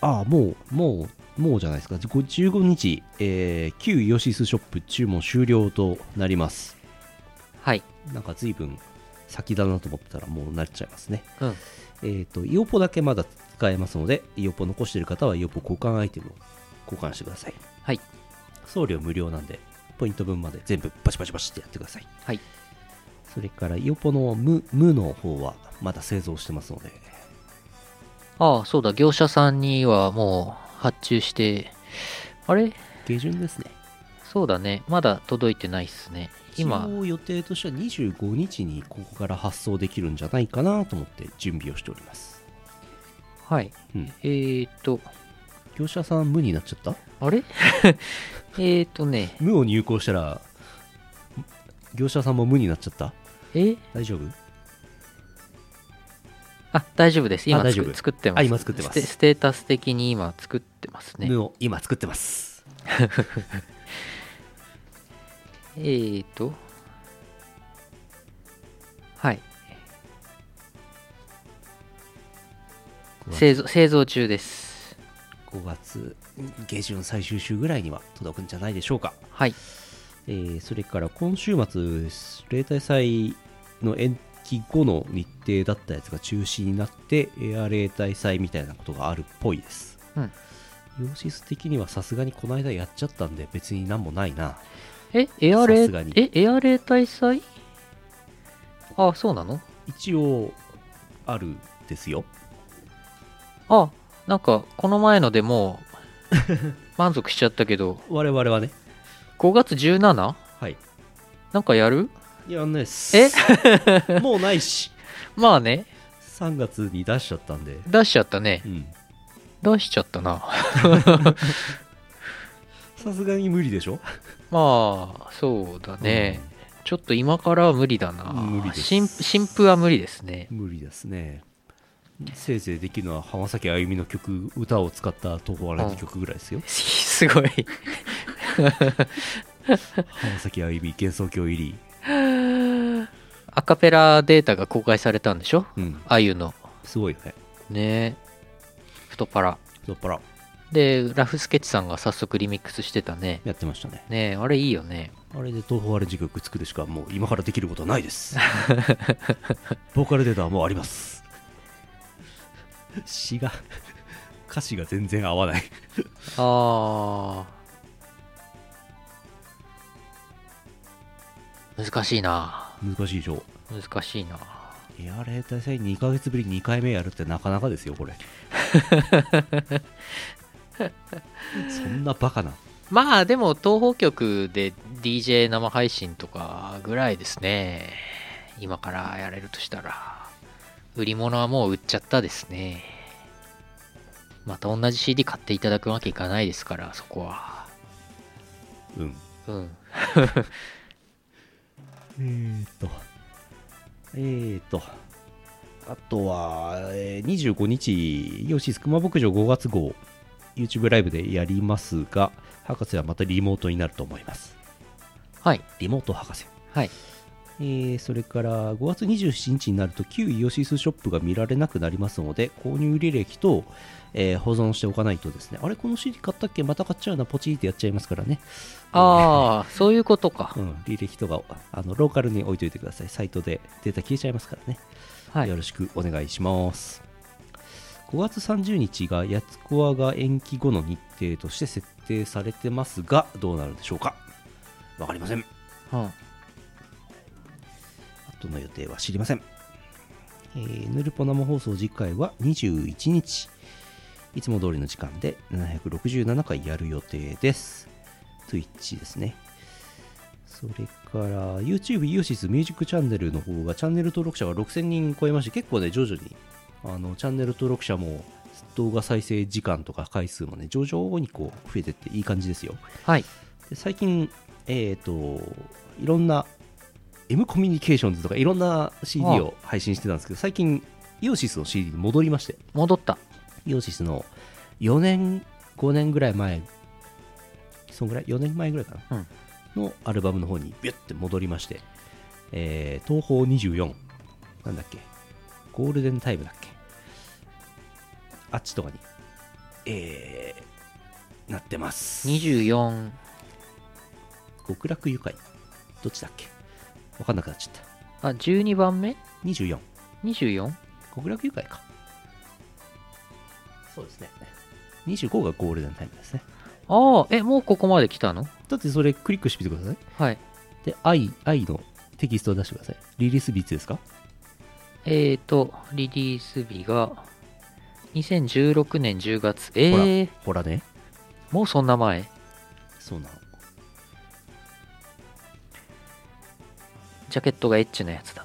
[SPEAKER 2] ああ、もう、もう、もうじゃないですか。15日、えー旧ヨシスショップ注文終了となります。
[SPEAKER 1] はい
[SPEAKER 2] なんか随分先だなと思ってたらもうなっちゃいますね。
[SPEAKER 1] うん
[SPEAKER 2] えっ、と、イオポだけまだ使えますので、イオポ残してる方はイオポ交換アイテムを交換してください。
[SPEAKER 1] はい
[SPEAKER 2] 送料無料なんで、ポイント分まで全部バチバチバチってやってください。
[SPEAKER 1] はい
[SPEAKER 2] それから、イオポの無無の方はまだ製造してますので、
[SPEAKER 1] ああ、そうだ、業者さんにはもう発注して、あれ
[SPEAKER 2] 下旬ですね
[SPEAKER 1] そうだね。まだ届いてないっすね。今、
[SPEAKER 2] 一応予定としては25日にここから発送できるんじゃないかなと思って準備をしております
[SPEAKER 1] はい。
[SPEAKER 2] うん
[SPEAKER 1] えーと、
[SPEAKER 2] 業者さん無になっちゃった
[SPEAKER 1] あれ えーとね、
[SPEAKER 2] 無を入稿したら業者さんも無になっちゃった
[SPEAKER 1] え
[SPEAKER 2] 大丈夫
[SPEAKER 1] あ、大丈夫です。今
[SPEAKER 2] あ大
[SPEAKER 1] つ
[SPEAKER 2] 丈
[SPEAKER 1] く
[SPEAKER 2] 夫
[SPEAKER 1] 作ってます。
[SPEAKER 2] あ今作ってます
[SPEAKER 1] ステステータス的に今作ってますね。
[SPEAKER 2] 無を今作ってます
[SPEAKER 1] えーと、はい。製造製造中です。
[SPEAKER 2] 5月下旬最終週ぐらいには届くんじゃないでしょうか、
[SPEAKER 1] はい。
[SPEAKER 2] えーそれから今週末例大祭の延期後の日程だったやつが中止になってエア例大祭みたいなことがあるっぽいです
[SPEAKER 1] うん
[SPEAKER 2] ヨーシス的にはさすがにこの間やっちゃったんで別になんもないな
[SPEAKER 1] え、エアレ
[SPEAKER 2] さすがに
[SPEAKER 1] え、エアレー大祭あ、そうなの
[SPEAKER 2] 一応あるんですよ
[SPEAKER 1] あ、なんか、この前ので もう満足しちゃったけど、
[SPEAKER 2] 我々はね
[SPEAKER 1] 5月 17?
[SPEAKER 2] はい
[SPEAKER 1] なんかやる
[SPEAKER 2] やんないっす
[SPEAKER 1] え
[SPEAKER 2] もうないし
[SPEAKER 1] まあね、
[SPEAKER 2] 3月に出しちゃったんで
[SPEAKER 1] 出しちゃったね
[SPEAKER 2] う。ん
[SPEAKER 1] 出しちゃったな。
[SPEAKER 2] さすがに無理でしょ
[SPEAKER 1] まあ、そうだね。ちょっと今からは無理だな。
[SPEAKER 2] 無理です
[SPEAKER 1] 新新婦は無理ですね。
[SPEAKER 2] 無理ですねせいぜいできるのは浜崎あゆみの曲歌を使った東宝ライの曲ぐらいですよ、
[SPEAKER 1] すごい。
[SPEAKER 2] 浜崎あゆみ幻想郷入り
[SPEAKER 1] アカペラデータが公開されたんでしょ
[SPEAKER 2] うん
[SPEAKER 1] あゆの。
[SPEAKER 2] すごいよね
[SPEAKER 1] ね太っ腹。
[SPEAKER 2] 太っ腹
[SPEAKER 1] で、ラフスケッチさんが早速リミックスしてたね。
[SPEAKER 2] やってましたね
[SPEAKER 1] ねえ、あれいいよね。
[SPEAKER 2] あれで東宝ライジがくっつくでしかもう今からできることはないですボーカルデータはもうあります詩が歌詞が全然合わない
[SPEAKER 1] あー。難しいな。
[SPEAKER 2] 難しいでしょ
[SPEAKER 1] 難しいな。
[SPEAKER 2] いやあれ大体2ヶ月ぶり2回目やるってなかなかですよこ れそんなバカな
[SPEAKER 1] まあでも東方局で DJ 生配信とかぐらいですね。今からやれるとしたら。売り物はもう売っちゃったですね。また同じ CD 買っていただくわけいかないですから、そこは。
[SPEAKER 2] うん
[SPEAKER 1] うん。
[SPEAKER 2] えーっと、えーっと、あとは、えー25日、イオシス熊牧場5月号、YouTube ライブでやりますが、博士はまたリモートになると思います。
[SPEAKER 1] はい。
[SPEAKER 2] リモート博士。
[SPEAKER 1] はい。
[SPEAKER 2] えーそれから5月27日になると旧イオシスショップが見られなくなりますので購入履歴と、えー保存しておかないとですねあれこの CD 買ったっけまた買っちゃうなポチーってやっちゃいますからね
[SPEAKER 1] ああ、そういうことか
[SPEAKER 2] う。ん、履歴とかをあのローカルに置いといてください。サイトでデータ消えちゃいますからね。
[SPEAKER 1] はい
[SPEAKER 2] よ。ろしくお願いします。5月30日がやつこわが延期後の日程として設定されてますが、どうなるんでしょうかわかりません。
[SPEAKER 1] うん
[SPEAKER 2] 後の予定は知りません。えーヌルポ生放送次回は21日。いつも通りの時間で767回やる予定です。Twitch ですね。それから YouTube イオシスミュージックチャンネルの方がチャンネル登録者が6000人超えまして結構ね徐々にあのチャンネル登録者も動画再生時間とか回数もね徐々にこう増えてっていい感じですよ。
[SPEAKER 1] はい。
[SPEAKER 2] で最近、えっ、と、いろんな M コミュニケーションズとかいろんな CD
[SPEAKER 1] ああ
[SPEAKER 2] を配信してたんですけど、最近、イオシスの CD に戻りまして、
[SPEAKER 1] 戻った。
[SPEAKER 2] イオシスの4年、5年ぐらい前、そんぐらい ?4 年前ぐらいかな、のアルバムの方にビュッて戻りまして、えー東宝24、なんだっけ、ゴールデンタイムだっけ、あっちとかに、えーなってます。
[SPEAKER 1] 24。
[SPEAKER 2] 極楽愉快どっちだっけ分かんなくなっちゃった
[SPEAKER 1] あ、12番目
[SPEAKER 2] 24
[SPEAKER 1] ?24?
[SPEAKER 2] 極楽愉快かそうですね25がゴールデンタイムですね
[SPEAKER 1] ああ、え、もうここまで来たの
[SPEAKER 2] だってそれクリックしてみてください
[SPEAKER 1] はい。
[SPEAKER 2] で愛愛のテキストを出してくださいリリース日いつですか
[SPEAKER 1] えーと、リリース日が2016年10月えー、
[SPEAKER 2] ほらね
[SPEAKER 1] もうそんな前
[SPEAKER 2] そうなの
[SPEAKER 1] ジャケットがエッチなやつだ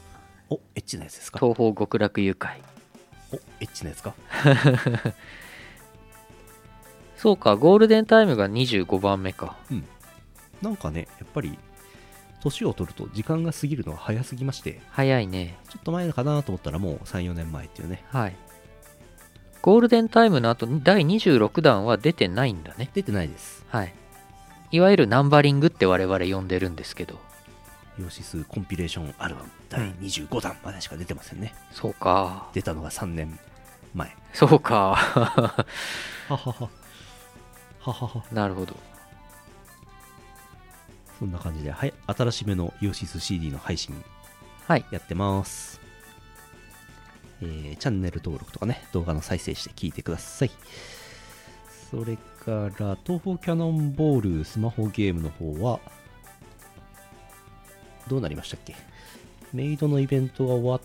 [SPEAKER 2] おエッチなやつですかお
[SPEAKER 1] 東方極楽誘拐
[SPEAKER 2] エッチなやつか
[SPEAKER 1] そうかゴールデンタイムが25番目か
[SPEAKER 2] なんかねやっぱり年を取ると時間が過ぎるのが早すぎまして
[SPEAKER 1] 早いね
[SPEAKER 2] ちょっと前かなと思ったらもう34年前っていうね
[SPEAKER 1] はいゴールデンタイムの後に第26弾は出てないんだね
[SPEAKER 2] 出てないです
[SPEAKER 1] はいいわゆるナンバリングって我々呼んでるんですけど
[SPEAKER 2] ヨシスコンピレーションアルバム第25弾までしか出てませんね
[SPEAKER 1] そうか
[SPEAKER 2] 出たのが3年前
[SPEAKER 1] そうか
[SPEAKER 2] はははははは
[SPEAKER 1] なるほど
[SPEAKER 2] そんな感じで、はい、新しめのヨシス CD の配信
[SPEAKER 1] はい
[SPEAKER 2] やってます、えーチャンネル登録とかね動画の再生して聞いてくださいそれから東方キャノンボールスマホゲームの方はどうなりましたっけメイドのイベントが終わっ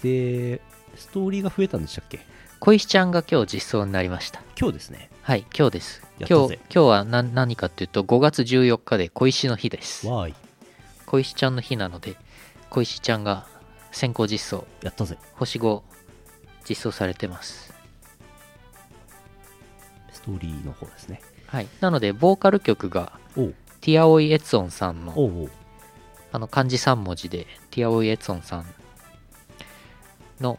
[SPEAKER 2] てストーリーが増えたんでしたっけ
[SPEAKER 1] 小石ちゃんが今日実装になりました
[SPEAKER 2] 今日ですね
[SPEAKER 1] はい今日です
[SPEAKER 2] やった
[SPEAKER 1] 今日
[SPEAKER 2] ぜ
[SPEAKER 1] 今日は何何かっていうと5月14日で小石の日です
[SPEAKER 2] わーい
[SPEAKER 1] 小石ちゃんの日なので小石ちゃんが先行実装
[SPEAKER 2] やったぜ
[SPEAKER 1] 星5実装されてます
[SPEAKER 2] ストーリーの方ですね
[SPEAKER 1] はいなのでボーカル曲が
[SPEAKER 2] おう
[SPEAKER 1] ティアオイ・エツオンさんの
[SPEAKER 2] おうおう
[SPEAKER 1] あの漢字3文字で、ティアオイエツオンさんの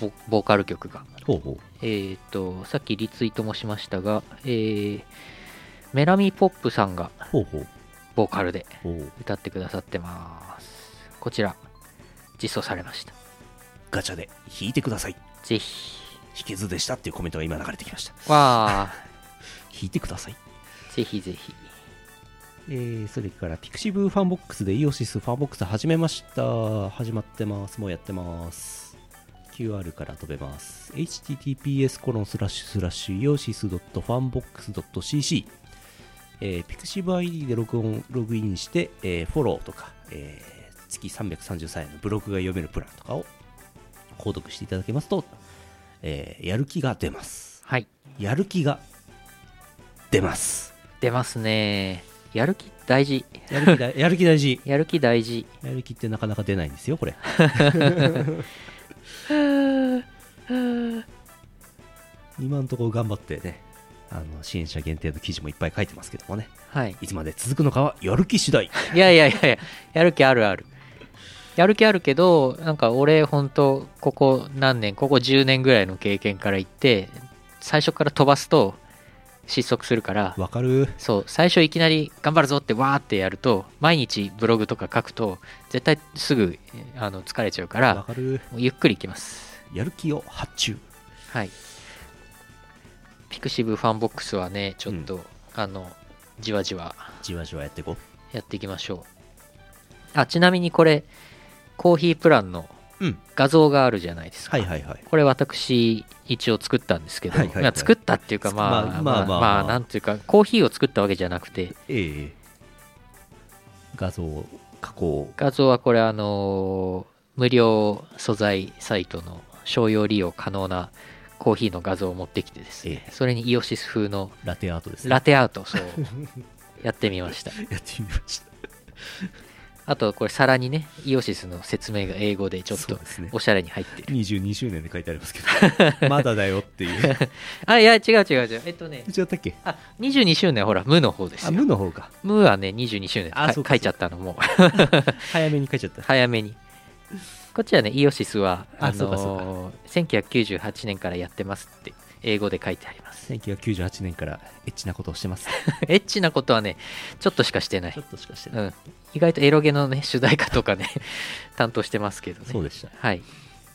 [SPEAKER 1] ボボーカル曲が、
[SPEAKER 2] おうおう
[SPEAKER 1] えっ、と、さっきリツイートもしましたが、えーメラミポップさんが
[SPEAKER 2] おうおう
[SPEAKER 1] ボーカルで
[SPEAKER 2] おう
[SPEAKER 1] 歌ってくださってます。こちら、実装されました。
[SPEAKER 2] ガチャで引いてください
[SPEAKER 1] ぜひ。
[SPEAKER 2] 引けずでしたっていうコメントが今流れてきました
[SPEAKER 1] わ
[SPEAKER 2] 引いてください、
[SPEAKER 1] ー、ぜひぜひ。
[SPEAKER 2] えー、それからピクシブファンボックスでイオシスファンボックス始めました始まってますもうやってます QR から飛べます https コロンスラッシュスラッシュイオシス .fanbox.cc えー、ピクシブ ID でログオンログインして、えーフォローとか、えー月333円のブログが読めるプランとかを購読していただけますと、えーやる気が出ます
[SPEAKER 1] はい、
[SPEAKER 2] やる気が出ます
[SPEAKER 1] 出ますね。やる気大事。
[SPEAKER 2] やる気だ やる気大事
[SPEAKER 1] やる気大事。
[SPEAKER 2] やる気ってなかなか出ないんですよこれ 今のところ頑張ってねあの支援者限定の記事もいっぱい書いてますけどもね
[SPEAKER 1] はい。
[SPEAKER 2] いつまで続くのかはやる気次第
[SPEAKER 1] いやいやいやいや、やる気あるある。やる気あるけど、なんか俺、本当ここ何年、ここ10年ぐらいの経験から言って、最初から飛ばすと失速するから、
[SPEAKER 2] わかる
[SPEAKER 1] そう、最初いきなり頑張るぞってわーってやると、毎日ブログとか書くと、絶対すぐあの疲れちゃうか
[SPEAKER 2] わ
[SPEAKER 1] ら、
[SPEAKER 2] かる
[SPEAKER 1] もうゆっくりいきます。
[SPEAKER 2] やる気を発注
[SPEAKER 1] はい。ピクシブファンボックスはね、ちょっと、あの、じわじわ
[SPEAKER 2] じわじわやっていこ
[SPEAKER 1] やっていきましょうあちなみにこれコーヒープランの
[SPEAKER 2] ううん
[SPEAKER 1] 画像があるじゃないですか、
[SPEAKER 2] はいはいはい
[SPEAKER 1] これ私一応作ったんですけど、
[SPEAKER 2] はいはいはい
[SPEAKER 1] まあ作ったっていうかま
[SPEAKER 2] まあ
[SPEAKER 1] あま
[SPEAKER 2] まあ
[SPEAKER 1] あ
[SPEAKER 2] まあ
[SPEAKER 1] まあなんていうかコーヒーを作ったわけじゃなくて
[SPEAKER 2] ええ画像加工
[SPEAKER 1] 画像はこれあのー無料素材サイトの商用利用可能なコーヒーの画像を持ってきてですね
[SPEAKER 2] ええ
[SPEAKER 1] それにイオシス風の
[SPEAKER 2] ラテアートですね
[SPEAKER 1] ラテアートそうやってみま した
[SPEAKER 2] やってみました
[SPEAKER 1] あとこれ皿にねイオシスの説明が英語でちょっ
[SPEAKER 2] そう
[SPEAKER 1] と
[SPEAKER 2] ですね
[SPEAKER 1] おしゃれに入ってる
[SPEAKER 2] 22周年で書いてありますけどまだだよっていう
[SPEAKER 1] あ、いや、違う違う違う。えっとね、
[SPEAKER 2] 違ったっけ
[SPEAKER 1] あ、22周年はほら、無の方です
[SPEAKER 2] あ
[SPEAKER 1] よ。
[SPEAKER 2] 無の方か
[SPEAKER 1] 無はね、22周年
[SPEAKER 2] あ
[SPEAKER 1] か
[SPEAKER 2] そう
[SPEAKER 1] 書
[SPEAKER 2] か
[SPEAKER 1] いちゃったの、もう。
[SPEAKER 2] 早めに書いちゃった
[SPEAKER 1] 早めに。こっちはね、イオシスは、
[SPEAKER 2] あ
[SPEAKER 1] あ
[SPEAKER 2] そうかそ
[SPEAKER 1] のー、1998年からやってますって、英語で書いてあります。
[SPEAKER 2] 1998年からエッチなことをしてます
[SPEAKER 1] エッチなことはね、ちょっとしかしてな
[SPEAKER 2] ちょ
[SPEAKER 1] い。
[SPEAKER 2] っとしかして
[SPEAKER 1] う
[SPEAKER 2] ない、
[SPEAKER 1] ん。意外とエロゲのね、主題歌とかね、 担当してますけどね。
[SPEAKER 2] そうでした、
[SPEAKER 1] はい。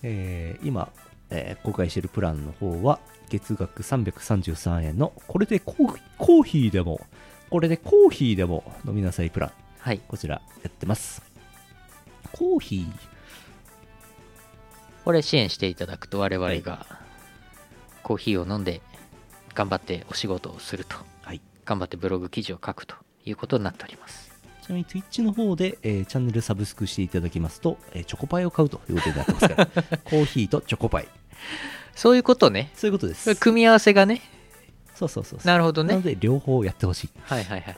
[SPEAKER 2] えー今、えー公開しているプランの方は月額333円のこれでコーヒーコーヒーでもこれでコーヒーでも飲みなさいプラン
[SPEAKER 1] はい。
[SPEAKER 2] こちらやってますコーヒ
[SPEAKER 1] これ支援していただくと、我々が、コーヒーを飲んで、頑張ってお仕事をすると。
[SPEAKER 2] ーはい
[SPEAKER 1] 頑張ってブログ記事を書くということになっております。
[SPEAKER 2] ちなみに Twitch の方で、えーチャンネルサ ブスクしていただきますと、えーチョコパイを買うということになってますからコーヒーとチョコパイ
[SPEAKER 1] そういうことね。
[SPEAKER 2] そういうことです。
[SPEAKER 1] 組み合わせがね。
[SPEAKER 2] そうそうそうそう
[SPEAKER 1] なるほど
[SPEAKER 2] なの
[SPEAKER 1] ね。
[SPEAKER 2] で、両方やってほしい。
[SPEAKER 1] はいはいはい。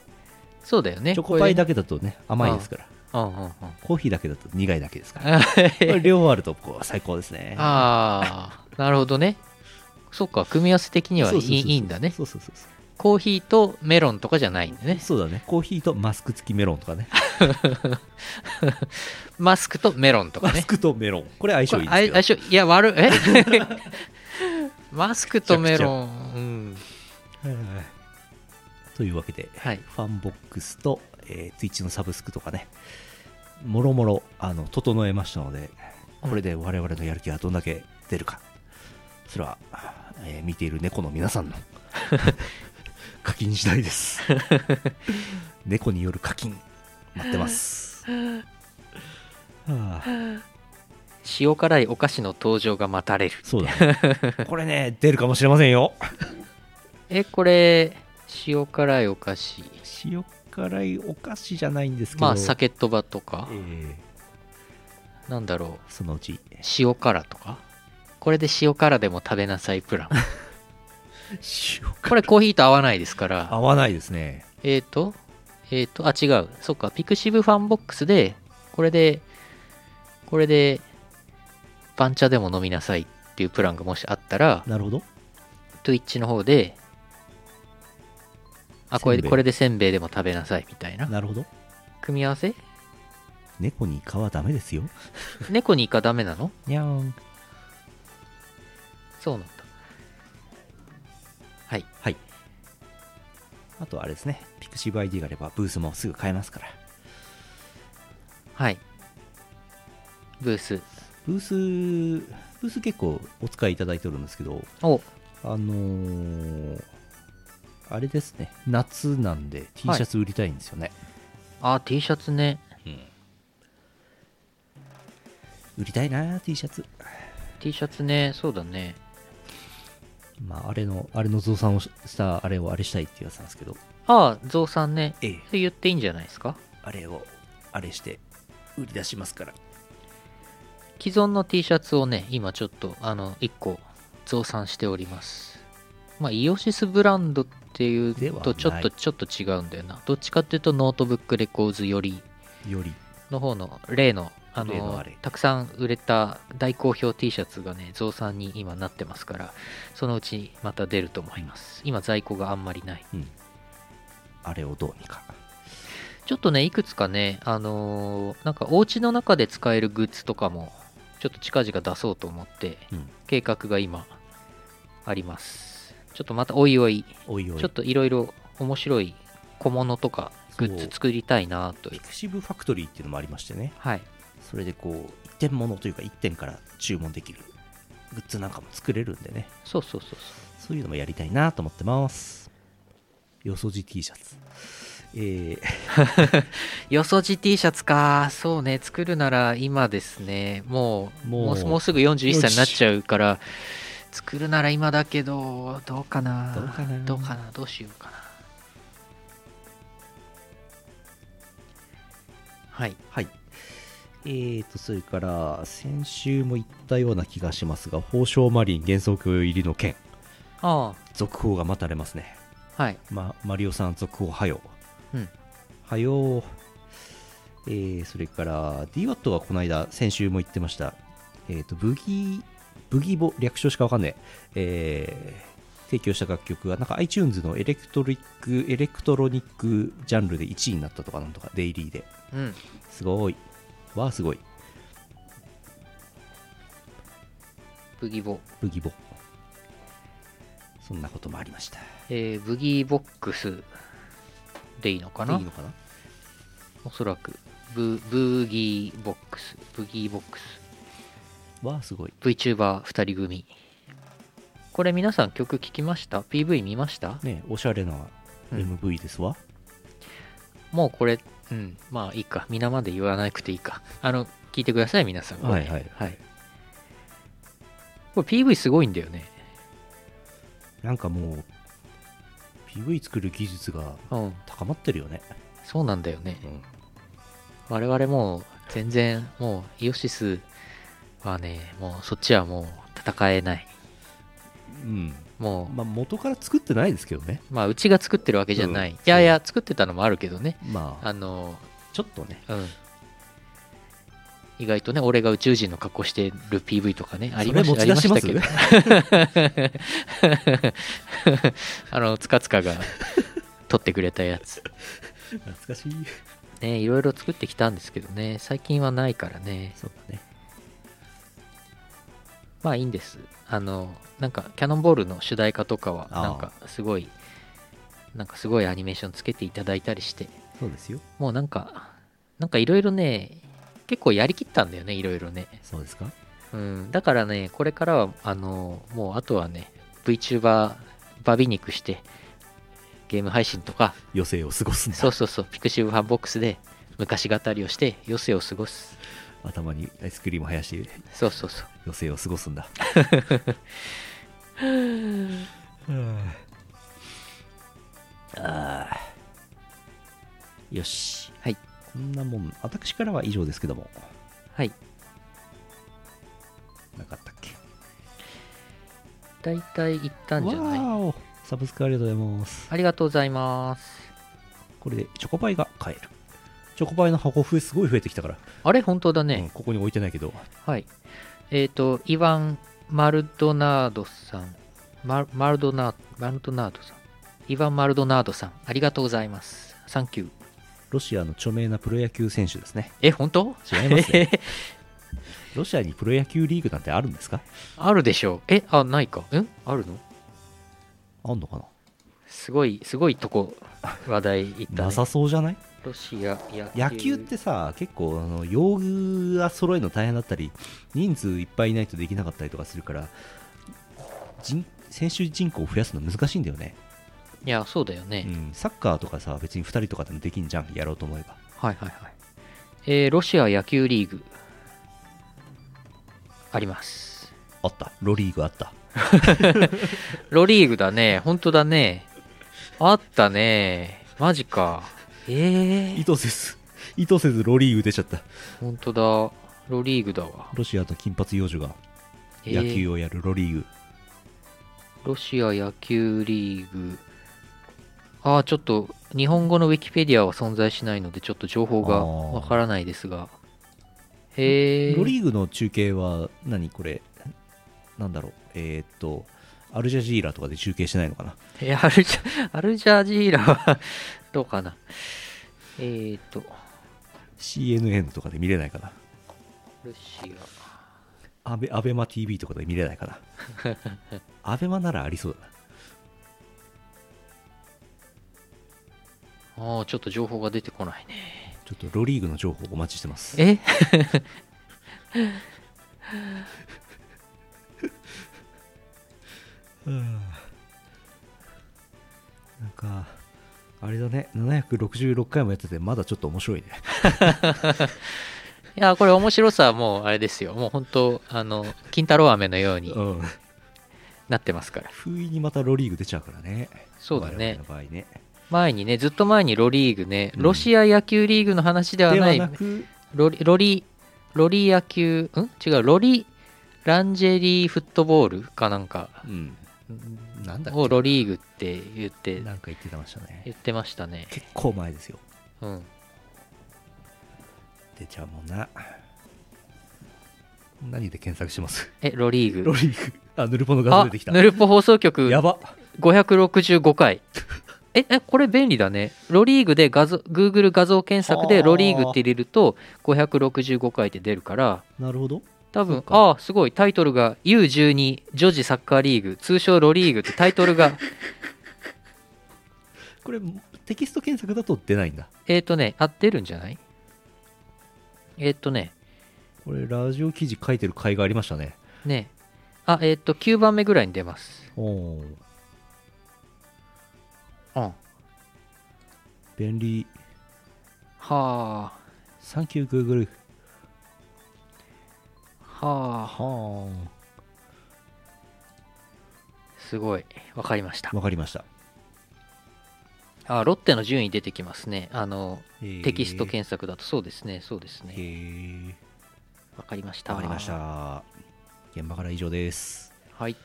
[SPEAKER 1] そうだよね。
[SPEAKER 2] チョコパイ
[SPEAKER 1] だ。
[SPEAKER 2] だけだとね、甘いですから。
[SPEAKER 1] うんうんうん。
[SPEAKER 2] コーヒーだけだと苦いだけですから。
[SPEAKER 1] あ
[SPEAKER 2] これ両方あると、こう、最高ですね。
[SPEAKER 1] あー、なるほどね。そっか、組み合わせ的にはい
[SPEAKER 2] そう
[SPEAKER 1] い
[SPEAKER 2] そうそうそう
[SPEAKER 1] いいんだね。
[SPEAKER 2] そうそうそうそう。
[SPEAKER 1] コーヒーとメロンとかじゃないんだね。
[SPEAKER 2] そうだね。コーヒーとマスク付きメロンとかね。
[SPEAKER 1] マスクとメロンと
[SPEAKER 2] マ
[SPEAKER 1] か
[SPEAKER 2] ス
[SPEAKER 1] ね。
[SPEAKER 2] クとメロン。これ相性いい
[SPEAKER 1] これあ
[SPEAKER 2] で
[SPEAKER 1] い
[SPEAKER 2] す
[SPEAKER 1] 相性いや、悪い。え マスクとメロン。うん
[SPEAKER 2] けど。はいはいはいというわけで、
[SPEAKER 1] はい
[SPEAKER 2] ファンボックスと、えー、Twitch のサブスクとかね、もろもろ、あの、整えましたので、これで我々のやる気がどんだけ出るか、それは、えー見ている猫の皆さんの 課金次第 です。猫による課金、待って ます。はあ、
[SPEAKER 1] 塩辛いお菓子の登場が待たれる。
[SPEAKER 2] そうだね。 これね、出るかもしれませんよ。
[SPEAKER 1] え、これ、塩辛いお菓子。
[SPEAKER 2] 塩辛いお菓子じゃないんですけど、
[SPEAKER 1] まあ、酒とばとか
[SPEAKER 2] え、ー
[SPEAKER 1] なんだろう。
[SPEAKER 2] そのうち、
[SPEAKER 1] 塩辛とかこれで塩辛でも食べなさいプラン
[SPEAKER 2] 塩
[SPEAKER 1] これコーヒーと合わないですか
[SPEAKER 2] 合
[SPEAKER 1] ら
[SPEAKER 2] わないですね。
[SPEAKER 1] えっ、とえっ、とあ違うそっかピクシブファンボックスでこれでこれで番茶でも飲みなさいっていうプランがもしあったら
[SPEAKER 2] なるほど。
[SPEAKER 1] Twitch の方であこれ
[SPEAKER 2] せんべ
[SPEAKER 1] で
[SPEAKER 2] い
[SPEAKER 1] これでせんべいでも食べなさいみたいな
[SPEAKER 2] なるほど。
[SPEAKER 1] 組み合わせ
[SPEAKER 2] 猫にイカはダメですよ。
[SPEAKER 1] 猫にイカダメなの
[SPEAKER 2] にゃーん。
[SPEAKER 1] そうなんだはい
[SPEAKER 2] はい。あとあれですね、ピクシブ ID があればブースもすぐ買えますから。
[SPEAKER 1] はいブース
[SPEAKER 2] ブース、ブース結構お使いいただいてるんですけど、
[SPEAKER 1] お
[SPEAKER 2] あのーあれですね、夏なんで T シャツ売りたいんですよね。
[SPEAKER 1] あ T シャツね
[SPEAKER 2] 売りたいなー T シャツ。
[SPEAKER 1] T シャツねそうだね
[SPEAKER 2] まあ、あれの、あれの増産をしした、あれをあれしたいってやつなんですけど、
[SPEAKER 1] ああゾウさんね
[SPEAKER 2] ええ、
[SPEAKER 1] それ言っていいんじゃないですか
[SPEAKER 2] あれを、あれして、売り出しますから。
[SPEAKER 1] 既存の T シャツをね今ちょっとあの1個増産しておりますまあイオシスブランドっていう
[SPEAKER 2] ではな
[SPEAKER 1] と
[SPEAKER 2] い
[SPEAKER 1] ちょっとちょっと違うんだよなどっちかっていうとノートブックレコーズより
[SPEAKER 2] より。
[SPEAKER 1] の方の例のあの
[SPEAKER 2] 例のあれ
[SPEAKER 1] たくさん売れた大好評 T シャツがね増産に今なってますからそのうちまた出ると思います今在庫があんまりない
[SPEAKER 2] うん。あれをどうにか。
[SPEAKER 1] ちょっとね、いくつかね、あのーなんかお家の中で使えるグッズとかも、ちょっと近々出そうと思って、
[SPEAKER 2] うん
[SPEAKER 1] 計画が今、あります。ちょっとまたおいおい、
[SPEAKER 2] おいおい。
[SPEAKER 1] ちょっといろいろ面白い小物とか、グッズ作りたいなとい
[SPEAKER 2] ピ
[SPEAKER 1] う。
[SPEAKER 2] クシブファクトリーっていうのもありましてね、
[SPEAKER 1] はい。
[SPEAKER 2] それでこう、一点物というか、一点から注文できるグッズなんかも作れるんでね、
[SPEAKER 1] そうそうそうそう。
[SPEAKER 2] そういうのもやりたいなと思ってます。よそじ T シャツ。えー、
[SPEAKER 1] よそじ T シャツか。そうね、作るなら今ですね。もう、
[SPEAKER 2] もう
[SPEAKER 1] もうすもうすぐ41歳になっちゃうから、作るなら今だけど、どうかな。
[SPEAKER 2] どうかな
[SPEAKER 1] どうかなどうしようかな。はい。
[SPEAKER 2] はい。えーと、それから、先週も言ったような気がしますが、宝生マリン幻想郷入りの件、
[SPEAKER 1] あ
[SPEAKER 2] 続報が待たれますね。
[SPEAKER 1] あ、はい。
[SPEAKER 2] ま、マリオさん続報はよ。
[SPEAKER 1] うん。
[SPEAKER 2] はよう。えー、それから、DWAT はこの間、先週も言ってました。えっ、と、ブギー、ブギーボ、略称しかわかんない。えー提供した楽曲が、なんか iTunes のエレクトリック、エレクトロニックジャンルで1位になったとかなんとか、デイリーで。
[SPEAKER 1] うん。
[SPEAKER 2] すごい。わあ、すごい。
[SPEAKER 1] ブギボ。
[SPEAKER 2] ブギボ。そんなこともありました。
[SPEAKER 1] えー、ブギーボックスでいいのか
[SPEAKER 2] で
[SPEAKER 1] ない
[SPEAKER 2] いのかな
[SPEAKER 1] おそらく。ブブーギーボックス。ブギーボックス。
[SPEAKER 2] わあ、すごい。
[SPEAKER 1] VTuber2 人組これ皆さん曲聴きました ?PV 見ました
[SPEAKER 2] ねおしゃれな MV ですわ。
[SPEAKER 1] もうこれうんまあいいか皆まで言わなくていいかあの聞いてください皆さんこれ
[SPEAKER 2] はいはい
[SPEAKER 1] はい、これ PV すごいんだよね
[SPEAKER 2] なんかもう、PV 作る技術が
[SPEAKER 1] うん
[SPEAKER 2] 高まってるよね。
[SPEAKER 1] そうなんだよね我々もう全然もうイオシスはねもうそっちはもう戦えない
[SPEAKER 2] うん
[SPEAKER 1] もう、
[SPEAKER 2] まあ、元から作ってないですけどね
[SPEAKER 1] まあ、うちが作ってるわけじゃない。
[SPEAKER 2] うん
[SPEAKER 1] いやいや、作ってたのもあるけどね。
[SPEAKER 2] まあ
[SPEAKER 1] あの、
[SPEAKER 2] ちょっとね
[SPEAKER 1] うん。意外とね、俺が宇宙人の格好してる PV とかね、あり
[SPEAKER 2] それ
[SPEAKER 1] まし
[SPEAKER 2] 持
[SPEAKER 1] たあ
[SPEAKER 2] ち
[SPEAKER 1] り
[SPEAKER 2] 出
[SPEAKER 1] ま
[SPEAKER 2] し
[SPEAKER 1] し
[SPEAKER 2] ま
[SPEAKER 1] た
[SPEAKER 2] す
[SPEAKER 1] けど。 あの、つかつかが撮ってくれたやつ。
[SPEAKER 2] 懐かしい
[SPEAKER 1] ね、いろいろ作ってきたんですけどね、最近はないからね。
[SPEAKER 2] そうだね
[SPEAKER 1] まあいいんです。あの、なんか、キャノンボールの主題歌とかは、
[SPEAKER 2] あー
[SPEAKER 1] なんか、すごい、なんかすごいアニメーションつけていただいたりして、
[SPEAKER 2] そうですよ
[SPEAKER 1] もうなんか、なんかいろいろね、結構やりきったんだよね、いろいろね。
[SPEAKER 2] そうですか
[SPEAKER 1] うん、だからね、これからは、あの、もうあとはね、VTuber バビ肉して、ゲーム配信とか、
[SPEAKER 2] 余生を過ごすんだ
[SPEAKER 1] そうそうそう、ピクシブファンボックスで昔語りをして、余生を過ごす。
[SPEAKER 2] 頭にアイスクリーム生やして
[SPEAKER 1] そうそうそう。
[SPEAKER 2] 余生を過ごすんだ あーよし
[SPEAKER 1] はい
[SPEAKER 2] こんなもん私からは以上ですけども
[SPEAKER 1] はい。
[SPEAKER 2] なかったっけ
[SPEAKER 1] 大体いったんじゃ
[SPEAKER 2] わ
[SPEAKER 1] ない
[SPEAKER 2] ーおサブスクありがとうございます
[SPEAKER 1] ありがとうございます。
[SPEAKER 2] これでチョコパイが買えるチョコパイの箱増えすごい増えてきたから、
[SPEAKER 1] あれ本当だ
[SPEAKER 2] うん
[SPEAKER 1] ね。
[SPEAKER 2] ここに置いてないけど
[SPEAKER 1] はい。えっ、と、イワン・マルドナードさん。ママルドナマルドナードさん。イワン・マルドナードさん。ありがとうございます。サンキュー。
[SPEAKER 2] ロシアの著名なプロ野球選手ですね
[SPEAKER 1] え、本当
[SPEAKER 2] 違いま すね
[SPEAKER 1] え
[SPEAKER 2] ロシアにプロ野球リーグなんてあるんですか
[SPEAKER 1] あるでしょう。え、あ、ないか。んあるの
[SPEAKER 2] あんのかな、
[SPEAKER 1] すごい、すごいとこ、話題いった、
[SPEAKER 2] な
[SPEAKER 1] ね。
[SPEAKER 2] さそうじゃない
[SPEAKER 1] ロシア野
[SPEAKER 2] 野
[SPEAKER 1] 球。
[SPEAKER 2] 球ってさ結構あの用具が揃えるの大変だったり人数いっぱいいないとできなかったりとかするから人選手人口を増やすの難しいんだよね、
[SPEAKER 1] いや、そうだよ
[SPEAKER 2] う
[SPEAKER 1] ね。
[SPEAKER 2] ん、サッカーとかさ別に2人とかでもできんじゃんやろうと思えば
[SPEAKER 1] はいはいはい。えーロシア野球リーグ。あります。
[SPEAKER 2] あったロリーグあった
[SPEAKER 1] ロリーグだね。本当だね。あったね。マジか。ええ
[SPEAKER 2] 意図せず意図せずロリーグ出ちゃった
[SPEAKER 1] 本当だ。ロリーグだわ。
[SPEAKER 2] ロシアと金髪幼女が
[SPEAKER 1] えー
[SPEAKER 2] 野球をやるロリーグ、
[SPEAKER 1] ロシア野球リーグ。ああ、ちょっと、日本語のウィキペディアは存在しないので、ちょっと情報
[SPEAKER 2] あ
[SPEAKER 1] が
[SPEAKER 2] ー
[SPEAKER 1] わからないですが。へえ。
[SPEAKER 2] ロリーグの中継は何これなんだろうえーっとアルジャジーラとかで中継してないのかな
[SPEAKER 1] えアルジャ、アルジャジーラは、どうかな。えーと、
[SPEAKER 2] CNN とかで見れないかな
[SPEAKER 1] ロシ
[SPEAKER 2] アベアベマ t v とかで見れないかな アベマならありそうだな
[SPEAKER 1] ア。ああ、ちょっと情報が出てこないね。
[SPEAKER 2] ちょっとロリーグの情報お待ちしてます
[SPEAKER 1] え
[SPEAKER 2] なんかあれだね766回もやっててまだちょっと面白いね
[SPEAKER 1] いや、これ面白さはもうあれですよ。もう本当、あの、金太郎飴のように
[SPEAKER 2] うん
[SPEAKER 1] なってますから。
[SPEAKER 2] 不意にまたロリーグ出ちゃうからね
[SPEAKER 1] そうだね
[SPEAKER 2] 我々の場合ね
[SPEAKER 1] 前にね、ずっと前にロリーグね、
[SPEAKER 2] うん
[SPEAKER 1] ロシア野球リーグの話では
[SPEAKER 2] で
[SPEAKER 1] な、
[SPEAKER 2] はいなく
[SPEAKER 1] ロリ、ロリ、ロリ野球、ん違う、ロリ、ランジェリーフットボールかなんか
[SPEAKER 2] うんなんだっ
[SPEAKER 1] をロリーグって言って
[SPEAKER 2] け、なんか言ってましたね
[SPEAKER 1] 言ってましたね。
[SPEAKER 2] 結構前ですよ
[SPEAKER 1] うん。
[SPEAKER 2] 出ちゃうもんな何で検索します
[SPEAKER 1] え、ロリーグ。
[SPEAKER 2] ロリーグあヌルポの画像
[SPEAKER 1] あ
[SPEAKER 2] 出てき、た
[SPEAKER 1] ヌルポ放送局
[SPEAKER 2] やば
[SPEAKER 1] 565回。え、え、これ便利だね。ロリーグで画像、Google 画像検索
[SPEAKER 2] あ
[SPEAKER 1] で
[SPEAKER 2] ー
[SPEAKER 1] ロリーグって入れると565回って出るから、
[SPEAKER 2] なるほど
[SPEAKER 1] 多
[SPEAKER 2] そう
[SPEAKER 1] 分、
[SPEAKER 2] か
[SPEAKER 1] ああ、すごい。タイトルが U12 女子サッカーリーグ、通称ロリーグってタイトルが、
[SPEAKER 2] これテキスト検索だと出ないんだ
[SPEAKER 1] えっとね、あ、出るんじゃないえっ、とね、
[SPEAKER 2] これラジオ記事書いてる甲斐がありましたね
[SPEAKER 1] ね、あ、えっ、と、9番目ぐらいに出ます。
[SPEAKER 2] おお
[SPEAKER 1] うん。は
[SPEAKER 2] 便利
[SPEAKER 1] あ、
[SPEAKER 2] サンキューグーグル
[SPEAKER 1] はあ、
[SPEAKER 2] は
[SPEAKER 1] すごい。わかりました
[SPEAKER 2] あ。わかりました、
[SPEAKER 1] あ、ロッテの順位出てきますね。あの、
[SPEAKER 2] えー
[SPEAKER 1] テキスト検索だと、そうですね、そうです
[SPEAKER 2] へ
[SPEAKER 1] ね。
[SPEAKER 2] ー
[SPEAKER 1] わかりました。
[SPEAKER 2] わかりまし。た現場から以上です
[SPEAKER 1] はい。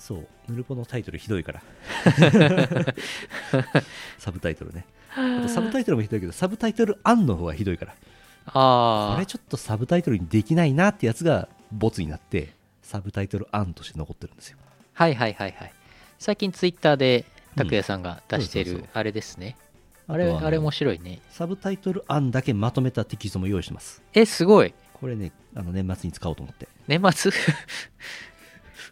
[SPEAKER 2] そうヌルポのタイトルひ どいからサブタイトルねあとサブタイトルもひどいけどサブタイトル「案」の方がひどいから
[SPEAKER 1] あ
[SPEAKER 2] あれ
[SPEAKER 1] あ
[SPEAKER 2] ちょっとサブタイトルにできないなってやつがボツになってサブタイトル「案」として残ってるんですよ
[SPEAKER 1] はいはいはいはい最近ツイッターで拓也さんが出して
[SPEAKER 2] そうそう
[SPEAKER 1] る
[SPEAKER 2] そ
[SPEAKER 1] あれですね、
[SPEAKER 2] あ
[SPEAKER 1] あれ
[SPEAKER 2] とは
[SPEAKER 1] あれ面白いね
[SPEAKER 2] サブタイトル「案」だけまとめたテキストも用意してます
[SPEAKER 1] えすごい
[SPEAKER 2] これねあの年末に使おうと思って
[SPEAKER 1] 年末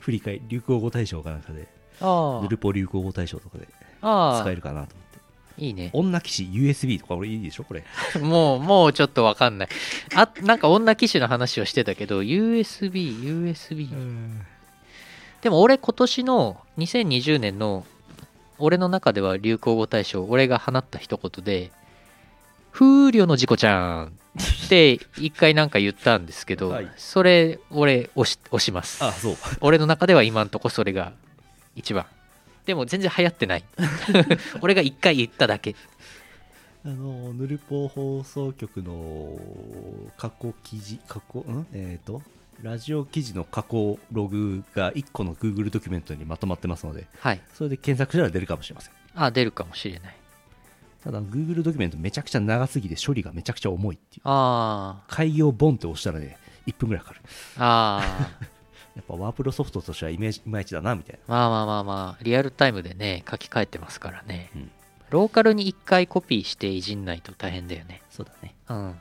[SPEAKER 2] 振り返り流行語大賞かなんかで
[SPEAKER 1] あ
[SPEAKER 2] ヌルポ流行語大賞とかで
[SPEAKER 1] ああ
[SPEAKER 2] 使
[SPEAKER 1] あ
[SPEAKER 2] えるかなと思って
[SPEAKER 1] いいね
[SPEAKER 2] 女騎士 USB とかこれいいでしょこれ
[SPEAKER 1] もうもうちょっとわかんないあなんか女機種の話をしてたけど USBUSB でも俺今年の2020年の俺の中では流行語大賞俺が放った一言で「風量の事故ちゃん」って一回なんか言ったんですけど、
[SPEAKER 2] はい
[SPEAKER 1] それ俺押し押します
[SPEAKER 2] ああそう
[SPEAKER 1] 俺の中では今んとこそれが一番でも全然流行ってない 俺が一回言っただけ
[SPEAKER 2] あのヌルポ放送局の過去記事過去んえっ、とラジオ記事の過去ログが1個の Google ドキュメントにまとまってますので
[SPEAKER 1] はい
[SPEAKER 2] それで検索したら出るかもしれません
[SPEAKER 1] あ出るかもしれない
[SPEAKER 2] ただ Google ドキュメントめちゃくちゃ長すぎて処理がめちゃくちゃ重いっていう
[SPEAKER 1] あ
[SPEAKER 2] 開業ボンって押したらね1分ぐらいかかる
[SPEAKER 1] あああ
[SPEAKER 2] やっぱワープロソフトとしてはイメージいまいちだなみたいな
[SPEAKER 1] まあまあまあまあリアルタイムでね書き換えてますからね、
[SPEAKER 2] うん
[SPEAKER 1] ローカルに一回コピーしていじんないと大変だよね
[SPEAKER 2] そうだね
[SPEAKER 1] うん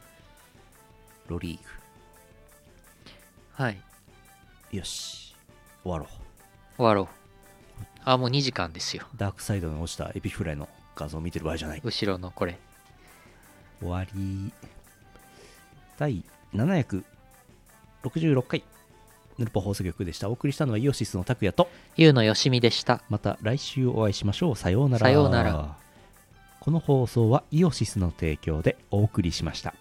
[SPEAKER 2] ロリー
[SPEAKER 1] はい
[SPEAKER 2] グよし終わろ
[SPEAKER 1] 終わろうあもう2時間ですよ
[SPEAKER 2] うダークサイドに落ちたエピフライの画像を見てる場合じゃない
[SPEAKER 1] 後ろのこれ
[SPEAKER 2] 終わり第766回ヌルポ放送局でしたお送りしたのはイオシスの拓也と
[SPEAKER 1] ゆうのよしみでした
[SPEAKER 2] また来週お会いしましょうさようなら
[SPEAKER 1] さようなら
[SPEAKER 2] この放送はイオシスの提供でお送りしました